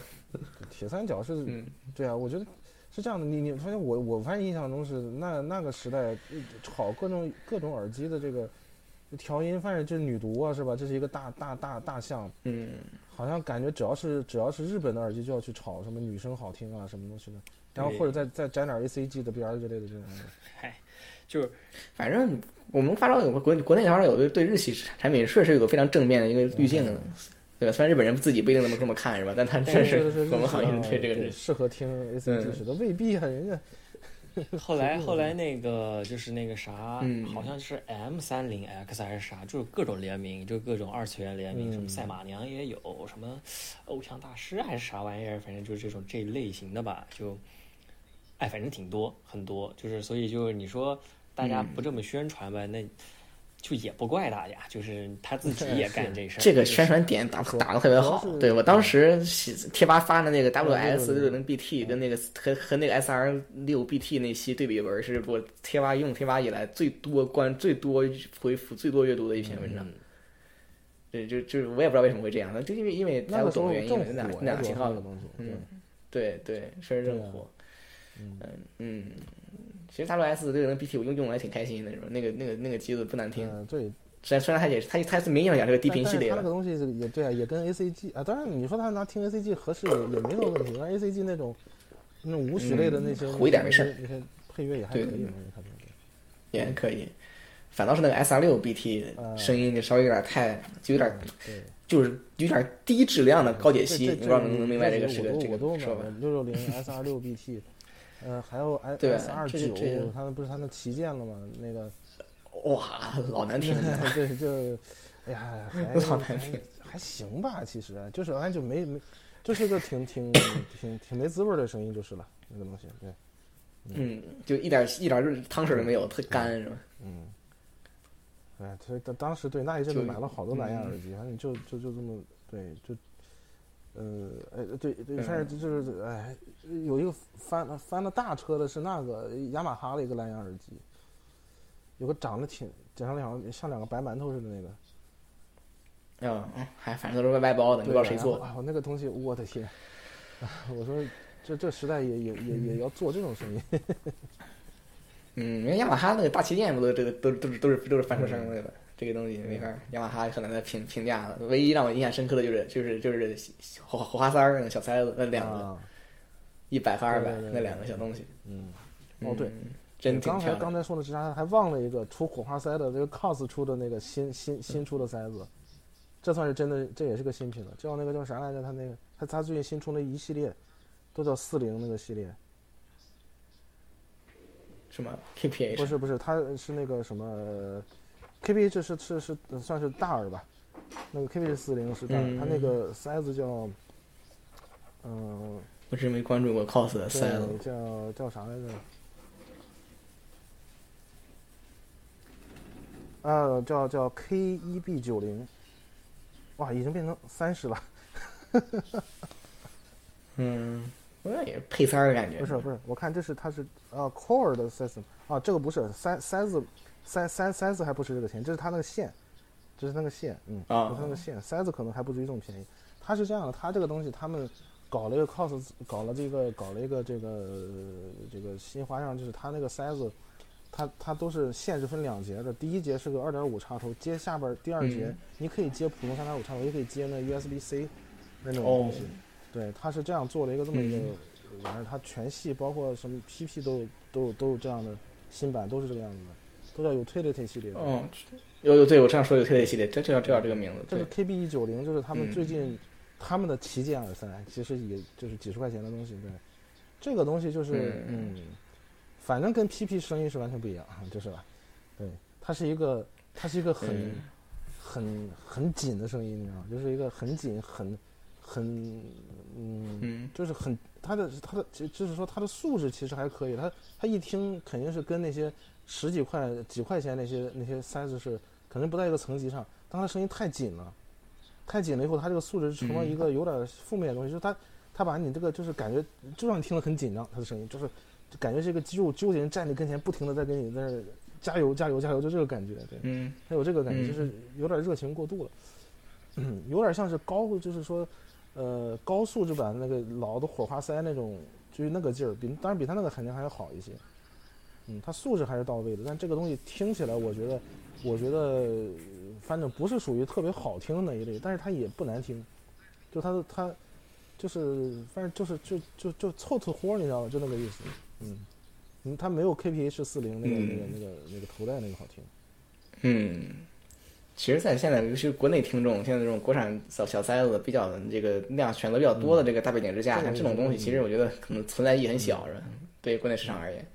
Speaker 1: 铁三角是
Speaker 2: 嗯。
Speaker 1: 对啊，我觉得是这样的。你你发现我我发现印象中是那那个时代呃炒各种各种耳机的这个调音，反正就是女毒啊，是吧？这是一个大大大大项，
Speaker 2: 嗯，
Speaker 1: 好像感觉只要是只要是日本的耳机就要去炒什么女生好听啊什么东西的，然后
Speaker 3: 对
Speaker 1: 或者再再沾点 ACG 的 BR 之类的这种东西。
Speaker 3: 嗨，就是
Speaker 2: 反正我们发烧友国国内发烧友对对日系产品确实有个非常正面的一个滤镜的，
Speaker 1: 嗯
Speaker 2: 对吧？虽然日本人自己不一定那么这么看是吧？但他确
Speaker 1: 但
Speaker 2: 实
Speaker 1: 是是
Speaker 2: 我们行业
Speaker 1: 日
Speaker 2: 人
Speaker 1: 式
Speaker 2: 对
Speaker 1: 的
Speaker 2: 这个
Speaker 1: 对
Speaker 2: 日
Speaker 1: 适合听 ACG
Speaker 2: 嗯哎
Speaker 1: 似的，未必啊，人家
Speaker 3: 后来后来那个就是那个啥，
Speaker 2: 嗯
Speaker 3: 好像是 M 三零 X 还是啥，就是各种联名，就各种二次元联名，什么
Speaker 2: 嗯
Speaker 3: 赛马娘也有，什么偶像大师还是啥玩意儿，反正就是这种这一类型的吧，就，哎，反正挺多很多，就是所以就是你说大家
Speaker 2: 嗯
Speaker 3: 不这么宣传吧，那就也不怪大家，就是他自 己也干这事儿，
Speaker 2: 这个
Speaker 3: 就是
Speaker 2: 宣传点打
Speaker 1: 主要
Speaker 2: 打的特别好
Speaker 1: 主要是。嗯
Speaker 2: 对我当时写贴吧发的那个
Speaker 1: 对
Speaker 2: WS
Speaker 1: 对
Speaker 2: 六
Speaker 1: 对
Speaker 2: 零 BT 跟那个和和那个 SR 六 BT 那期对比文，是我贴吧用贴吧以来最多关最多回复最多阅读的一篇文章
Speaker 3: 嗯。
Speaker 2: 对，就就是我也不知道为什么会这样，那就因为因为
Speaker 1: 那
Speaker 2: 大家
Speaker 1: 个时
Speaker 2: 懂
Speaker 1: 候
Speaker 2: 的原因，
Speaker 1: 正火
Speaker 2: 那
Speaker 1: 呀，
Speaker 2: 那俩
Speaker 1: 主
Speaker 2: 挺
Speaker 1: 要
Speaker 2: 好
Speaker 1: 是这个。
Speaker 2: 的
Speaker 1: 东西。
Speaker 2: 嗯
Speaker 1: 对
Speaker 2: 对对，确实正
Speaker 1: 对啊
Speaker 2: 火。
Speaker 1: 嗯
Speaker 2: 嗯嗯，其实 WS 这个人 BT 我用用来挺开心的，是吧？那个那个那个机子不难听，
Speaker 1: 嗯，对，
Speaker 2: 虽然虽然它也是它它是没影响这个低频系列
Speaker 1: 但但是它那个
Speaker 2: 的，
Speaker 1: 东西是也对啊，也跟 ACG 啊，当然你说他拿听 ACG 合适也也没什么问题，但 ACG 那种那种舞曲类的那些，
Speaker 2: 嗯糊一点没事儿
Speaker 1: 那些配乐也还可
Speaker 2: 对
Speaker 1: 以嘛，
Speaker 2: 对嗯
Speaker 1: 你看
Speaker 2: 也可以。反倒是那个 SR 六 BT
Speaker 1: 嗯
Speaker 2: 声音就稍微有点太，就有点
Speaker 1: 对，
Speaker 2: 就是有点低质量的哎高解析，
Speaker 1: 这
Speaker 2: 你不知道能不能明白这个是
Speaker 1: 我
Speaker 2: 个
Speaker 1: 都
Speaker 2: 这
Speaker 1: 我都
Speaker 2: 个
Speaker 1: 买
Speaker 2: 说法
Speaker 1: 了？六六 零 S 二六 BT，呃，还有 S
Speaker 2: 对啊
Speaker 1: S 二
Speaker 2: 这是
Speaker 1: 九
Speaker 2: 这是，
Speaker 1: 他们不是他们旗舰了吗？那个
Speaker 2: 哇，老难听了。
Speaker 1: 对， 就，哎 呀，还
Speaker 2: 老
Speaker 1: 还还行吧，其实就是完全就没没，就是个挺挺挺挺没滋味儿的声音就是了，那个东西，对，
Speaker 2: 嗯，就一点一点就是汤水都没有，特干是吧？
Speaker 1: 嗯，哎，所以当当时对那一阵子
Speaker 2: 就
Speaker 1: 买了好多蓝牙耳
Speaker 2: 嗯
Speaker 1: 机，反正就就就这么对就。呃，哎，对对，
Speaker 2: 嗯
Speaker 1: 但是就是，哎，有一个翻了翻了大车的是那个雅马哈的一个蓝牙耳机，有个长得挺长得两像两个白馒头似的那个，
Speaker 2: 嗯，还反正都是外包的，你不
Speaker 1: 对
Speaker 2: 知道
Speaker 1: 吧
Speaker 2: 谁做的。
Speaker 1: 然后啊，那个东西，我的天！ 啊我说这这时代也也也也要做这种生意，
Speaker 2: 嗯，因为雅马哈那个大旗舰不都这个都都是都是都是翻车生的吧？这个东西没
Speaker 1: 嗯
Speaker 2: 法儿，雅马哈很难再评评价了。唯一让我印象深刻的就是就是就是火火花塞儿那个小塞子那 两个
Speaker 1: 啊，
Speaker 2: 一百和二百
Speaker 1: 对对对
Speaker 2: 那两个小东西。
Speaker 1: 嗯，哦对
Speaker 2: 嗯，真挺
Speaker 1: 刚才
Speaker 2: 漂亮
Speaker 1: 刚。才说的之前还忘了一个出火花塞的，这个 COS 出的那个新新新出的塞子，这算是真的，这也是个新品了，叫那个叫啥来着？他那个他他最近新出那一系列，都叫四零那个系列，
Speaker 2: 什么 KPH？
Speaker 1: 不是不是，它是那个什么、KPH 是是是呃算是大耳吧，那个 KPH 四零是大耳，它那
Speaker 2: 嗯
Speaker 1: 个塞子叫，嗯、
Speaker 2: 我真没关注过 COS 的
Speaker 1: 对
Speaker 2: 塞子。
Speaker 1: 叫叫啥来着？啊，叫叫 K 一 B 九零，哇，已经变成三十了。
Speaker 2: 嗯，我也是配塞儿的感觉。
Speaker 1: 不是不是，我看这是它是呃 Core 的 system 啊，这个不是塞塞子塞塞塞子还不是这个钱，这是它那个线，这是那个线，嗯，
Speaker 2: 啊
Speaker 1: 这是那个线，塞子可能还不至于这么便宜。它是这样的，它这个东西他们搞了一个 cos，搞了这个搞了一个这个呃这个新花样，就是它那个塞子，它它都是线是分两节的，第一节是个二点五插头，接下边儿第二节、
Speaker 2: 嗯
Speaker 1: 你可以接普通三点五插头，也可以接那 USB C 那种
Speaker 2: 哦
Speaker 1: 东西。对，它是这样做了一个这么一个
Speaker 2: 嗯
Speaker 1: 玩意儿，它全系包括什么 PP 都有都有都有这样的新版，都是这个样子的。都叫 utility 系列的。
Speaker 2: 嗯，有有对我这样说有特类系列，这这叫这叫这个名字，
Speaker 1: 这
Speaker 2: 对
Speaker 1: 个 KB 一九零就是他们
Speaker 2: 嗯
Speaker 1: 最近、他们的旗舰耳塞，其实也就是几十块钱的东西。对，这个东西就是
Speaker 2: 嗯
Speaker 1: 嗯反正跟 PP 声音是完全不一样， 就是吧？对，它是一个它是一个很、
Speaker 2: 嗯
Speaker 1: 很很紧的声音，你知道吗？就是一个很紧很很嗯
Speaker 2: 嗯
Speaker 1: 就是很它的它的，就就是说它的素质其实还可以。它它一听肯定是跟那些十几块、几块钱那些那些塞子是肯定不在一个层级上。当它声音太紧了，太紧了以后，它这个素质成了一个有点负面的东西，就是它它把你这个就是感觉就让你听得很紧张，它的声音就是就感觉是一个肌肉纠结人站你跟前，不停的在跟你在那儿加油加油加油，就这个感觉，对。
Speaker 2: 嗯
Speaker 1: 他有这个感觉，
Speaker 2: 嗯
Speaker 1: 就是有点热情过度了， 嗯，有点像是高，就是说，呃，高素质版那个老的火花塞那种，就是那个劲儿，比当然比他那个肯定还要好一些，嗯，它素质还是到位的，但这个东西听起来，我觉得，我觉得呃反正不是属于特别好听的那一类，但是它也不难听，就它的它就是反正就是就就就凑凑合儿，你知道吧，就那个意思，嗯。嗯，它没有 KPH 四零那个那个那个那个头戴那个好听。
Speaker 2: 嗯。其实，在现在，尤其是国内听众，现在这种国产小小塞子比较这个量选择比较多的这个大背景之下，
Speaker 1: 嗯
Speaker 2: 像这种东西，其实我觉得可能存在意义很小，是吧？对于国内市场而言，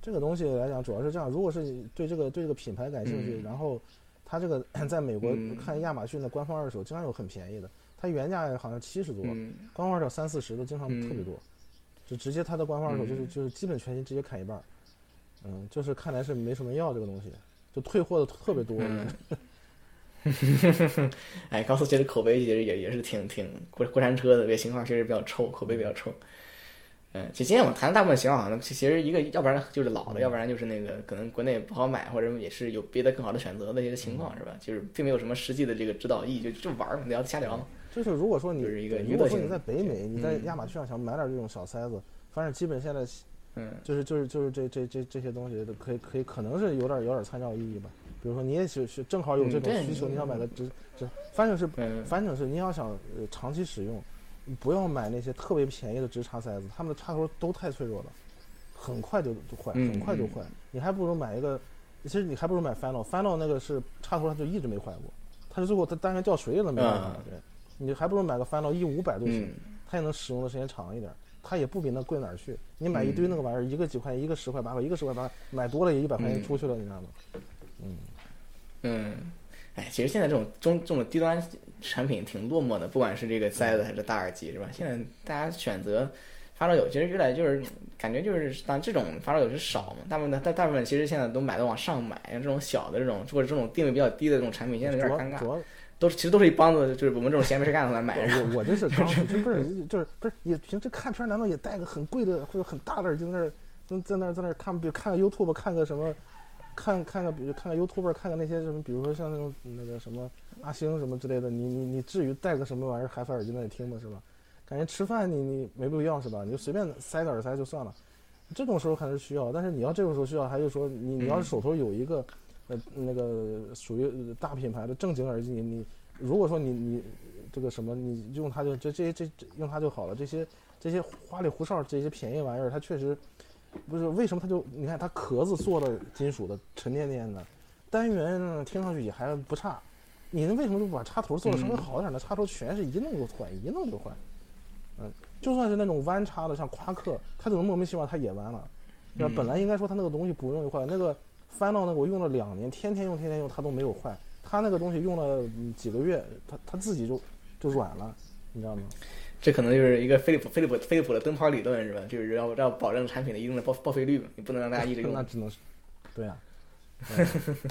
Speaker 1: 这个东西来讲，主要是这样：如果是对这个对这个品牌感兴趣，
Speaker 2: 嗯
Speaker 1: 然后它这个在美国
Speaker 2: 嗯
Speaker 1: 看亚马逊的官方二手，经常有很便宜的，它原价好像七十多，
Speaker 2: 嗯
Speaker 1: 官方二手三四十的经常
Speaker 2: 嗯
Speaker 1: 特别多，就直接它的官方二手就是、
Speaker 2: 嗯
Speaker 1: 就是基本全新直接砍一半儿，嗯，就是看来是没什么人要这个东西，就退货的特别多，
Speaker 2: 嗯，哎，高速其实口碑其实也也是挺挺国国产车的这个型号确实比较臭，口碑比较臭。嗯，其实今天我谈的大部分型号，好像其其实一个要不然就是老的，要不然就是那个可能国内不好买，或者也是有别的更好的选择的一些情况，是吧？就是并没有什么实际的这个指导意义，就就玩儿聊瞎聊嘛。
Speaker 1: 就是如果说你
Speaker 2: 就是一个
Speaker 1: 如果
Speaker 2: 娱乐
Speaker 1: 说
Speaker 2: 性
Speaker 1: 你在北美，你在
Speaker 2: 嗯
Speaker 1: 亚马逊上想买点这种小塞子，反正基本现在
Speaker 2: 嗯
Speaker 1: 就是就是就是这这这这些东西都可以可以可能是有点有点参照意义吧。比如说你也是是正好有这
Speaker 2: 嗯
Speaker 1: 种
Speaker 2: 对
Speaker 1: 需求，
Speaker 2: 嗯
Speaker 1: 你想买个只只，反正是
Speaker 2: 嗯
Speaker 1: 反正是你要想呃长期使用，你不要买那些特别便宜的直插塞子，他们的插头都太脆弱了，很快就就坏，
Speaker 2: 嗯
Speaker 1: 很快就坏。你还不如买一个，其实你还不如买 Final，Final 那个是插头它就一直没坏过，它是最后它单元掉水里了没办法
Speaker 2: 啊，
Speaker 1: 对，你还不如买个 Final 一五百就行
Speaker 2: 嗯。
Speaker 1: 它也能使用的时间长一点儿，它也不比那贵哪儿去。你买一
Speaker 2: 嗯
Speaker 1: 堆那个玩意儿，一个几块钱，一个十块八块，一个十块八，买多了也一百块钱
Speaker 2: 嗯
Speaker 1: 出去了，你知道吗？
Speaker 2: 嗯，哎，其实现在这种中这种低端产品挺落寞的，不管是这个塞子还是大耳机，是吧？现在大家选择发烧友，其实越来就是感觉就是，当然这种发烧友是少嘛，大部分的大大部分其实现在都买的往上买，像这种小的这种或者这种定位比较低的这种产品，现在有
Speaker 1: 主
Speaker 2: 点
Speaker 1: 要
Speaker 2: 尴尬哎
Speaker 1: 主，要
Speaker 2: 都是其实都是一帮子，就是我们这种闲没事干的来买， 是吧？
Speaker 1: 我我这是刚出去，不 是就是不是也平时看片儿，难道也戴个很贵的或者很大的耳机在那儿在在那儿在那儿看，比如看个 YouTube，看个什么，看看个比如看个 YouTube，看个那些什么，比如说像那种嗯那个什么阿星什么之类的，你你你至于戴个什么玩意儿海飞耳机在那里听吗？是吧？感觉吃饭你你没必要是吧？你就随便塞个耳塞就算了，这种时候还是需要。但是你要这种时候需要，还是说你你要是手头有一个。呃，那个属于呃大品牌的正经耳机，你你如果说你你这个什么，你用它就这这这这用它就好了。这些这些花里胡哨这些便宜玩意儿，它确实不是为什么它就你看它壳子做的金属的沉甸甸的，单元呢听上去也还不差，你为什么就不把插头做的稍微好点呢？插头全是一弄就坏，一弄就坏。嗯，就算是那种弯插的，像夸克，它怎么莫名其妙它也弯了？那本来应该说它那个东西不容易坏，那个翻到那个我用了两年，天天用天天用它都没有坏，它那个东西用了嗯几个月，它它自己就就软了，你知道吗？
Speaker 2: 这可能就是一个飞利浦飞利浦飞利浦的灯泡理论，是吧？就是要要保证产品的一定的报报废率嘛，你不能让大家一直 用
Speaker 1: 那。只能是，对呀、 嗯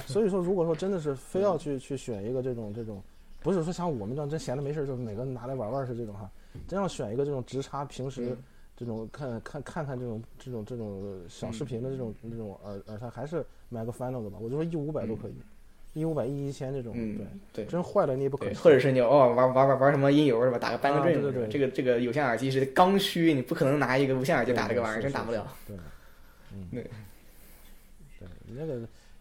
Speaker 1: 所以说，如果说真的是非要去去选一个这种这种，不是说像我们这样真闲的没事儿就每个拿来玩玩是这种哈，真要选一个这种直插平时。
Speaker 2: 嗯
Speaker 1: 这种看看看看这种这种这种小视频的这种、
Speaker 2: 嗯
Speaker 1: 这种耳耳塞，还是买个 Final 的吧。我就说一五百都可以，一五百一一千这种，
Speaker 2: 嗯
Speaker 1: 对，，
Speaker 2: 对。
Speaker 1: 真坏了你也不可
Speaker 2: 对，
Speaker 1: 惜。
Speaker 2: 或者是你哦玩玩玩玩什么音游是吧？打个 Band
Speaker 1: 啊
Speaker 2: Dream，、
Speaker 1: 对对对
Speaker 2: 这个这个有线耳机是刚需，你不可能拿一个无线耳机
Speaker 1: 对
Speaker 2: 打这个玩意儿，
Speaker 1: 是
Speaker 2: 真
Speaker 1: 是
Speaker 2: 打不了。
Speaker 1: 是对，嗯，
Speaker 2: 对
Speaker 1: 对，你那个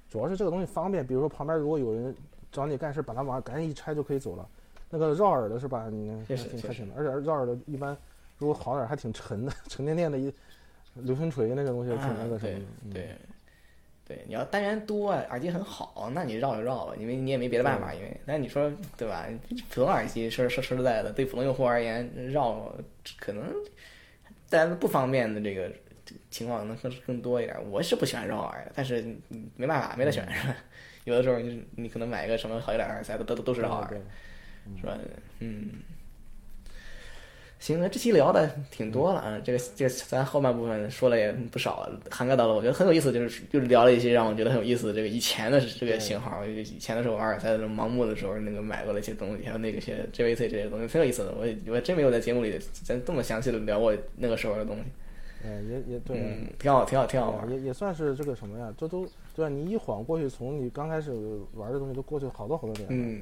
Speaker 1: 主要是这个东西方便，比如说旁边如果有人找你干事，把它往赶紧一拆就可以走了。那个绕耳的是吧？你还
Speaker 2: 确实
Speaker 1: 挺
Speaker 2: 确
Speaker 1: 还挺的，而且绕耳的一般如果好点儿 还挺沉的，沉甸甸的一流星锤那个东西挺那个什么的。
Speaker 2: 对
Speaker 1: 嗯
Speaker 2: 对，对，你要单元多，耳机很好，那你绕就绕吧，因为你也没别的办法。因为，但你说对吧？普通耳机说说说实在的，对普通用户而言，绕可能带来的不方便的这个情况能更更多一点。我是不喜欢绕耳的，但是嗯没办法，没得选，是吧？有的时候你你可能买一个什么好一点的耳塞，都都都是绕耳
Speaker 1: 对，
Speaker 2: 是吧？嗯，行，那这期聊的挺多了啊，这个这个咱后半部分说了也不少，涵盖到了我觉得很有意思，就是就是聊了一些让我觉得很有意思的这个以前的这个型号，以前的时候玩耳塞的时候盲目的时候那个买过的一些东西，还有那个些 JVC 这些东西，挺有意思的。我也我真没有在节目里咱这么详细的聊过那个时候的东西，
Speaker 1: 嗯，也也对。啊
Speaker 2: 嗯，挺好，挺好，挺好玩。
Speaker 1: 也也算是这个什么呀？这都对吧？啊你一晃过去，从你刚开始玩的东西都过去好多好多年了，
Speaker 2: 嗯，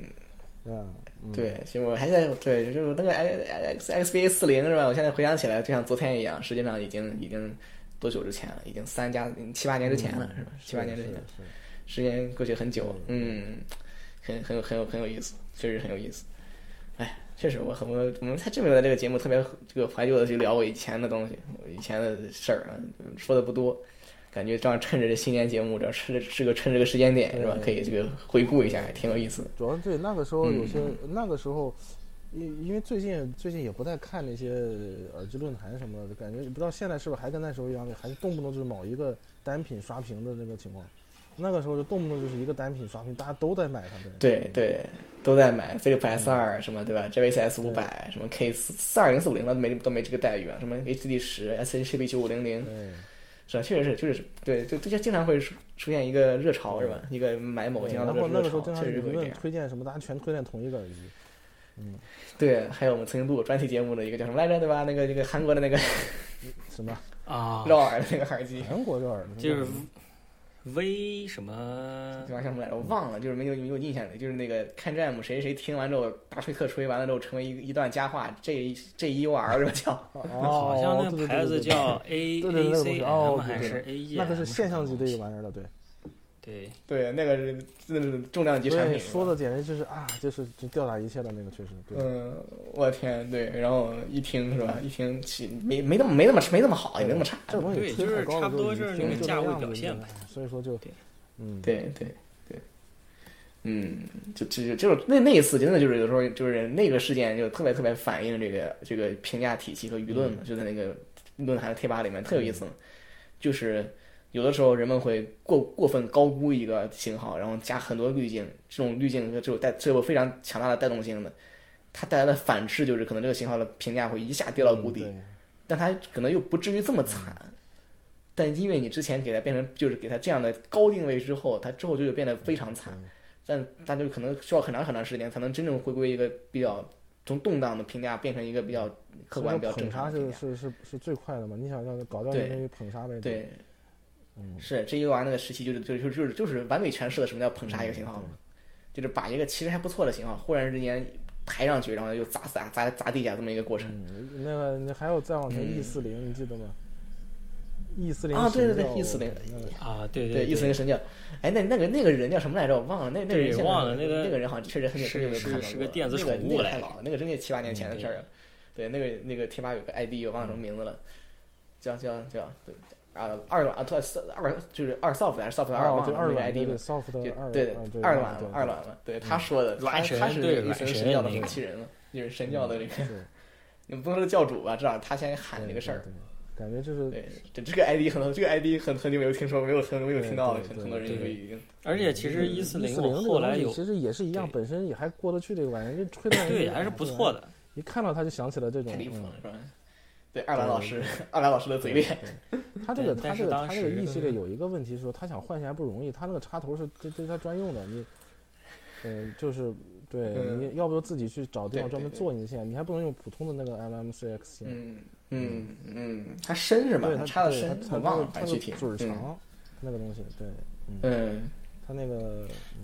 Speaker 1: 对吧？嗯，
Speaker 2: 对，其实我还在对，就是那个 X X B A 四零是吧？我现在回想起来，就像昨天一样，实际上已经已经多久之前了？已经三加七八年之前了，是吧？七八年之
Speaker 1: 嗯是
Speaker 2: 前
Speaker 1: 的，是的
Speaker 2: 时间过去很久，嗯，很很有很有很有意思，确实很有意思。哎，确实我很我我们还真没有在这个节目特别这个怀旧的去聊我以前的东西，我以前的事儿啊，说的不多。感觉这样趁着这新年节目，这是是个趁这个时间点是
Speaker 1: 嗯
Speaker 2: 吧？可以这个回顾一下，还挺有意思的。
Speaker 1: 主要对那个时候有些、那个时候，因因为最近最近也不太看那些耳机论坛什么的，感觉不知道现在是不是还跟那时候一样，还是动不动就是某一个单品刷屏的那个情况。那个时候就动不动就是一个单品刷屏，大家都在买它的。
Speaker 2: 对对，都在买飞利浦 S
Speaker 1: 嗯
Speaker 2: 二什么对吧？JVC S 五百什么 K 四四二零四五零都没都没这个待遇啊，什么 HD 十 SHB 九五零零
Speaker 1: 对，
Speaker 2: 是吧？确实是，就是对，就就经常会出出现一个热潮是吧？一个买某
Speaker 1: 嗯对
Speaker 2: 型号
Speaker 1: 然
Speaker 2: 的
Speaker 1: 后那
Speaker 2: 热
Speaker 1: 个时
Speaker 2: 潮
Speaker 1: 候经，常
Speaker 2: 确实
Speaker 1: 有
Speaker 2: 会这
Speaker 1: 论
Speaker 2: 样。
Speaker 1: 推荐什么，大家全推荐同一个耳机。
Speaker 2: 对，还有我们曾经录过专题节目的一个叫什么来着对吧？那个这个韩国的那个
Speaker 1: 什么
Speaker 3: 啊，
Speaker 2: 绕耳的那个耳机，
Speaker 1: 韩国这耳机？
Speaker 3: 就是
Speaker 2: 嗯
Speaker 3: V 什么
Speaker 2: 对吧？叫什么来着？我忘了，就是没有没有印象的，就是那个看 jam 谁谁听完之后大吹特吹，完了之后成为一一段佳话，J J U R 是吧？叫。
Speaker 1: 好
Speaker 3: 好像那个牌子叫 A
Speaker 1: 哦对对对对
Speaker 3: A
Speaker 1: 对
Speaker 3: C
Speaker 1: 对
Speaker 3: M
Speaker 1: 哦对
Speaker 3: 还
Speaker 1: 对
Speaker 3: 是 A E？
Speaker 1: 那个是现象级的一
Speaker 3: 对
Speaker 1: 个玩意儿了，对。
Speaker 3: 对，
Speaker 2: 对，那个是那是重量级
Speaker 1: 所
Speaker 2: 产
Speaker 1: 以
Speaker 2: 品。
Speaker 1: 说的简直就是啊，就是就吊打一切的那个，确实对。
Speaker 2: 嗯，我天，对，然后一听是吧？一听起没没那么没那么没那么好，也没那么差。
Speaker 1: 这种东西推太高了之后，你听就那样子，所以说就，嗯，
Speaker 2: 对对对，嗯，就就就就是那那一次真的就是有时候就是那个事件就特别特别反映这个这个评价体系和舆论嘛，就在那个论坛贴吧里面特有意思，就是有的时候人们会过过分高估一个型号，然后加很多滤镜，这种滤镜就有带最后非常强大的带动性的，它带来的反噬就是可能这个型号的评价会一下跌到谷底，
Speaker 1: 嗯
Speaker 2: 但他可能又不至于这么惨。但因为你之前给他变成就是给他这样的高定位之后，他之后就会变得非常惨，但他就可能需要很长很长时间才能真正回归一个比较从动荡的评价变成一个比较客观、比较正
Speaker 1: 捧
Speaker 2: 常
Speaker 1: 杀
Speaker 2: 的
Speaker 1: 是
Speaker 2: 评价。
Speaker 1: 是是是最快的嘛？你想要搞掉那个捧杀呗？，
Speaker 2: 对，是这一玩那个时期就是就是就是就是完美诠释了什么叫捧杀一个型号嘛，就是把一个其实还不错的型号忽然之间抬上去，然后又砸砸砸砸地下这么一个过程。
Speaker 1: 嗯，那个你还有再往前 E 四零，你记得吗？E 四零
Speaker 2: 嗯啊，对对对，一四零，
Speaker 3: 啊，对
Speaker 2: 对，一
Speaker 3: 对
Speaker 2: 四零神教。哎，那那个那个人叫什么来着？我忘了。那那个
Speaker 3: 对
Speaker 2: 人现在
Speaker 3: 忘了
Speaker 2: 那
Speaker 3: 那个
Speaker 2: 个人好像确实很久很久没有
Speaker 3: 是
Speaker 2: 看到
Speaker 3: 是是
Speaker 2: 过
Speaker 3: 个电子
Speaker 2: 那个
Speaker 3: 宠物
Speaker 2: 那个
Speaker 3: 来
Speaker 2: 太
Speaker 3: 着
Speaker 2: 老了，那个真的七八年前的事儿了。对，那个那个贴吧有个 ID，我忘了什么名字了，叫叫叫对啊二啊特二就是二 soft 还是 soft 二忘
Speaker 1: 对
Speaker 2: 了
Speaker 1: 哦二
Speaker 2: 那个
Speaker 1: 卵
Speaker 2: ID
Speaker 1: 对
Speaker 2: 了。
Speaker 1: soft
Speaker 2: 就
Speaker 1: 二啊
Speaker 2: 对
Speaker 1: 对
Speaker 2: 二卵了，二
Speaker 1: 卵
Speaker 2: 卵了。对他说的，他
Speaker 3: 软神
Speaker 2: 他是
Speaker 3: 对
Speaker 2: 一
Speaker 3: 软
Speaker 2: 神
Speaker 3: 神
Speaker 2: 神教的
Speaker 3: 那
Speaker 2: 发
Speaker 3: 个
Speaker 2: 起人了，就是神教的这个，你不能说教主吧，至少他先喊 这个事儿。，
Speaker 1: 感觉就是
Speaker 2: 对，这这个 ID 很多，这个 ID 很很久没有听说，没有很没有听到，
Speaker 1: 对对
Speaker 2: 很很多人
Speaker 3: 对
Speaker 2: 就已经
Speaker 3: 而且其嗯实一
Speaker 2: E
Speaker 3: 四
Speaker 1: ，E 零
Speaker 3: 零我后来有
Speaker 1: 其实也是一样，本身也还过得去这个玩意儿，就 吹到
Speaker 3: 啊对还是不错。的，
Speaker 1: 一看到他就想起了这种
Speaker 2: 太，离谱了，是吧？对，二兰老师，二兰老师的嘴脸，
Speaker 1: 他这个他
Speaker 3: 对
Speaker 1: 这
Speaker 3: 但是
Speaker 1: 个
Speaker 3: 当
Speaker 1: 他这个
Speaker 3: 时嗯
Speaker 1: E 系列有一个问题是说，他想换下来不容易，他那个插头是对对他专用的，你，嗯、就是对，
Speaker 2: 嗯
Speaker 1: 你要不就自己去找地
Speaker 2: 对
Speaker 1: 方专门
Speaker 2: 对对
Speaker 1: 做你的线，你还不能用普通的那个 MMCX 线，
Speaker 2: 嗯嗯嗯，他深是吧
Speaker 1: 对，？他
Speaker 2: 插的
Speaker 1: 对
Speaker 2: 深，
Speaker 1: 他
Speaker 2: 我
Speaker 1: 他那
Speaker 2: 忘
Speaker 1: 个
Speaker 2: 了，
Speaker 1: 他
Speaker 2: 反
Speaker 1: 那
Speaker 2: 正
Speaker 1: 个
Speaker 2: 具体
Speaker 1: 嘴儿长，那个东西，对
Speaker 2: 嗯
Speaker 1: 他那个
Speaker 2: 嗯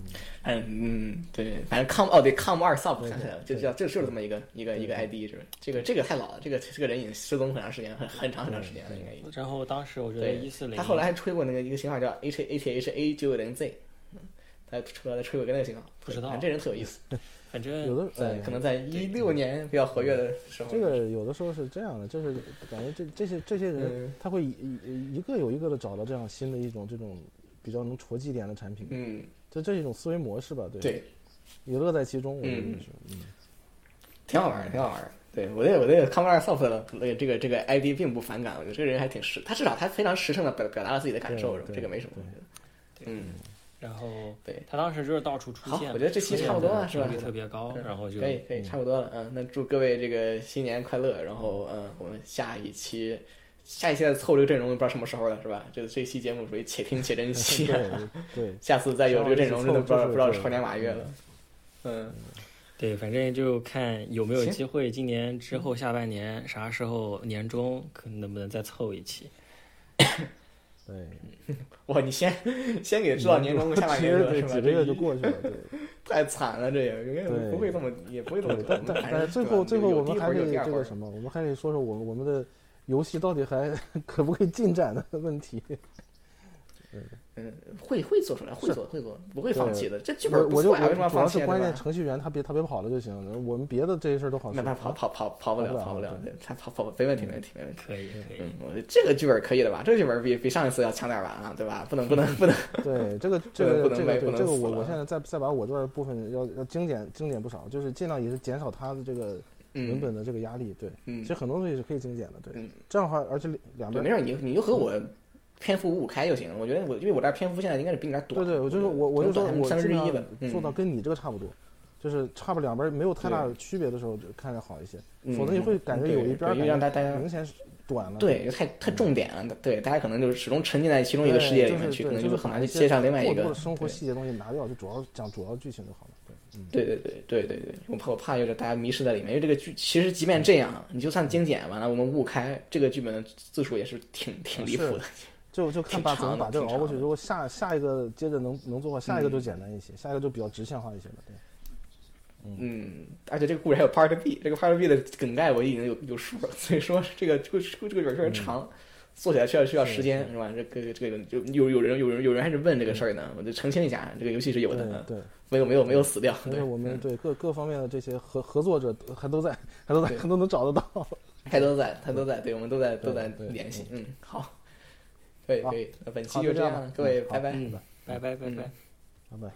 Speaker 2: 嗯，对，反正 com 哦对 com 二 sub 想起来了，就
Speaker 1: 对
Speaker 2: 叫这就是这么一个一个一个 ID 是吧？这个这个太老了，这个这个人已经失踪很长时间，很很长很长时间了，应该已经。
Speaker 3: 然后当时我觉得
Speaker 2: 对
Speaker 3: 一四零
Speaker 2: 他后来还吹过那个一个型号叫 H A，H H H A 九九零 Z，他嗯出来吹过一个那个型号，
Speaker 3: 不知道
Speaker 2: 反正这人特有意思。
Speaker 3: 反正
Speaker 1: 有的
Speaker 2: 在
Speaker 1: 哎
Speaker 2: 嗯可能在一六年比较活跃的时候，
Speaker 1: 这个有的时候是这样的，就是感觉这这些这些人
Speaker 2: 嗯，
Speaker 1: 他会一一一个有一个的找到这样新的一种这种比较能戳记点的产品。
Speaker 2: 嗯，
Speaker 1: 这这是一种思维模式吧，对，
Speaker 2: 对，
Speaker 1: 也乐在其中，我觉得
Speaker 2: 嗯
Speaker 1: 是，嗯，
Speaker 2: 挺好玩儿，挺好玩儿。对我对我对 c o m e r Soft 的那个这个这个 ID 并不反感，我觉得这个人还挺实，他至少他非常实诚的表表达了自己的感受，
Speaker 1: 对对
Speaker 2: 这个没什么。
Speaker 1: 对
Speaker 2: 我觉得嗯，
Speaker 3: 然后
Speaker 2: 对
Speaker 3: 他当时就是到处出
Speaker 2: 好
Speaker 3: 现，
Speaker 2: 我觉得这期差不多了啊是吧
Speaker 3: 频率特别高，然后就
Speaker 2: 可以可以，差不多了。嗯，那祝各位这个新年快乐。然后嗯，我们下一期下一期再凑这个阵容，不知道什么时候了是吧？这这期节目属于且听且 珍惜。啊
Speaker 1: 对对，
Speaker 2: 下次再有这个阵容，真的不知道
Speaker 1: 就是
Speaker 2: 不知道是猴年马月了。嗯，
Speaker 3: 对，反正就看有没有
Speaker 2: 行嗯
Speaker 3: 机会，今年之后下半年啥时候年终，可能能不能再凑一期。
Speaker 1: 对，
Speaker 2: 哇，你先先给知道年终下半年
Speaker 1: 直接
Speaker 2: 了
Speaker 1: 嗯对
Speaker 2: 是吧？
Speaker 1: 几个
Speaker 2: 这
Speaker 1: 月
Speaker 2: 一
Speaker 1: 就过去了，对。
Speaker 2: 太惨了，这也应该
Speaker 1: 对
Speaker 2: 不会这么，也不会这么
Speaker 1: 对
Speaker 2: 短
Speaker 1: 但。但但是最后最后我们还
Speaker 2: 得
Speaker 1: 得这个什么，我们还得说说我我们的游戏到底还 可不可以进展的 问题。
Speaker 2: 嗯，会会做出来，会做会做，不会放弃的。这剧
Speaker 1: 我
Speaker 2: 本不
Speaker 1: 我就
Speaker 2: 错
Speaker 1: 我
Speaker 2: 呀，为什么要
Speaker 1: 主要
Speaker 2: 放弃
Speaker 1: 是
Speaker 2: 啊？
Speaker 1: 关键
Speaker 2: 对吧
Speaker 1: 程序员他别他别跑了就行了，我们别的这些事儿都好
Speaker 2: 那
Speaker 1: 说。
Speaker 2: 他跑跑跑跑不了，
Speaker 1: 跑
Speaker 2: 跑
Speaker 1: 不
Speaker 2: 不
Speaker 1: 了
Speaker 2: 了，对他跑跑没问题，没问题，没问题。
Speaker 3: 可以可以
Speaker 2: 嗯，，我觉得这个剧本可以的吧？这个剧本比比上一次要强点儿吧？啊，对吧？不能不能 不能，
Speaker 1: 对这个 这个
Speaker 2: 不能不能
Speaker 1: 这
Speaker 2: 被
Speaker 1: 个对
Speaker 2: 不能
Speaker 1: 这个
Speaker 2: 死
Speaker 1: 我
Speaker 2: 了
Speaker 1: 我现在再再把我这部分要要精简精简不少，就是尽量也是减少他的这个文
Speaker 2: 嗯
Speaker 1: 本的这个压力。对，
Speaker 2: 嗯
Speaker 1: 其实，很多东西是可以精简的。对
Speaker 2: 嗯，
Speaker 1: 这样的话，而且两边
Speaker 2: 对，没事儿，你你就和我篇幅五五开就行了。我觉得我因为我这儿篇幅现在应该是比你那儿短，
Speaker 1: 对对，我就是
Speaker 2: 觉得
Speaker 1: 我，我就说
Speaker 2: 短
Speaker 1: 我
Speaker 2: 三
Speaker 1: 基
Speaker 2: 分
Speaker 1: 本
Speaker 2: 之一吧，嗯
Speaker 1: 上做到跟你这个差不多，就是差不两边没有太大的区别的时候，就看着好一些，
Speaker 2: 嗯
Speaker 1: 否则你会感觉
Speaker 2: 对
Speaker 1: 有一边儿
Speaker 2: 对让大大
Speaker 1: 感觉
Speaker 2: 家
Speaker 1: 明显是短了。
Speaker 2: 对，就太太重点了。对，大家可能就是始终沉浸在其中一个世界里面去，
Speaker 1: 嗯
Speaker 2: 可
Speaker 1: 对
Speaker 2: 能
Speaker 1: 就
Speaker 2: 就是很
Speaker 1: 把
Speaker 2: 难
Speaker 1: 一
Speaker 2: 去
Speaker 1: 些
Speaker 2: 接上另外一
Speaker 1: 过多
Speaker 2: 个
Speaker 1: 的。生活细节东西拿掉，就主要讲主要剧情就好了。对，嗯，
Speaker 2: 对对对对对对，我怕我怕就是大家迷失在里面，因为这个剧其实即便这样，你就算精简完了，我们误开这个剧本的字数也是挺挺离谱的。
Speaker 1: 就就看
Speaker 2: 挺
Speaker 1: 把怎么
Speaker 2: 长的
Speaker 1: 把这个
Speaker 2: 挺
Speaker 1: 熬过去。
Speaker 2: 长的
Speaker 1: 如果下下一个接着能能做好，下一个就简单一些，下一个就比较直线化一些了。对，
Speaker 2: 嗯，而且这个故事还有 Part B，这个 Part B 的梗概我已经有有数了，所以说这个这个这个剧
Speaker 1: 嗯
Speaker 2: 本确实长，做起来需要需要时间是吧？这个这个就有有人有人有人还是问这个事儿呢，我就澄清一下，这个游戏是有的，
Speaker 1: 嗯对对，
Speaker 2: 嗯没有没有没有死掉。
Speaker 1: 所以
Speaker 2: 对
Speaker 1: 我们
Speaker 2: 嗯
Speaker 1: 对各各方面的这些合合作者还都在，还都在，还都能找得到。
Speaker 2: 他都在，他都在，对我们都在
Speaker 1: 对
Speaker 2: 都在
Speaker 1: 嗯对
Speaker 2: 联系。嗯，好，可以
Speaker 1: 好
Speaker 2: 可以，那本期
Speaker 1: 好
Speaker 2: 就
Speaker 1: 就
Speaker 2: 这
Speaker 1: 这
Speaker 2: 样
Speaker 1: 样
Speaker 2: 了
Speaker 1: 吧，
Speaker 2: 各 位
Speaker 1: 嗯好
Speaker 2: 拜拜。
Speaker 3: 嗯，拜拜拜拜。
Speaker 1: 拜拜。